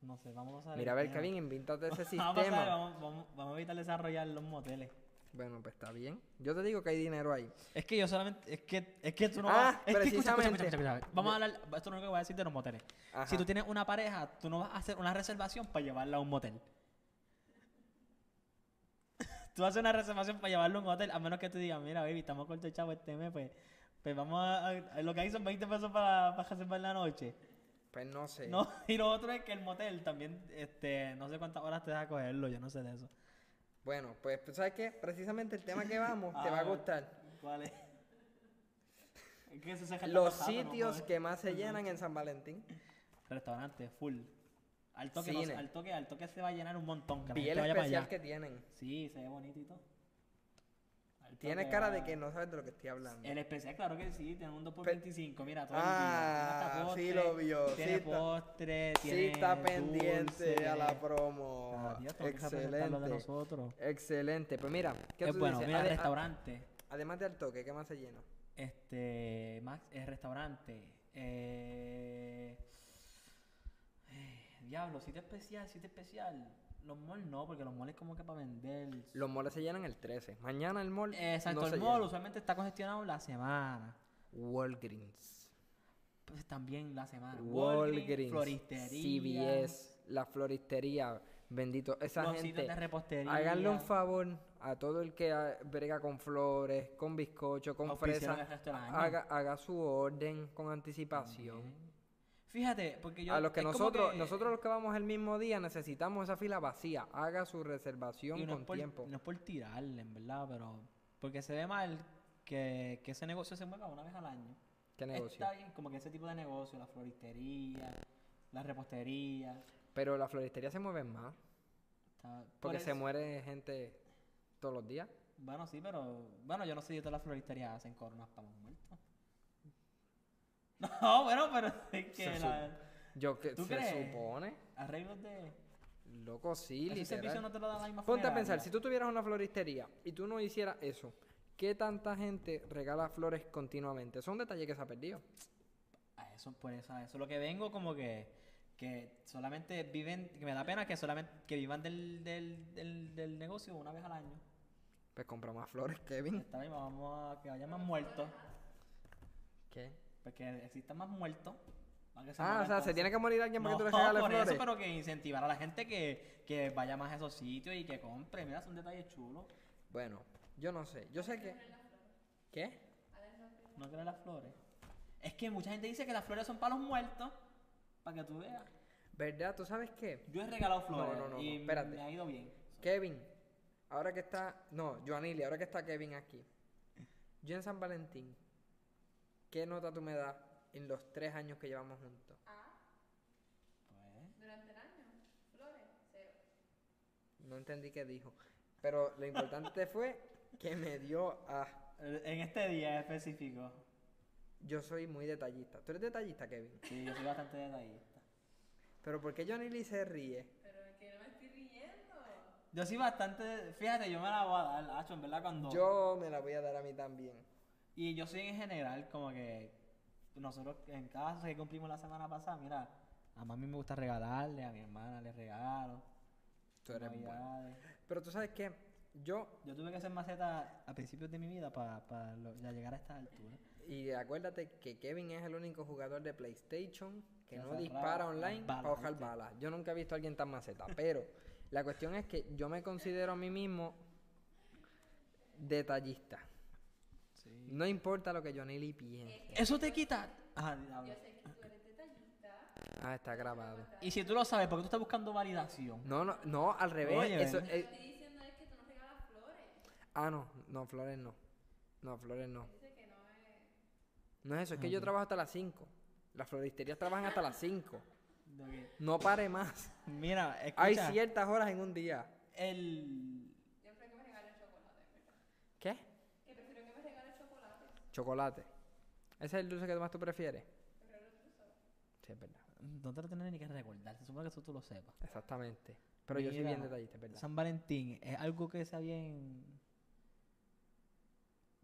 Speaker 2: No sé, vamos a.
Speaker 1: Mira, a ver, Kevin, invéntate ese
Speaker 2: Vamos a, pasar,
Speaker 1: sistema.
Speaker 2: vamos, vamos- vamos a evitar desarrollar los moteles.
Speaker 1: Bueno, pues está bien. Yo te digo que hay dinero ahí.
Speaker 2: Es que yo solamente. Es que, es que tú no
Speaker 1: Ah,
Speaker 2: vas. Es que
Speaker 1: precisamente.
Speaker 2: Vamos a hablar. Esto es lo único que voy a decir de los moteles.
Speaker 1: Ajá.
Speaker 2: Si tú tienes una pareja, tú no vas a hacer una reservación para llevarla a un motel. tú haces una reservación para llevarla a un hotel, a menos que tú digas, mira, baby, estamos cortos de chavo este mes, pues. Pues vamos a, a- Lo que hay son 20 pesos para, para reservar la noche.
Speaker 1: Pues no sé.
Speaker 2: No, y lo otro es que el motel también, este, no sé cuántas horas te deja cogerlo, yo no sé de eso.
Speaker 1: Bueno, pues pues, ¿sabes qué? Precisamente el tema que vamos te va a
Speaker 2: Ah.
Speaker 1: gustar.
Speaker 2: ¿Cuál es? Es que eso se jalta
Speaker 1: Los
Speaker 2: bastante, ¿no?
Speaker 1: sitios
Speaker 2: Joder.
Speaker 1: que más se llenan en San Valentín.
Speaker 2: Restaurante, full. Al toque, no-
Speaker 1: Cine.
Speaker 2: al toque, al toque se va a llenar un montón. Que la
Speaker 1: Vi
Speaker 2: gente
Speaker 1: el
Speaker 2: vaya para
Speaker 1: especial
Speaker 2: allá.
Speaker 1: que tienen.
Speaker 2: Sí, se ve bonito y todo. Al
Speaker 1: Tienes
Speaker 2: toque
Speaker 1: cara
Speaker 2: va-
Speaker 1: de que no sabes de lo que estoy hablando.
Speaker 2: El especial, claro que sí, tiene un 2x25, mira, todo
Speaker 1: Ah,
Speaker 2: el día. Tiene hasta
Speaker 1: sí
Speaker 2: postre,
Speaker 1: lo vio, sí
Speaker 2: Tiene
Speaker 1: está-
Speaker 2: postre, tiene
Speaker 1: Sí, está pendiente a la
Speaker 2: dulce.
Speaker 1: promo.
Speaker 2: Ah, Dios, tengo que representar lo de
Speaker 1: Excelente.
Speaker 2: nosotros.
Speaker 1: Excelente. Pues mira, ¿qué
Speaker 2: Es
Speaker 1: tú
Speaker 2: Eh, bueno,
Speaker 1: dices?
Speaker 2: mira,
Speaker 1: Ade- a-
Speaker 2: restaurante.
Speaker 1: además del toque, ¿qué más se llena?
Speaker 2: Este, Max, el restaurante. Eh, eh, diablo, sitio especial, sitio especial. Los malls no, porque los malls es como que para vender. Eh,
Speaker 1: Los moles se llenan el 13. Mañana el mall.
Speaker 2: Exacto,
Speaker 1: no
Speaker 2: el
Speaker 1: se
Speaker 2: mall
Speaker 1: llena.
Speaker 2: usualmente está congestionado la semana.
Speaker 1: Walgreens.
Speaker 2: Pues también la semana.
Speaker 1: Walgreens.
Speaker 2: floristería.
Speaker 1: CVS. La floristería. Bendito. Esa
Speaker 2: los
Speaker 1: gente.
Speaker 2: sitios de repostería.
Speaker 1: Háganle un favor a todo el que ah, brega con flores, con bizcocho, con
Speaker 2: Auspiciaron
Speaker 1: fresa.
Speaker 2: el resto del año.
Speaker 1: Haga, haga su orden con anticipación.
Speaker 2: Fíjate, porque yo.
Speaker 1: A los que
Speaker 2: es como
Speaker 1: nosotros,
Speaker 2: que-
Speaker 1: nosotros los que vamos el mismo día necesitamos esa fila vacía. Haga su reservación
Speaker 2: Y no,
Speaker 1: con
Speaker 2: es por,
Speaker 1: tiempo.
Speaker 2: no es por tirarle, en verdad, pero. Porque se ve mal que, que ese negocio se mueva una vez al año.
Speaker 1: ¿Qué negocio?
Speaker 2: Está bien, como que ese tipo de negocio, la floristería, la repostería.
Speaker 1: Pero la floristería se mueve más.
Speaker 2: está- por
Speaker 1: Porque se
Speaker 2: eso-
Speaker 1: muere gente todos los días.
Speaker 2: Bueno, sí, pero. Bueno, yo no sé si todas las floristerías hacen coronas para los muertos. No, bueno, pero es que
Speaker 1: Se
Speaker 2: la-
Speaker 1: Yo que
Speaker 2: ¿Tú
Speaker 1: se
Speaker 2: crees?
Speaker 1: supone.
Speaker 2: arreglos de.
Speaker 1: Loco, sí,
Speaker 2: Ese servicio
Speaker 1: literal.
Speaker 2: no te lo da la misma
Speaker 1: Ponte a
Speaker 2: funeraria.
Speaker 1: pensar, si tú tuvieras una floristería y tú no hicieras eso, ¿qué tanta gente regala flores continuamente? Es un detalle que se ha perdido.
Speaker 2: Ah, a eso, por eso, a eso lo que vengo como que, que solamente viven, que me da pena que solamente que vivan del, del, del, del negocio una vez al año.
Speaker 1: Pues compra más flores, Kevin.
Speaker 2: Esta vez vamos a que vayan más muertos,
Speaker 1: ¿Qué?
Speaker 2: porque existan más muertos. para que se
Speaker 1: Ah,
Speaker 2: mueran
Speaker 1: o sea, se
Speaker 2: todos.
Speaker 1: tiene que morir alguien para que tú le
Speaker 2: No,
Speaker 1: regales
Speaker 2: por
Speaker 1: flores.
Speaker 2: eso, pero que incentivar a la gente que, que vaya más a esos sitios y que compre. Mira, son detalles chulos.
Speaker 1: Bueno, yo no sé. Yo sé que. ¿Qué?
Speaker 2: No crees las flores. Es que mucha gente dice que las flores son para los muertos. Para que tú veas.
Speaker 1: ¿Verdad? ¿Tú sabes qué?
Speaker 2: Yo he regalado flores
Speaker 1: no, no,
Speaker 2: y
Speaker 1: no, espérate.
Speaker 2: me ha ido bien.
Speaker 1: Kevin, ahora que está. No, Joanili, ahora que está Kevin aquí. Yo en San Valentín, ¿qué nota tú me das en los tres años que llevamos juntos?
Speaker 2: Pues,
Speaker 3: Durante el año, flores, cero.
Speaker 1: No entendí qué dijo. Pero lo importante fue que me dio a.
Speaker 2: eh, en este día específico.
Speaker 1: Yo soy muy detallista. ¿Tú eres detallista, Kevin?
Speaker 2: Sí, yo soy bastante detallista.
Speaker 1: Pero ¿por qué Joanili se ríe?
Speaker 3: Pero que no me estoy riendo.
Speaker 2: Yo soy bastante. Fíjate, yo me la voy a dar, Acho, en verdad, cuando.
Speaker 1: Yo me la voy a dar a mí también.
Speaker 2: Y yo soy en general, como que nosotros en casa que cumplimos la semana pasada, mira, a mami me gusta regalarle, a mi hermana le regalo.
Speaker 1: Tú eres bueno.
Speaker 2: navidades.
Speaker 1: Pero tú sabes qué? Yo
Speaker 2: Yo tuve que hacer maceta a principios de mi vida para llegar a esta altura.
Speaker 1: Y acuérdate que Kevin es el único jugador de PlayStation que
Speaker 2: Que
Speaker 1: no
Speaker 2: agarraba
Speaker 1: dispara
Speaker 2: las
Speaker 1: online
Speaker 2: balas,
Speaker 1: para ojar
Speaker 2: ¿viste?
Speaker 1: balas. Yo nunca he visto a alguien tan maceta, pero la cuestión es que yo me considero a mí mismo detallista.
Speaker 2: Sí.
Speaker 1: No importa lo que Johnny Lee piense.
Speaker 2: Eso te quita. Ajá, habla.
Speaker 3: Yo sé que tú eres detallista.
Speaker 1: Ah, está grabado.
Speaker 2: Y si tú lo sabes, ¿por qué tú estás buscando validación?
Speaker 1: No, no, no, al revés.
Speaker 2: Oye,
Speaker 1: eso
Speaker 2: ven.
Speaker 3: Lo que
Speaker 1: es-
Speaker 3: estoy diciendo es que tú no regalas flores.
Speaker 1: ah, no, no, Flores no. No, Flores no.
Speaker 3: Dice que no es.
Speaker 1: No es eso, es
Speaker 2: Ah,
Speaker 1: que yo trabajo hasta las 5. Las floristerías trabajan hasta las 5.
Speaker 2: De que-
Speaker 1: No pare más.
Speaker 2: Mira,
Speaker 1: Hay
Speaker 2: escucha,
Speaker 1: ciertas horas en un día.
Speaker 2: el...
Speaker 3: Yo prefiero que me regalen chocolate.
Speaker 1: ¿Qué?
Speaker 3: Que prefiero que me regalen chocolate.
Speaker 1: Chocolate. ¿Ese es el dulce que más tú prefieres? Sí, es verdad.
Speaker 2: No te lo tienes ni que recordar, se supone que eso tú lo sepas.
Speaker 1: Exactamente. Pero yo soy
Speaker 2: Mira,
Speaker 1: bien detallista, es verdad.
Speaker 2: San Valentín es algo que sea bien.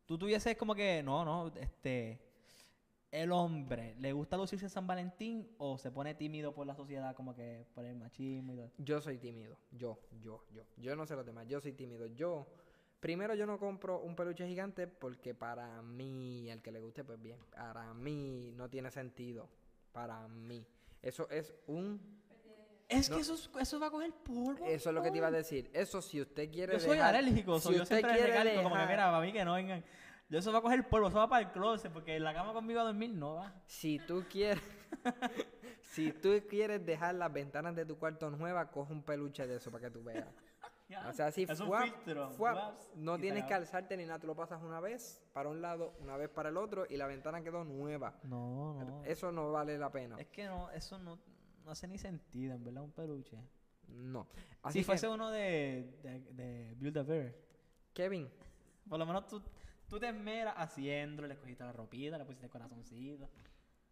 Speaker 2: Tú tuvieses como que, no, no, este. El hombre, ¿le gusta lucirse en San Valentín o se pone tímido por la sociedad, como que por el machismo y todo?
Speaker 1: Yo soy tímido. Yo, yo, yo. Yo no sé los demás. Yo soy tímido. Yo, primero yo no compro un peluche gigante porque para mí, al que le guste, pues bien. Para mí no tiene sentido. Para mí. Eso es un...
Speaker 2: Es
Speaker 1: No.
Speaker 2: que eso, es- eso va a coger polvo.
Speaker 1: Eso es lo que te iba a
Speaker 2: polvo.
Speaker 1: decir. Eso si usted quiere...
Speaker 2: Yo soy
Speaker 1: dejar-
Speaker 2: alérgico, so
Speaker 1: si
Speaker 2: yo
Speaker 1: usted
Speaker 2: siempre
Speaker 1: quiere
Speaker 2: recalco, como que
Speaker 1: dejar-
Speaker 2: mira, para mí que no vengan. Yo eso va a coger polvo, eso va para el closet, porque en la cama conmigo a dormir no va.
Speaker 1: Si tú quieres, si tú quieres dejar las ventanas de tu cuarto nuevas, coge un peluche de eso para que tú veas. O sea, así
Speaker 2: Es un
Speaker 1: fuap,
Speaker 2: filtro,
Speaker 1: fuap,
Speaker 2: guaps, y
Speaker 1: no
Speaker 2: se
Speaker 1: tienes que
Speaker 2: acabó.
Speaker 1: alzarte ni nada, tú lo pasas una vez para un lado, una vez para el otro y la ventana quedó nueva.
Speaker 2: No, no.
Speaker 1: Eso no vale la pena.
Speaker 2: Oh. Es que no, eso no, no hace ni sentido, en verdad, un peluche.
Speaker 1: No.
Speaker 2: si
Speaker 1: Así
Speaker 2: fuese
Speaker 1: que,
Speaker 2: uno de, de, de Build a Bear,
Speaker 1: Kevin,
Speaker 2: por lo menos tú, tú te esmeras haciéndolo, le cogiste la ropita, le pusiste el corazoncito.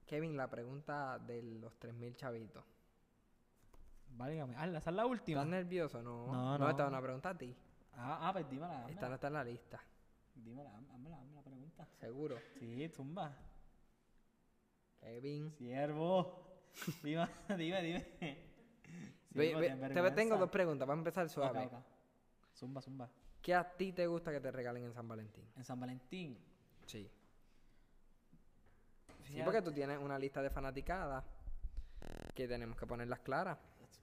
Speaker 1: Kevin, la pregunta de los 3000 chavitos.
Speaker 2: Válgame, hazla, esa es la última.
Speaker 1: ¿Estás nervioso? No.
Speaker 2: No, no.
Speaker 1: esta es una pregunta a ti.
Speaker 2: Ah, ah, pues dímela, házmela.
Speaker 1: Esta no está en la lista,
Speaker 2: Dímela, házmela, hazme la pregunta.
Speaker 1: seguro.
Speaker 2: Sí, tumba.
Speaker 1: Kevin.
Speaker 2: Siervo. Dime, dime, dime.
Speaker 1: Ve-
Speaker 2: Siervo,
Speaker 1: ve-
Speaker 2: ten
Speaker 1: te tengo
Speaker 2: vergüenza.
Speaker 1: dos preguntas, va a empezar
Speaker 2: Ok,
Speaker 1: suave.
Speaker 2: ok. Zumba, zumba.
Speaker 1: ¿Qué a ti te gusta que te regalen en San Valentín?
Speaker 2: En San Valentín.
Speaker 1: Sí. Sí,
Speaker 2: fíjate-
Speaker 1: porque tú tienes una lista de fanaticadas que tenemos que ponerlas claras.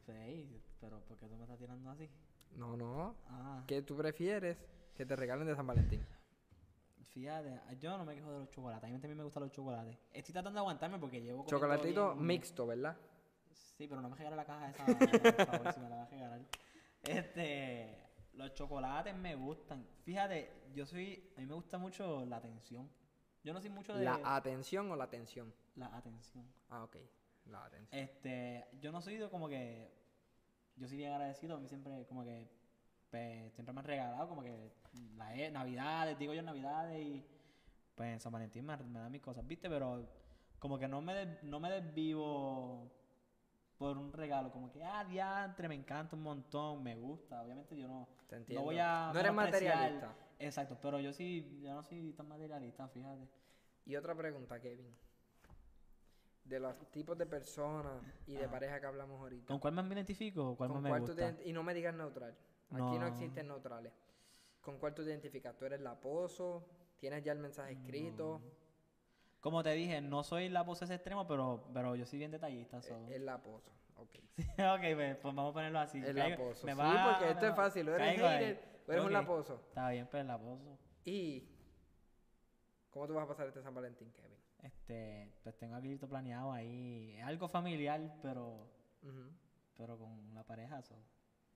Speaker 2: Ey, Pero, ¿por qué tú me estás tirando así?
Speaker 1: No, no.
Speaker 2: Ah.
Speaker 1: ¿Qué tú prefieres que te regalen de San Valentín?
Speaker 2: Fíjate, yo no me quejo de los chocolates. A mí también me gustan los chocolates. Estoy tratando de aguantarme porque llevo. comiendo
Speaker 1: Chocolatito
Speaker 2: bien-
Speaker 1: mixto, ¿verdad?
Speaker 2: Sí, pero no me regales la caja esa. Por favor, si me la vas a regalar. Este. Los chocolates me gustan. Fíjate, yo soy. A mí me gusta mucho la atención. Yo no soy mucho de.
Speaker 1: ¿La atención o la atención?
Speaker 2: la atención.
Speaker 1: Ah, ok. La atención.
Speaker 2: Este. Yo no soy de como que. Yo soy bien agradecido. A mí siempre, como que. pues, siempre me han regalado, como que. La, e- navidades, digo yo navidades y. pues en San Valentín me, me dan mis cosas, ¿viste? Pero como que no me, des- no me desvivo por un regalo, como que, ah, diantre, me encanta un montón, me gusta, obviamente yo no...
Speaker 1: Te entiendo.
Speaker 2: voy a
Speaker 1: no eres
Speaker 2: menospreciar.
Speaker 1: materialista.
Speaker 2: Exacto, pero yo sí, yo no soy tan materialista, fíjate.
Speaker 1: Y otra pregunta, Kevin. de los tipos de personas y de pareja que hablamos ahorita.
Speaker 2: ¿Con cuál más me identifico o cuál
Speaker 1: ¿Con
Speaker 2: más me
Speaker 1: cuál tú
Speaker 2: gusta?
Speaker 1: te ident- y no me digas neutral. Aquí no.
Speaker 2: No.
Speaker 1: existen neutrales. ¿Con cuál tú te identificas? ¿Tú eres la pozo? ¿Tienes ya el mensaje escrito? Eh,
Speaker 2: Como te dije, no soy la voz ese extremo, pero, pero yo soy bien detallista. so.
Speaker 1: Es la pozo. Ok.
Speaker 2: ok, pues, pues vamos a ponerlo así.
Speaker 1: El
Speaker 2: Caigo-
Speaker 1: laposo.
Speaker 2: me
Speaker 1: sí,
Speaker 2: va-
Speaker 1: porque
Speaker 2: me
Speaker 1: esto es
Speaker 2: va-
Speaker 1: fácil. O eres
Speaker 2: caigo ahí.
Speaker 1: hater o eres un
Speaker 2: Ok,
Speaker 1: laposo.
Speaker 2: Está bien, pues el laposo.
Speaker 1: Y. ¿Cómo tú vas a pasar este San Valentín, Kevin?
Speaker 2: Este, pues tengo aquí todo planeado ahí. Es algo familiar, pero,
Speaker 1: Ujú.
Speaker 2: pero con la pareja. so.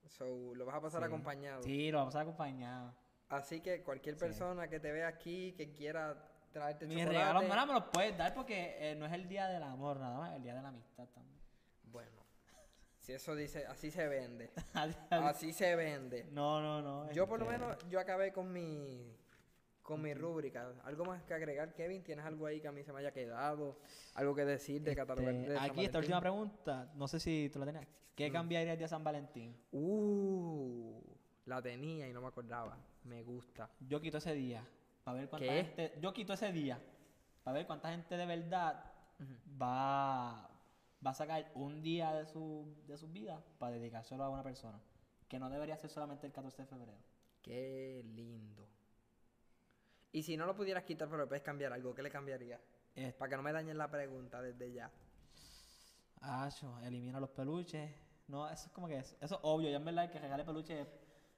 Speaker 1: So, lo vas a pasar
Speaker 2: Sí.
Speaker 1: acompañado.
Speaker 2: Sí, lo vamos a acompañar.
Speaker 1: Así que cualquier
Speaker 2: Sí.
Speaker 1: persona que te vea aquí, que quiera traerte
Speaker 2: Mis
Speaker 1: chocolate.
Speaker 2: regalos, mira, me los puedes dar porque eh, no es el día del amor, nada más, es el día de la amistad también.
Speaker 1: Bueno, si eso dice, así se vende.
Speaker 2: Así-
Speaker 1: Así se vende.
Speaker 2: no, no, no.
Speaker 1: Yo por lo
Speaker 2: este,
Speaker 1: menos, yo acabé con mi con mi rúbrica. ¿Algo más que agregar, Kevin? ¿Tienes algo ahí que a mí se me haya quedado? ¿Algo que decir de catalogar?
Speaker 2: este,
Speaker 1: de San
Speaker 2: aquí
Speaker 1: Valentín? Mm.
Speaker 2: esta última pregunta, no sé si tú la tenías. ¿Qué cambiaría el día de San Valentín?
Speaker 1: Uh, la tenía y no me acordaba. Me gusta.
Speaker 2: Yo quito ese día. Para ver cuánta
Speaker 1: ¿Qué?
Speaker 2: gente. Yo quito ese día. Para ver cuánta gente de verdad va, va a sacar un día de su, de su vida para dedicárselo a una persona. Que no debería ser solamente el 14 de febrero.
Speaker 1: Qué lindo. Y si no lo pudieras quitar, pero le puedes cambiar algo, ¿qué le cambiaría?
Speaker 2: Es-
Speaker 1: Para que no me dañen la pregunta desde ya.
Speaker 2: Acho, elimina los peluches. No, eso es como que es, eso es obvio. Ya en verdad el que regale peluches.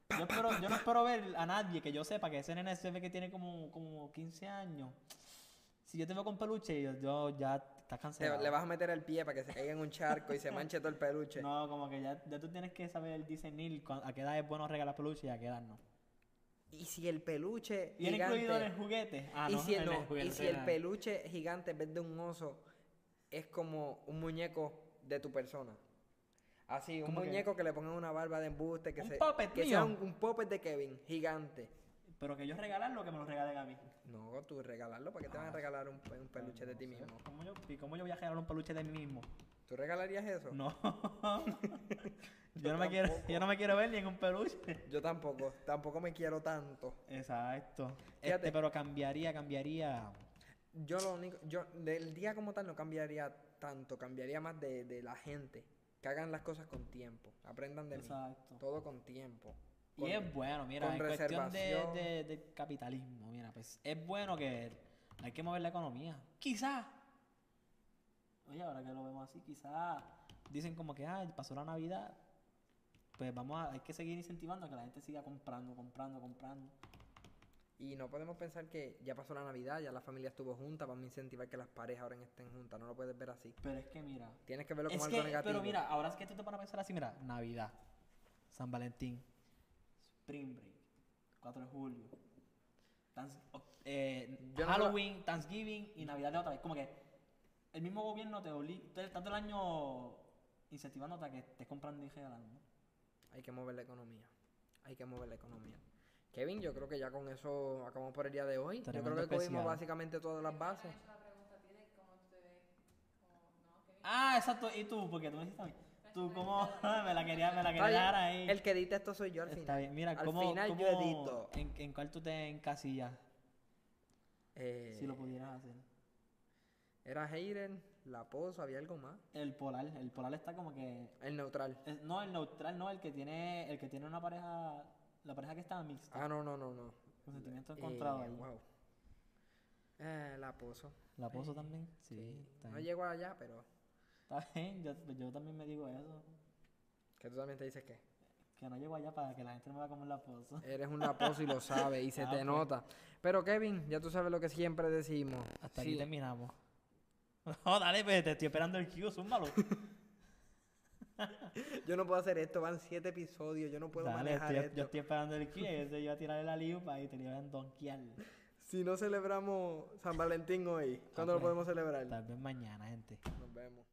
Speaker 2: Yo, espero- yo no espero ver a nadie que yo sepa que ese nene se ve que tiene como, como 15 años. Si yo te veo con peluche, yo, yo ya estás
Speaker 1: Te-
Speaker 2: cansado.
Speaker 1: le vas a meter el pie para que se caiga en un charco y se manche todo el peluche.
Speaker 2: No, como que ya, ya tú tienes que saber discernir cuán- a qué edad es bueno regalar peluche y a qué edad no.
Speaker 1: Y si el peluche
Speaker 2: ¿Viene incluido en el
Speaker 1: gigante...
Speaker 2: juguete? Ah,
Speaker 1: y
Speaker 2: no,
Speaker 1: si, el,
Speaker 2: en
Speaker 1: no,
Speaker 2: juguete, ah.
Speaker 1: y
Speaker 2: no
Speaker 1: si
Speaker 2: sé
Speaker 1: el
Speaker 2: nada.
Speaker 1: peluche gigante en vez de un oso es como un muñeco de tu persona. Así, un
Speaker 2: ¿Cómo que?
Speaker 1: muñeco que? le pongan una barba de embuste, que,
Speaker 2: ¿Un
Speaker 1: se-
Speaker 2: puppet
Speaker 1: que sea
Speaker 2: mío?
Speaker 1: un, un puppet de Kevin, gigante.
Speaker 2: Pero que yo regalarlo, que me lo regalen a mí.
Speaker 1: No, tú regalarlo, ¿para qué te van a
Speaker 2: Ah,
Speaker 1: regalar un, pe- un peluche de
Speaker 2: No
Speaker 1: ti
Speaker 2: sé,
Speaker 1: mismo?
Speaker 2: ¿Cómo yo, ¿Y cómo yo voy a regalar un peluche de mí mismo?
Speaker 1: ¿Tú regalarías eso?
Speaker 2: No. yo, no me quiero,
Speaker 1: tampoco.
Speaker 2: yo no me quiero ver ni en un peluche.
Speaker 1: Yo tampoco, tampoco me quiero tanto.
Speaker 2: Exacto.
Speaker 1: Fíjate.
Speaker 2: Este, pero cambiaría, cambiaría.
Speaker 1: Yo lo único, yo del día como tal no cambiaría tanto, cambiaría más de, de la gente. Que hagan las cosas con tiempo, aprendan de mí.
Speaker 2: Exacto.
Speaker 1: Todo con tiempo.
Speaker 2: Y
Speaker 1: Con-
Speaker 2: es bueno, mira,
Speaker 1: con
Speaker 2: en cuestión de,
Speaker 1: reservación.
Speaker 2: de- del capitalismo, mira, pues es bueno que hay que mover la economía. Quizás. Oye, ahora que lo vemos así, quizás dicen como que, ah, pasó la Navidad, pues vamos a, hay que seguir incentivando a que la gente siga comprando, comprando, comprando.
Speaker 1: Y no podemos pensar que ya pasó la Navidad, ya la familia estuvo junta, vamos a incentivar que las parejas ahora estén juntas, no lo puedes ver así.
Speaker 2: Pero es que mira,
Speaker 1: Tienes que verlo como
Speaker 2: es
Speaker 1: algo
Speaker 2: que,
Speaker 1: negativo.
Speaker 2: pero mira, ahora es que tú te pones a pensar así, mira, Navidad, San Valentín, Spring Break, 4 de julio, Thanks- o- eh,
Speaker 1: Yo no
Speaker 2: Halloween, Thanksgiving y Navidad de otra vez. Como que el mismo gobierno te obliga, está todo el año incentivándote a que estés comprando y regalando.
Speaker 1: Hay que mover la economía. Hay que mover la economía. Kevin, yo creo que ya con eso acabamos por el día de hoy. yo
Speaker 2: Tremendo
Speaker 1: creo que cubrimos
Speaker 2: especial.
Speaker 1: básicamente todas las bases.
Speaker 3: hecho la pregunta, tiene como tú te ves, como, no, que
Speaker 2: Ah, exacto, y tú, porque tú me dijiste a mí, tú cómo me la quería, me la
Speaker 1: Está
Speaker 2: quería
Speaker 1: bien,
Speaker 2: dar ahí.
Speaker 1: El que edita esto soy yo al final.
Speaker 2: Está bien, mira,
Speaker 1: al
Speaker 2: cómo,
Speaker 1: final yo
Speaker 2: cómo-
Speaker 1: edito.
Speaker 2: En, en cuál tú te encasillas,
Speaker 1: Eh,
Speaker 2: si lo pudieras hacer.
Speaker 1: Era Hayden, la pozo, había algo más.
Speaker 2: El polar, el polar está como que
Speaker 1: El neutral.
Speaker 2: Es- no, el neutral, no, el que tiene, el que tiene una pareja, la pareja que está mixta,
Speaker 1: Ah, no, no, no, no.
Speaker 2: con sentimiento
Speaker 1: Eh,
Speaker 2: encontrado ahí.
Speaker 1: wow. Eh, la pozo.
Speaker 2: ¿La pozo también? Sí, está
Speaker 1: No
Speaker 2: bien.
Speaker 1: llego allá, pero.
Speaker 2: Está bien, yo, pues yo también me digo eso,
Speaker 1: Que tú también te dices que
Speaker 2: que no llego allá para que la gente no me va a comer la pozo.
Speaker 1: eres un laposo y lo sabes y se
Speaker 2: Ah,
Speaker 1: te
Speaker 2: pues.
Speaker 1: nota. Pero Kevin, ya tú sabes lo que siempre decimos.
Speaker 2: Hasta
Speaker 1: Sí,
Speaker 2: aquí terminamos. No, dale, pues, te estoy esperando el cue, zúmbalo.
Speaker 1: Yo no puedo hacer esto, van siete episodios, yo no puedo
Speaker 2: dale,
Speaker 1: manejar
Speaker 2: estoy-
Speaker 1: esto.
Speaker 2: yo estoy esperando el cue, yo iba a tirarle la liupa y te le iba a donkear.
Speaker 1: Si no celebramos San Valentín hoy, ¿cuándo lo
Speaker 2: pues.
Speaker 1: podemos celebrar?
Speaker 2: Tal vez mañana, gente.
Speaker 1: Nos vemos.